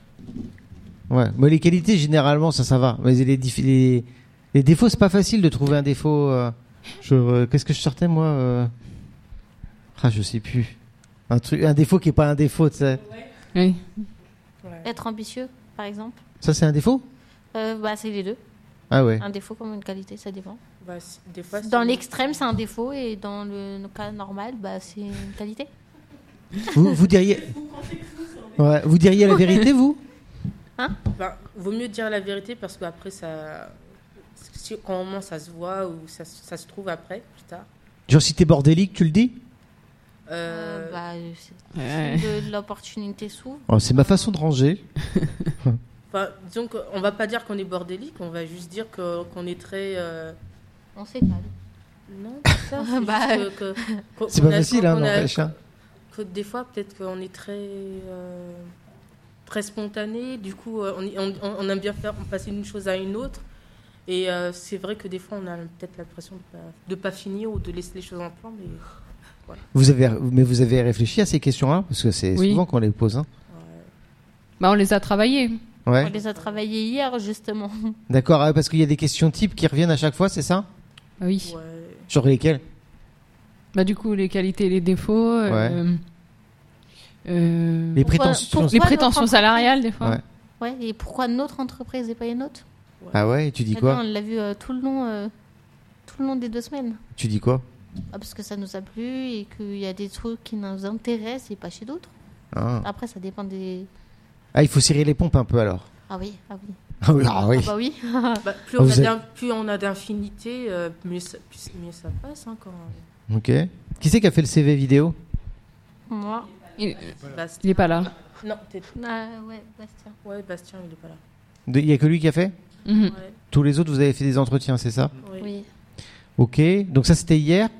[SPEAKER 2] Ouais. Mais les qualités, généralement, ça, ça va. Mais les, dif- les, les défauts, c'est pas facile de trouver un défaut. euh, je- euh, Qu'est-ce que je sortais, moi euh, Ah, je sais plus. Un, truc, un défaut qui est pas un défaut, tu sais.
[SPEAKER 1] Oui.
[SPEAKER 6] Être ambitieux, par exemple,
[SPEAKER 2] Ça, c'est un défaut
[SPEAKER 6] Euh, bah, c'est les deux.
[SPEAKER 2] Ah ouais.
[SPEAKER 6] Un défaut comme une qualité, ça dépend.
[SPEAKER 5] Bah, c'est- des fois,
[SPEAKER 6] Dans
[SPEAKER 5] c'est-
[SPEAKER 6] l'extrême, Ah, c'est un défaut, et dans le le cas normal, bah, c'est une qualité.
[SPEAKER 2] Vous, vous diriez. Ouais, vous diriez la vérité, vous
[SPEAKER 5] bah, vaut mieux dire la vérité parce qu'après, ça. si- Quand on ment, ça se voit ou ça, se- ça se trouve après, plus tard.
[SPEAKER 2] Genre, si t'es bordélique, tu le dis
[SPEAKER 5] Euh,
[SPEAKER 6] Euh, bah, c'est-
[SPEAKER 1] Ouais.
[SPEAKER 6] de- l'opportunité s'ouvre.
[SPEAKER 2] Oh, C'est ma façon de ranger.
[SPEAKER 5] enfin, disons qu'on va pas dire qu'on est bordélique, on va juste dire que- qu'on est très. euh,
[SPEAKER 6] On s'étale.
[SPEAKER 5] Non, pas ça, c'est juste
[SPEAKER 6] Bah,
[SPEAKER 5] que- que- qu'on-
[SPEAKER 2] C'est
[SPEAKER 5] qu'on
[SPEAKER 2] pas
[SPEAKER 5] a-
[SPEAKER 2] facile, hein,
[SPEAKER 5] qu'on a-
[SPEAKER 2] n'empêche. hein.
[SPEAKER 5] que Des fois, peut-être qu'on est très, euh, très spontané, du coup, euh, on, on- on aime bien faire, on passer d'une chose à une autre. Et euh, c'est vrai que des fois, on a peut-être l'impression de pas, de pas finir ou de laisser les choses en plan, mais
[SPEAKER 2] Vous avez, mais vous avez réfléchi à ces questions-là Parce que c'est
[SPEAKER 1] Oui.
[SPEAKER 2] souvent qu'on les pose. Hein.
[SPEAKER 1] Bah, on les a travaillés.
[SPEAKER 2] Ouais.
[SPEAKER 6] On les a travaillés hier, justement.
[SPEAKER 2] D'accord, ah ouais, parce qu'il y a des questions types qui reviennent à chaque fois, c'est ça
[SPEAKER 1] Ah oui.
[SPEAKER 5] ouais.
[SPEAKER 2] Sur lesquelles
[SPEAKER 1] Bah, du coup, les qualités et les défauts. euh, euh,
[SPEAKER 2] Les
[SPEAKER 6] Pourquoi-
[SPEAKER 2] prétentions.
[SPEAKER 1] les
[SPEAKER 6] pourquoi
[SPEAKER 1] prétentions
[SPEAKER 6] notre
[SPEAKER 1] salariales, des fois.
[SPEAKER 2] Ouais.
[SPEAKER 6] Ouais, et pourquoi notre entreprise et pas une autre
[SPEAKER 2] Ah ouais, et tu dis
[SPEAKER 6] Ah non,
[SPEAKER 2] quoi
[SPEAKER 6] On l'a vu euh, tout, le long, euh, tout le long des deux semaines.
[SPEAKER 2] Tu dis quoi
[SPEAKER 6] Ah, parce que ça nous a plu et qu'il y a des trucs qui nous intéressent et pas chez d'autres.
[SPEAKER 2] ah.
[SPEAKER 6] Après, ça dépend des.
[SPEAKER 2] Ah, il faut serrer les pompes un peu alors.
[SPEAKER 6] Ah oui, ah oui.
[SPEAKER 2] Ah oui, ah oui.
[SPEAKER 6] Ah bah oui.
[SPEAKER 5] Bah, plus,
[SPEAKER 2] Ah,
[SPEAKER 5] on
[SPEAKER 2] vous
[SPEAKER 5] a
[SPEAKER 2] êtes-
[SPEAKER 5] d'in- plus on a d'infinité, euh, mieux, ça- plus- mieux ça passe. hein, quand...
[SPEAKER 2] Ok. Qui c'est qui a fait le CV vidéo
[SPEAKER 6] Moi.
[SPEAKER 1] Il,
[SPEAKER 5] Bast-
[SPEAKER 1] il est pas là.
[SPEAKER 5] Non, t'es-
[SPEAKER 6] Ah ouais, Bastien.
[SPEAKER 5] ouais, Bastien, il est pas là.
[SPEAKER 2] De- Il y a que lui qui a fait
[SPEAKER 1] Mhm.
[SPEAKER 5] Ouais,
[SPEAKER 2] Tous les autres, vous avez fait des entretiens, c'est ça
[SPEAKER 5] ouais.
[SPEAKER 6] Oui.
[SPEAKER 2] Ok. Donc ça, c'était hier.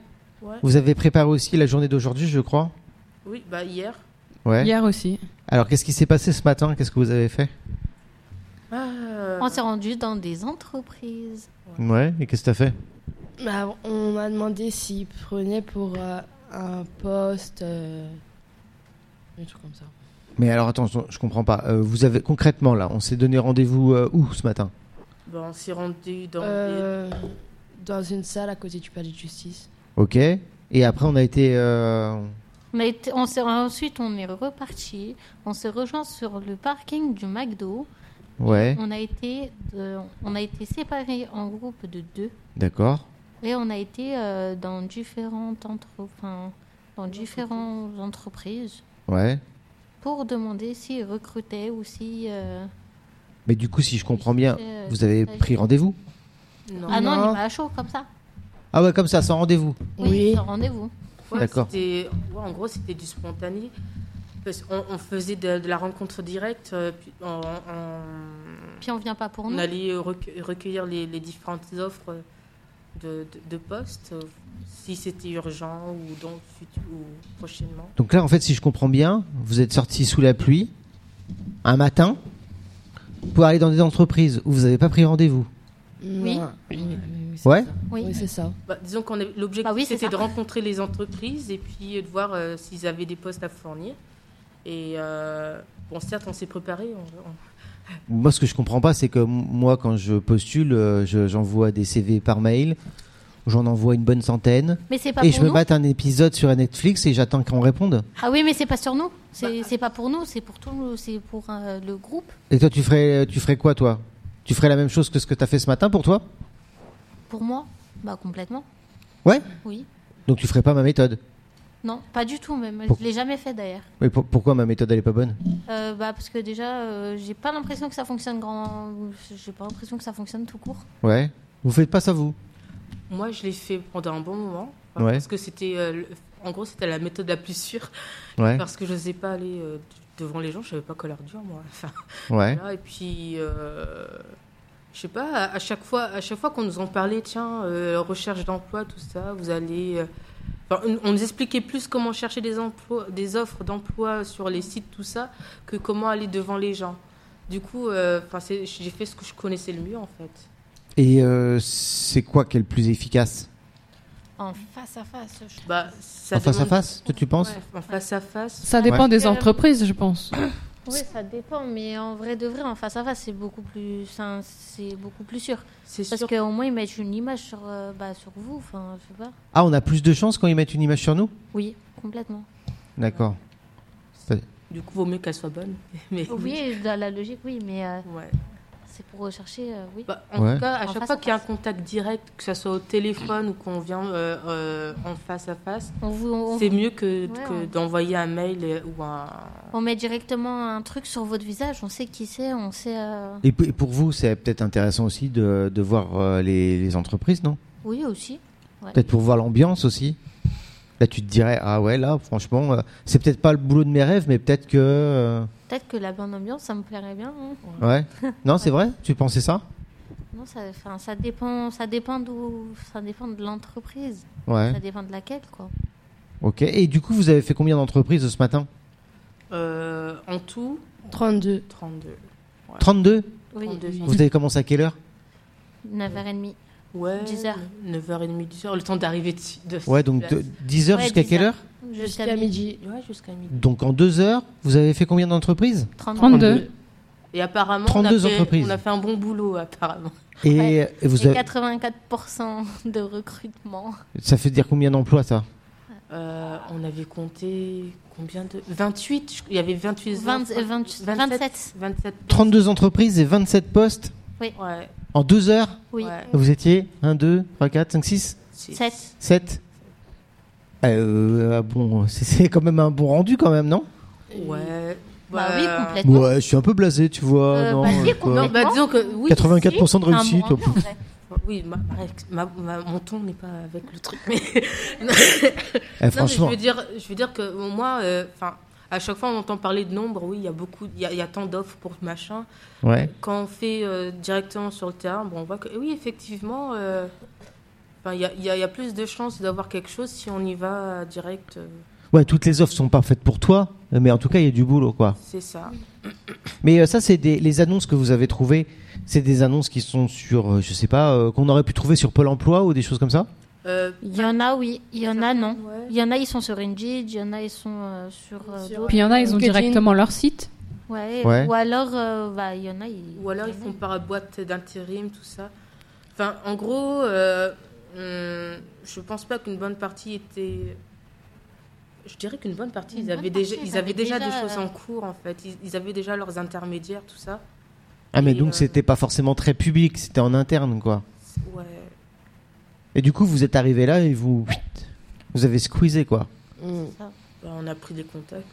[SPEAKER 5] Ouais.
[SPEAKER 2] Vous avez préparé aussi la journée d'aujourd'hui, je crois.
[SPEAKER 5] Oui, bah, hier.
[SPEAKER 2] Ouais.
[SPEAKER 1] Hier aussi.
[SPEAKER 2] Alors, qu'est-ce qui s'est passé ce matin Qu'est-ce que vous avez fait
[SPEAKER 5] Ah, euh,
[SPEAKER 6] On s'est rendu dans des entreprises.
[SPEAKER 2] Ouais. Et qu'est-ce que t'as fait
[SPEAKER 7] Bah, on m'a demandé s'il prenait pour euh, un poste. euh, un truc comme ça.
[SPEAKER 2] Mais alors, attends, je, je comprends pas. Euh, vous avez concrètement là, on s'est donné rendez-vous euh, où ce matin
[SPEAKER 5] bah, on s'est rendu dans des-
[SPEAKER 7] Euh, dans une salle à côté du palais de justice.
[SPEAKER 2] Ok. Et après, on a été. euh,
[SPEAKER 6] On a été, on s'est- ensuite, on est reparti. On s'est rejoint sur le parking du McDo.
[SPEAKER 2] Ouais.
[SPEAKER 6] On a été, de- on a été séparés en groupe de deux.
[SPEAKER 2] D'accord.
[SPEAKER 6] Et on a été euh, dans différentes entre, enfin, dans différentes entreprises
[SPEAKER 2] Ouais.
[SPEAKER 6] pour demander s'ils recrutaient ou si. euh,
[SPEAKER 2] Mais du coup, si je comprends bien,
[SPEAKER 6] Euh,
[SPEAKER 2] vous avez
[SPEAKER 6] euh,
[SPEAKER 2] pris rendez-vous
[SPEAKER 5] Non.
[SPEAKER 6] Ah non, on
[SPEAKER 7] Non.
[SPEAKER 6] y va à chaud comme ça.
[SPEAKER 2] Ah ouais, comme ça, sans rendez-vous.
[SPEAKER 6] Oui.
[SPEAKER 7] Oui.
[SPEAKER 6] sans rendez-vous.
[SPEAKER 5] Ouais,
[SPEAKER 2] D'accord.
[SPEAKER 5] c'était- ouais, en gros, c'était du spontané. Parce qu'on on faisait de, de la rencontre directe, euh, puis on, on-
[SPEAKER 6] Puis on vient pas pour
[SPEAKER 5] on
[SPEAKER 6] nous.
[SPEAKER 5] allait recue- recueillir les, les différentes offres de, de- de postes, euh, si c'était urgent ou, dans le futur, ou prochainement.
[SPEAKER 2] Donc là, en fait, si je comprends bien, vous êtes sorti sous la pluie un matin pour aller dans des entreprises où vous n'avez pas pris rendez-vous.
[SPEAKER 6] Oui.
[SPEAKER 7] Non. Oui, oui, c'est
[SPEAKER 2] Ouais.
[SPEAKER 7] ça.
[SPEAKER 6] Oui.
[SPEAKER 7] Oui, c'est ça.
[SPEAKER 5] Bah, disons qu'on avait- l'objectif
[SPEAKER 6] Bah oui, c'est
[SPEAKER 5] c'était
[SPEAKER 6] ça.
[SPEAKER 5] de rencontrer les entreprises et puis de voir euh, s'ils avaient des postes à fournir. Et euh, bon, certes, on s'est préparé. on- on-
[SPEAKER 2] Moi, ce que je comprends pas, c'est que m- moi, quand je postule, euh, je- j'envoie des CV par mail. j'en envoie une bonne centaine.
[SPEAKER 6] Mais c'est pas
[SPEAKER 2] et
[SPEAKER 6] pour
[SPEAKER 2] je me
[SPEAKER 6] nous.
[SPEAKER 2] mate un épisode sur Netflix et j'attends qu'on réponde.
[SPEAKER 6] Ah oui, mais c'est pas sur nous. C'est c'est pas pour nous, c'est pour tout, le- c'est pour euh, le groupe.
[SPEAKER 2] Et toi, tu ferais, tu ferais quoi, toi Tu ferais la même chose que ce que t'as fait ce matin pour toi
[SPEAKER 6] Pour moi, bah complètement.
[SPEAKER 2] Ouais
[SPEAKER 6] Oui.
[SPEAKER 2] Donc tu ferais pas ma méthode.
[SPEAKER 6] Non, pas du tout même.
[SPEAKER 2] Pour-
[SPEAKER 6] Je l'ai jamais fait d'ailleurs.
[SPEAKER 2] Mais pour- pourquoi ma méthode, elle est pas bonne
[SPEAKER 6] Euh, bah parce que déjà, euh, j'ai pas l'impression que ça fonctionne grand. J'ai pas l'impression que ça fonctionne tout court.
[SPEAKER 2] Ouais. Vous faites pas ça, vous
[SPEAKER 5] Moi, je l'ai fait pendant un bon moment. hein,
[SPEAKER 2] Ouais.
[SPEAKER 5] Parce que c'était. euh, le- en gros, c'était la méthode la plus sûre.
[SPEAKER 2] Ouais.
[SPEAKER 5] Parce que je n'osais pas aller euh, devant les gens, je savais pas quoi leur dire, moi. Enfin,
[SPEAKER 2] Ouais.
[SPEAKER 5] voilà. Et puis. euh, je sais pas, à- à chaque fois, à chaque fois qu'on nous en parlait, tiens, euh, recherche d'emploi, tout ça, vous allez. euh, enfin, on- on nous expliquait plus comment chercher des emplois, des offres d'emploi sur les sites, tout ça, que comment aller devant les gens. Du coup, euh, enfin, c'est- j'ai fait ce que je connaissais le mieux, en fait.
[SPEAKER 2] Et euh, c'est quoi qui est le plus efficace
[SPEAKER 6] En face à face. je-
[SPEAKER 5] Bah, ça
[SPEAKER 2] En face à
[SPEAKER 5] demande-
[SPEAKER 2] face, toi, tu penses
[SPEAKER 5] Ouais, en face à face.
[SPEAKER 1] Ça dépend
[SPEAKER 2] Ouais.
[SPEAKER 1] des entreprises, je pense.
[SPEAKER 6] Oui, ça dépend, mais en vrai de vrai, en face à face, c'est beaucoup plus, ça, c'est beaucoup plus sûr.
[SPEAKER 5] C'est
[SPEAKER 6] Parce
[SPEAKER 5] sûr.
[SPEAKER 6] qu'au moins, ils mettent une image sur, euh, bah, sur vous, enfin, je sais pas.
[SPEAKER 2] Ah, on a plus de chance quand ils mettent une image sur nous
[SPEAKER 6] Oui, complètement.
[SPEAKER 2] D'accord.
[SPEAKER 5] Du coup, vaut mieux qu'elle soit bonne. Mais
[SPEAKER 6] Oui, dans la logique, oui, mais euh,
[SPEAKER 5] Ouais.
[SPEAKER 6] c'est pour rechercher, euh, oui.
[SPEAKER 5] Bah, en
[SPEAKER 2] Ouais.
[SPEAKER 5] tout cas, à
[SPEAKER 6] En
[SPEAKER 5] chaque
[SPEAKER 6] face
[SPEAKER 5] fois
[SPEAKER 6] à
[SPEAKER 5] qu'il y a un
[SPEAKER 6] face.
[SPEAKER 5] contact direct, que ce soit au téléphone ou qu'on vient euh, euh, en face à face,
[SPEAKER 6] On, vous, on,
[SPEAKER 5] c'est mieux que,
[SPEAKER 6] Ouais,
[SPEAKER 5] que
[SPEAKER 6] on-
[SPEAKER 5] d'envoyer un mail euh, ou un.
[SPEAKER 6] on met directement un truc sur votre visage, on sait qui c'est, on sait. euh,
[SPEAKER 2] Et p- et pour vous, c'est peut-être intéressant aussi de, de voir euh, les, les entreprises, non
[SPEAKER 6] Oui, aussi.
[SPEAKER 2] Peut-être pour voir l'ambiance aussi. Là, tu te dirais, ah ouais, là, franchement, euh, c'est peut-être pas le boulot de mes rêves, mais peut-être que. euh,
[SPEAKER 6] Peut-être que la bonne ambiance, ça me plairait bien. hein.
[SPEAKER 2] ouais. Non, c'est vrai Tu pensais ça
[SPEAKER 6] Non, ça, enfin, ça dépend, ça dépend d'où, ça dépend de l'entreprise,
[SPEAKER 2] Ouais.
[SPEAKER 6] ça dépend de laquelle, quoi.
[SPEAKER 2] Ok. Et du coup, vous avez fait combien d'entreprises ce matin
[SPEAKER 5] euh, en tout,
[SPEAKER 7] 32.
[SPEAKER 5] 32.
[SPEAKER 2] 32
[SPEAKER 6] Oui,
[SPEAKER 5] 32
[SPEAKER 6] oui.
[SPEAKER 5] gens.
[SPEAKER 2] Vous avez commencé à quelle heure
[SPEAKER 6] 9h30.
[SPEAKER 5] Ouais,
[SPEAKER 6] 10 heures.
[SPEAKER 5] 9h30, 10h, le temps d'arriver de, de-
[SPEAKER 2] Ouais, donc
[SPEAKER 5] de-
[SPEAKER 2] 10h
[SPEAKER 6] Ouais,
[SPEAKER 2] jusqu'à
[SPEAKER 6] 10
[SPEAKER 2] quelle heure
[SPEAKER 6] heures.
[SPEAKER 7] Jusqu'à midi.
[SPEAKER 5] Ouais, jusqu'à midi.
[SPEAKER 2] Donc en 2 heures, vous avez fait combien d'entreprises
[SPEAKER 6] 32.
[SPEAKER 1] 32.
[SPEAKER 5] Et apparemment,
[SPEAKER 2] 32
[SPEAKER 5] on, a fait,
[SPEAKER 2] entreprises.
[SPEAKER 5] on a fait un bon boulot, apparemment.
[SPEAKER 2] Et,
[SPEAKER 6] Ouais.
[SPEAKER 2] et vous
[SPEAKER 6] Et
[SPEAKER 2] avez-
[SPEAKER 6] 84% de recrutement.
[SPEAKER 2] ça fait dire combien d'emplois ça
[SPEAKER 5] Euh, on avait compté combien de. 28, je- il y avait 28
[SPEAKER 6] 20, euh, 20, 27.
[SPEAKER 5] 27.
[SPEAKER 2] 32 entreprises et 27 postes
[SPEAKER 5] Ouais.
[SPEAKER 2] en 2 heures.
[SPEAKER 6] Oui.
[SPEAKER 5] ouais,
[SPEAKER 2] Vous étiez 1 2 3 4 5 6
[SPEAKER 5] six.
[SPEAKER 6] 7.
[SPEAKER 2] 7 euh, ah bon, c'est- c'est quand même un bon rendu quand même, non
[SPEAKER 5] Ouais.
[SPEAKER 6] Bah
[SPEAKER 5] bah,
[SPEAKER 6] oui, complètement.
[SPEAKER 2] Ouais, je suis un peu blasé, tu vois.
[SPEAKER 6] Euh,
[SPEAKER 2] non,
[SPEAKER 6] bah, si,
[SPEAKER 2] euh, quoi.
[SPEAKER 5] Non, bah disons que oui.
[SPEAKER 2] 84% de
[SPEAKER 6] C'est un
[SPEAKER 2] réussite.
[SPEAKER 6] bon rendu,
[SPEAKER 2] oh,
[SPEAKER 6] en vrai.
[SPEAKER 5] Oui, ma- ma- ma- mon ton n'est pas avec le truc. Mais... non,
[SPEAKER 2] pff. Eh,
[SPEAKER 5] mais je
[SPEAKER 2] franchement,
[SPEAKER 5] veux dire, je veux dire que moi, euh, enfin, à chaque fois on entend parler de nombres. Oui, il y a beaucoup, il y, a- il y a tant d'offres pour machin.
[SPEAKER 2] ouais.
[SPEAKER 5] Quand on fait euh, directement sur le terrain, bon, on voit que oui, effectivement, euh, 'fin, il y, a- il y a- il y a plus de chances d'avoir quelque chose si on y va direct. euh,
[SPEAKER 2] Ouais, toutes les offres sont pas faites pour toi, mais en tout cas, il y a du boulot quoi.
[SPEAKER 5] c'est ça.
[SPEAKER 2] Mais euh, ça, c'est des- les annonces que vous avez trouvées. C'est des annonces qui sont sur, euh, je sais pas, euh, qu'on aurait pu trouver sur Pôle Emploi ou des choses comme ça.
[SPEAKER 5] Euh,
[SPEAKER 6] Il y en a, oui. Il y en a, non.
[SPEAKER 5] ouais.
[SPEAKER 6] Il y en a, ils sont sur Indeed. Il y en a, ils sont euh, sur. euh,
[SPEAKER 7] Sur-
[SPEAKER 6] d'autres.
[SPEAKER 1] Puis il y en a, ils ont
[SPEAKER 7] LinkedIn.
[SPEAKER 1] directement leur site.
[SPEAKER 6] ouais.
[SPEAKER 2] Ouais.
[SPEAKER 6] Ou alors, euh, bah, il y en a. Ils...
[SPEAKER 5] Ou alors ils font par boîte d'intérim, tout ça. Enfin, en gros, euh, hum, je pense pas qu'une bonne partie était. Je dirais qu'une bonne partie,
[SPEAKER 6] Une
[SPEAKER 5] ils
[SPEAKER 6] bonne
[SPEAKER 5] avaient, déjà,
[SPEAKER 6] partie,
[SPEAKER 5] ils avaient déjà des choses
[SPEAKER 6] euh,
[SPEAKER 5] en cours, en fait. Ils, ils avaient déjà leurs intermédiaires, tout ça.
[SPEAKER 2] Ah, mais
[SPEAKER 5] Et,
[SPEAKER 2] donc
[SPEAKER 5] euh,
[SPEAKER 2] c'était pas forcément très public, c'était en interne quoi.
[SPEAKER 5] Ouais.
[SPEAKER 2] Et du coup, vous êtes arrivé là et vous, vous avez squeezé quoi.
[SPEAKER 7] Mm.
[SPEAKER 5] Bah, on a pris des contacts.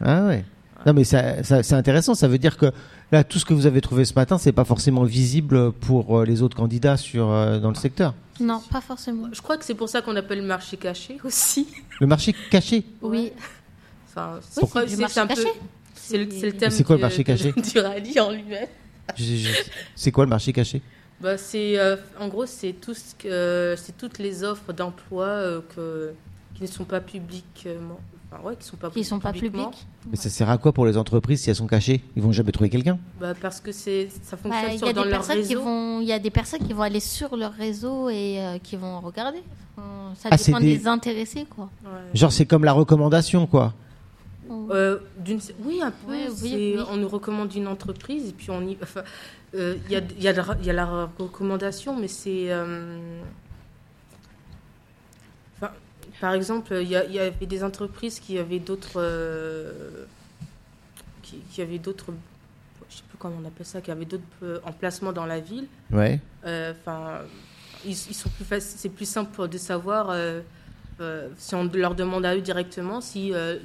[SPEAKER 2] Ah ouais. Non mais ça, ça- c'est intéressant. Ça veut dire que là, tout ce que vous avez trouvé ce matin, c'est pas forcément visible pour euh, les autres candidats sur euh, dans le secteur.
[SPEAKER 6] Non, pas forcément.
[SPEAKER 5] Je crois que c'est pour ça qu'on appelle le marché caché aussi.
[SPEAKER 2] Le marché caché.
[SPEAKER 6] Oui.
[SPEAKER 5] Enfin, c'est
[SPEAKER 6] Pourquoi
[SPEAKER 5] c'est-
[SPEAKER 6] du
[SPEAKER 5] c'est
[SPEAKER 6] marché
[SPEAKER 5] un peu-
[SPEAKER 6] caché
[SPEAKER 5] C'est le, c'est le thème
[SPEAKER 2] c'est quoi le
[SPEAKER 5] de-
[SPEAKER 2] marché
[SPEAKER 5] de-
[SPEAKER 2] caché
[SPEAKER 5] du rallye en lui-même.
[SPEAKER 2] Je- je- C'est quoi le marché caché
[SPEAKER 5] Bah, c'est euh, en gros c'est tout ce que euh, c'est toutes les offres d'emploi euh, que qui ne sont pas publiquement enfin, ouais, qui sont pas
[SPEAKER 6] Ils sont pas
[SPEAKER 5] publiquement.
[SPEAKER 6] publics.
[SPEAKER 2] Mais ça sert à quoi pour les entreprises si elles sont cachées Ils vont jamais trouver quelqu'un.
[SPEAKER 5] Bah, parce que c'est ça
[SPEAKER 6] Bah,
[SPEAKER 5] fonctionne
[SPEAKER 6] Il
[SPEAKER 5] sur,
[SPEAKER 6] y a
[SPEAKER 5] dans
[SPEAKER 6] des
[SPEAKER 5] leur
[SPEAKER 6] personnes qui
[SPEAKER 5] réseau.
[SPEAKER 6] vont, il y a des personnes qui vont aller sur leur réseau et euh, qui vont regarder. Enfin, ça
[SPEAKER 2] Ah, c'est
[SPEAKER 6] dépend
[SPEAKER 2] des-
[SPEAKER 6] des... intéressés, quoi.
[SPEAKER 5] Ouais.
[SPEAKER 2] Genre c'est comme la recommandation quoi.
[SPEAKER 5] Euh, d'une oui un peu
[SPEAKER 6] Ouais, oui,
[SPEAKER 5] c'est-
[SPEAKER 6] oui.
[SPEAKER 5] on nous recommande une entreprise et puis on y enfin euh, il y a il y a la- il y a la recommandation mais c'est euh, Par exemple, il y, a- il y avait des entreprises qui avaient d'autres. euh, qui, qui avaient d'autres. Je sais plus comment on appelle ça, qui avaient d'autres euh, emplacements dans la ville.
[SPEAKER 2] Ouais.
[SPEAKER 5] Euh, Enfin, ils, ils sont plus faci- c'est plus simple de savoir euh, euh, si on leur demande à eux directement si, euh,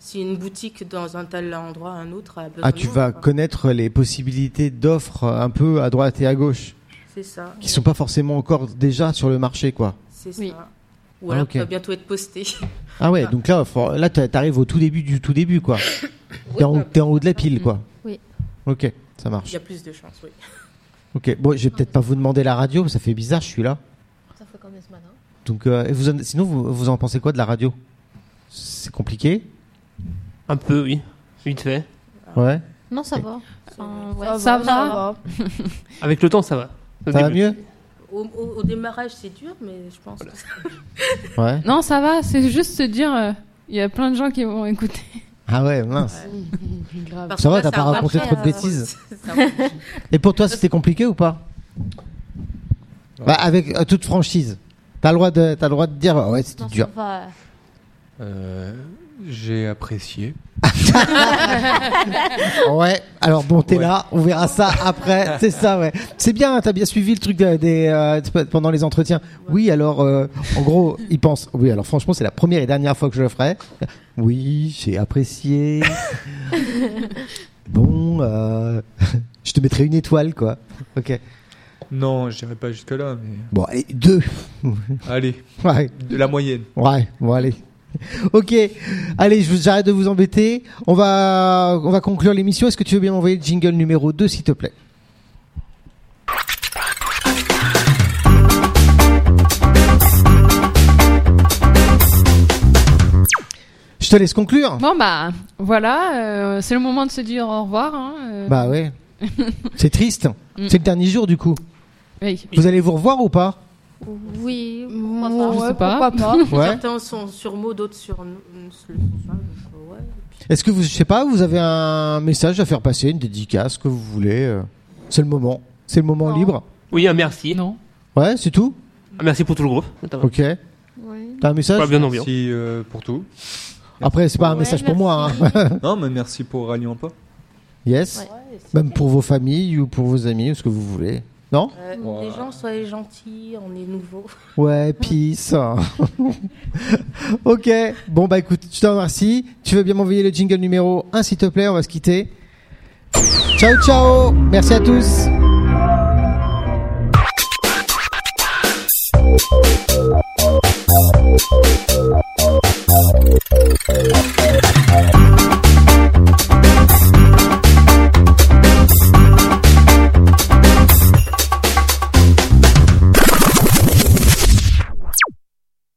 [SPEAKER 5] si une boutique dans un tel endroit à un autre a besoin.
[SPEAKER 2] Ah,
[SPEAKER 5] de
[SPEAKER 2] tu
[SPEAKER 5] nous,
[SPEAKER 2] vas
[SPEAKER 5] quoi.
[SPEAKER 2] connaître les possibilités d'offres euh, un peu à droite et à gauche,
[SPEAKER 5] C'est ça.
[SPEAKER 2] qui sont pas forcément encore déjà sur le marché, quoi.
[SPEAKER 5] C'est
[SPEAKER 1] Oui.
[SPEAKER 5] ça. Ou alors
[SPEAKER 2] Ah, ok.
[SPEAKER 5] qui va bientôt être posté.
[SPEAKER 2] Ah ouais,
[SPEAKER 5] Ah.
[SPEAKER 2] donc là, faut- là, t'a- t'arrives au tout début du tout début, quoi.
[SPEAKER 5] Oui,
[SPEAKER 2] T'es en,
[SPEAKER 5] bah,
[SPEAKER 2] t'es en haut de la pile, quoi.
[SPEAKER 6] Oui.
[SPEAKER 2] Ok, ça
[SPEAKER 5] Il
[SPEAKER 2] marche.
[SPEAKER 5] y a plus de chances, oui.
[SPEAKER 2] Ok, bon, je vais peut-être pas vous demander la radio, ça fait bizarre, je suis là.
[SPEAKER 6] Ça fait combien ce matin
[SPEAKER 2] Donc, euh, et vous en- sinon, vous, vous en pensez quoi de la radio C'est compliqué
[SPEAKER 4] Un peu, oui. Vite fait.
[SPEAKER 2] Ouais.
[SPEAKER 6] Non, ça va. Enfin, Ah, ouais.
[SPEAKER 1] Ça va.
[SPEAKER 4] Avec le temps, ça va. Au
[SPEAKER 2] Ça va
[SPEAKER 4] début.
[SPEAKER 2] mieux
[SPEAKER 5] Au, au- au démarrage, c'est dur, mais je pense que ça-
[SPEAKER 2] Ouais.
[SPEAKER 1] Non, ça va, c'est juste se dire, euh, il y a plein de gens qui vont écouter.
[SPEAKER 2] Ah ouais, mince.
[SPEAKER 7] Grave.
[SPEAKER 5] parce
[SPEAKER 2] Ça
[SPEAKER 5] que
[SPEAKER 2] va,
[SPEAKER 5] là,
[SPEAKER 2] t'as pas raconté
[SPEAKER 5] après,
[SPEAKER 2] trop de
[SPEAKER 5] euh,
[SPEAKER 2] bêtises.
[SPEAKER 5] ça va.
[SPEAKER 2] Et pour toi, c'était compliqué ou pas Bah, Avec euh, toute franchise. T'as le droit de, t'as le droit de dire, ouais, c'était
[SPEAKER 6] Non, ça
[SPEAKER 2] dur.
[SPEAKER 6] va.
[SPEAKER 3] Euh, J'ai apprécié.
[SPEAKER 2] Ouais. Alors bon, t'es
[SPEAKER 3] Ouais.
[SPEAKER 2] là. On verra ça après. C'est ça, ouais. C'est bien. T'as bien suivi le truc de- des euh, t- pendant les entretiens. Oui. Alors, euh, en gros, ils pensent. Oui. Alors, franchement, c'est la première et dernière fois que je le ferai. Oui, j'ai apprécié. bon, euh, je te mettrai une étoile, quoi. Ok.
[SPEAKER 3] Non, j'irai pas jusque-là, mais.
[SPEAKER 2] Bon, allez, deux.
[SPEAKER 3] Allez,
[SPEAKER 2] Ouais.
[SPEAKER 3] de la moyenne.
[SPEAKER 2] Ouais, bon allez. Ok, allez, je vous- j'arrête de vous embêter. On va, on va conclure l'émission. Est-ce que tu veux bien m'envoyer le jingle numéro 2, s'il te plaît Je te laisse conclure.
[SPEAKER 1] Bon, bah, voilà, euh, c'est le moment de se dire au revoir. hein, euh.
[SPEAKER 2] Bah ouais. C'est triste.
[SPEAKER 1] Mm.
[SPEAKER 2] C'est le dernier jour du coup.
[SPEAKER 1] Oui.
[SPEAKER 2] Vous allez vous revoir ou pas
[SPEAKER 6] Oui, pourquoi pas.
[SPEAKER 1] Je
[SPEAKER 7] Mm, Ouais,
[SPEAKER 1] sais pas.
[SPEAKER 7] pourquoi pas
[SPEAKER 2] Ouais.
[SPEAKER 5] Certains sont sur mots, d'autres sur nous. ne le sont pas, donc, euh, ouais.
[SPEAKER 2] Est-ce que vous, je sais pas, vous avez un message à faire passer, une dédicace, ce que vous voulez euh, C'est le moment. C'est le moment
[SPEAKER 6] Non.
[SPEAKER 2] libre.
[SPEAKER 4] Oui, un merci.
[SPEAKER 1] Non.
[SPEAKER 2] Ouais, c'est tout
[SPEAKER 4] Un merci pour tout le groupe.
[SPEAKER 2] Ok. T'as
[SPEAKER 6] Oui.
[SPEAKER 2] un message
[SPEAKER 4] Pas bien ambiant.
[SPEAKER 3] Merci euh, pour tout.
[SPEAKER 2] Après, c'est pas un
[SPEAKER 6] Ouais,
[SPEAKER 2] message pour moi.
[SPEAKER 6] merci.
[SPEAKER 2] hein.
[SPEAKER 3] Non, mais merci pour Rallye en pas.
[SPEAKER 2] yes.
[SPEAKER 6] Ouais.
[SPEAKER 2] Même pour vos familles ou pour vos amis ou ce que vous voulez. Non
[SPEAKER 5] Euh,
[SPEAKER 3] Ouais.
[SPEAKER 5] Les gens, soyez gentils, on est nouveau.
[SPEAKER 2] Ouais, peace. ok. Bon, bah écoute, je te remercie. Tu veux bien m'envoyer le jingle numéro 1, s'il te plaît On va se quitter. Ciao, ciao. Merci à tous.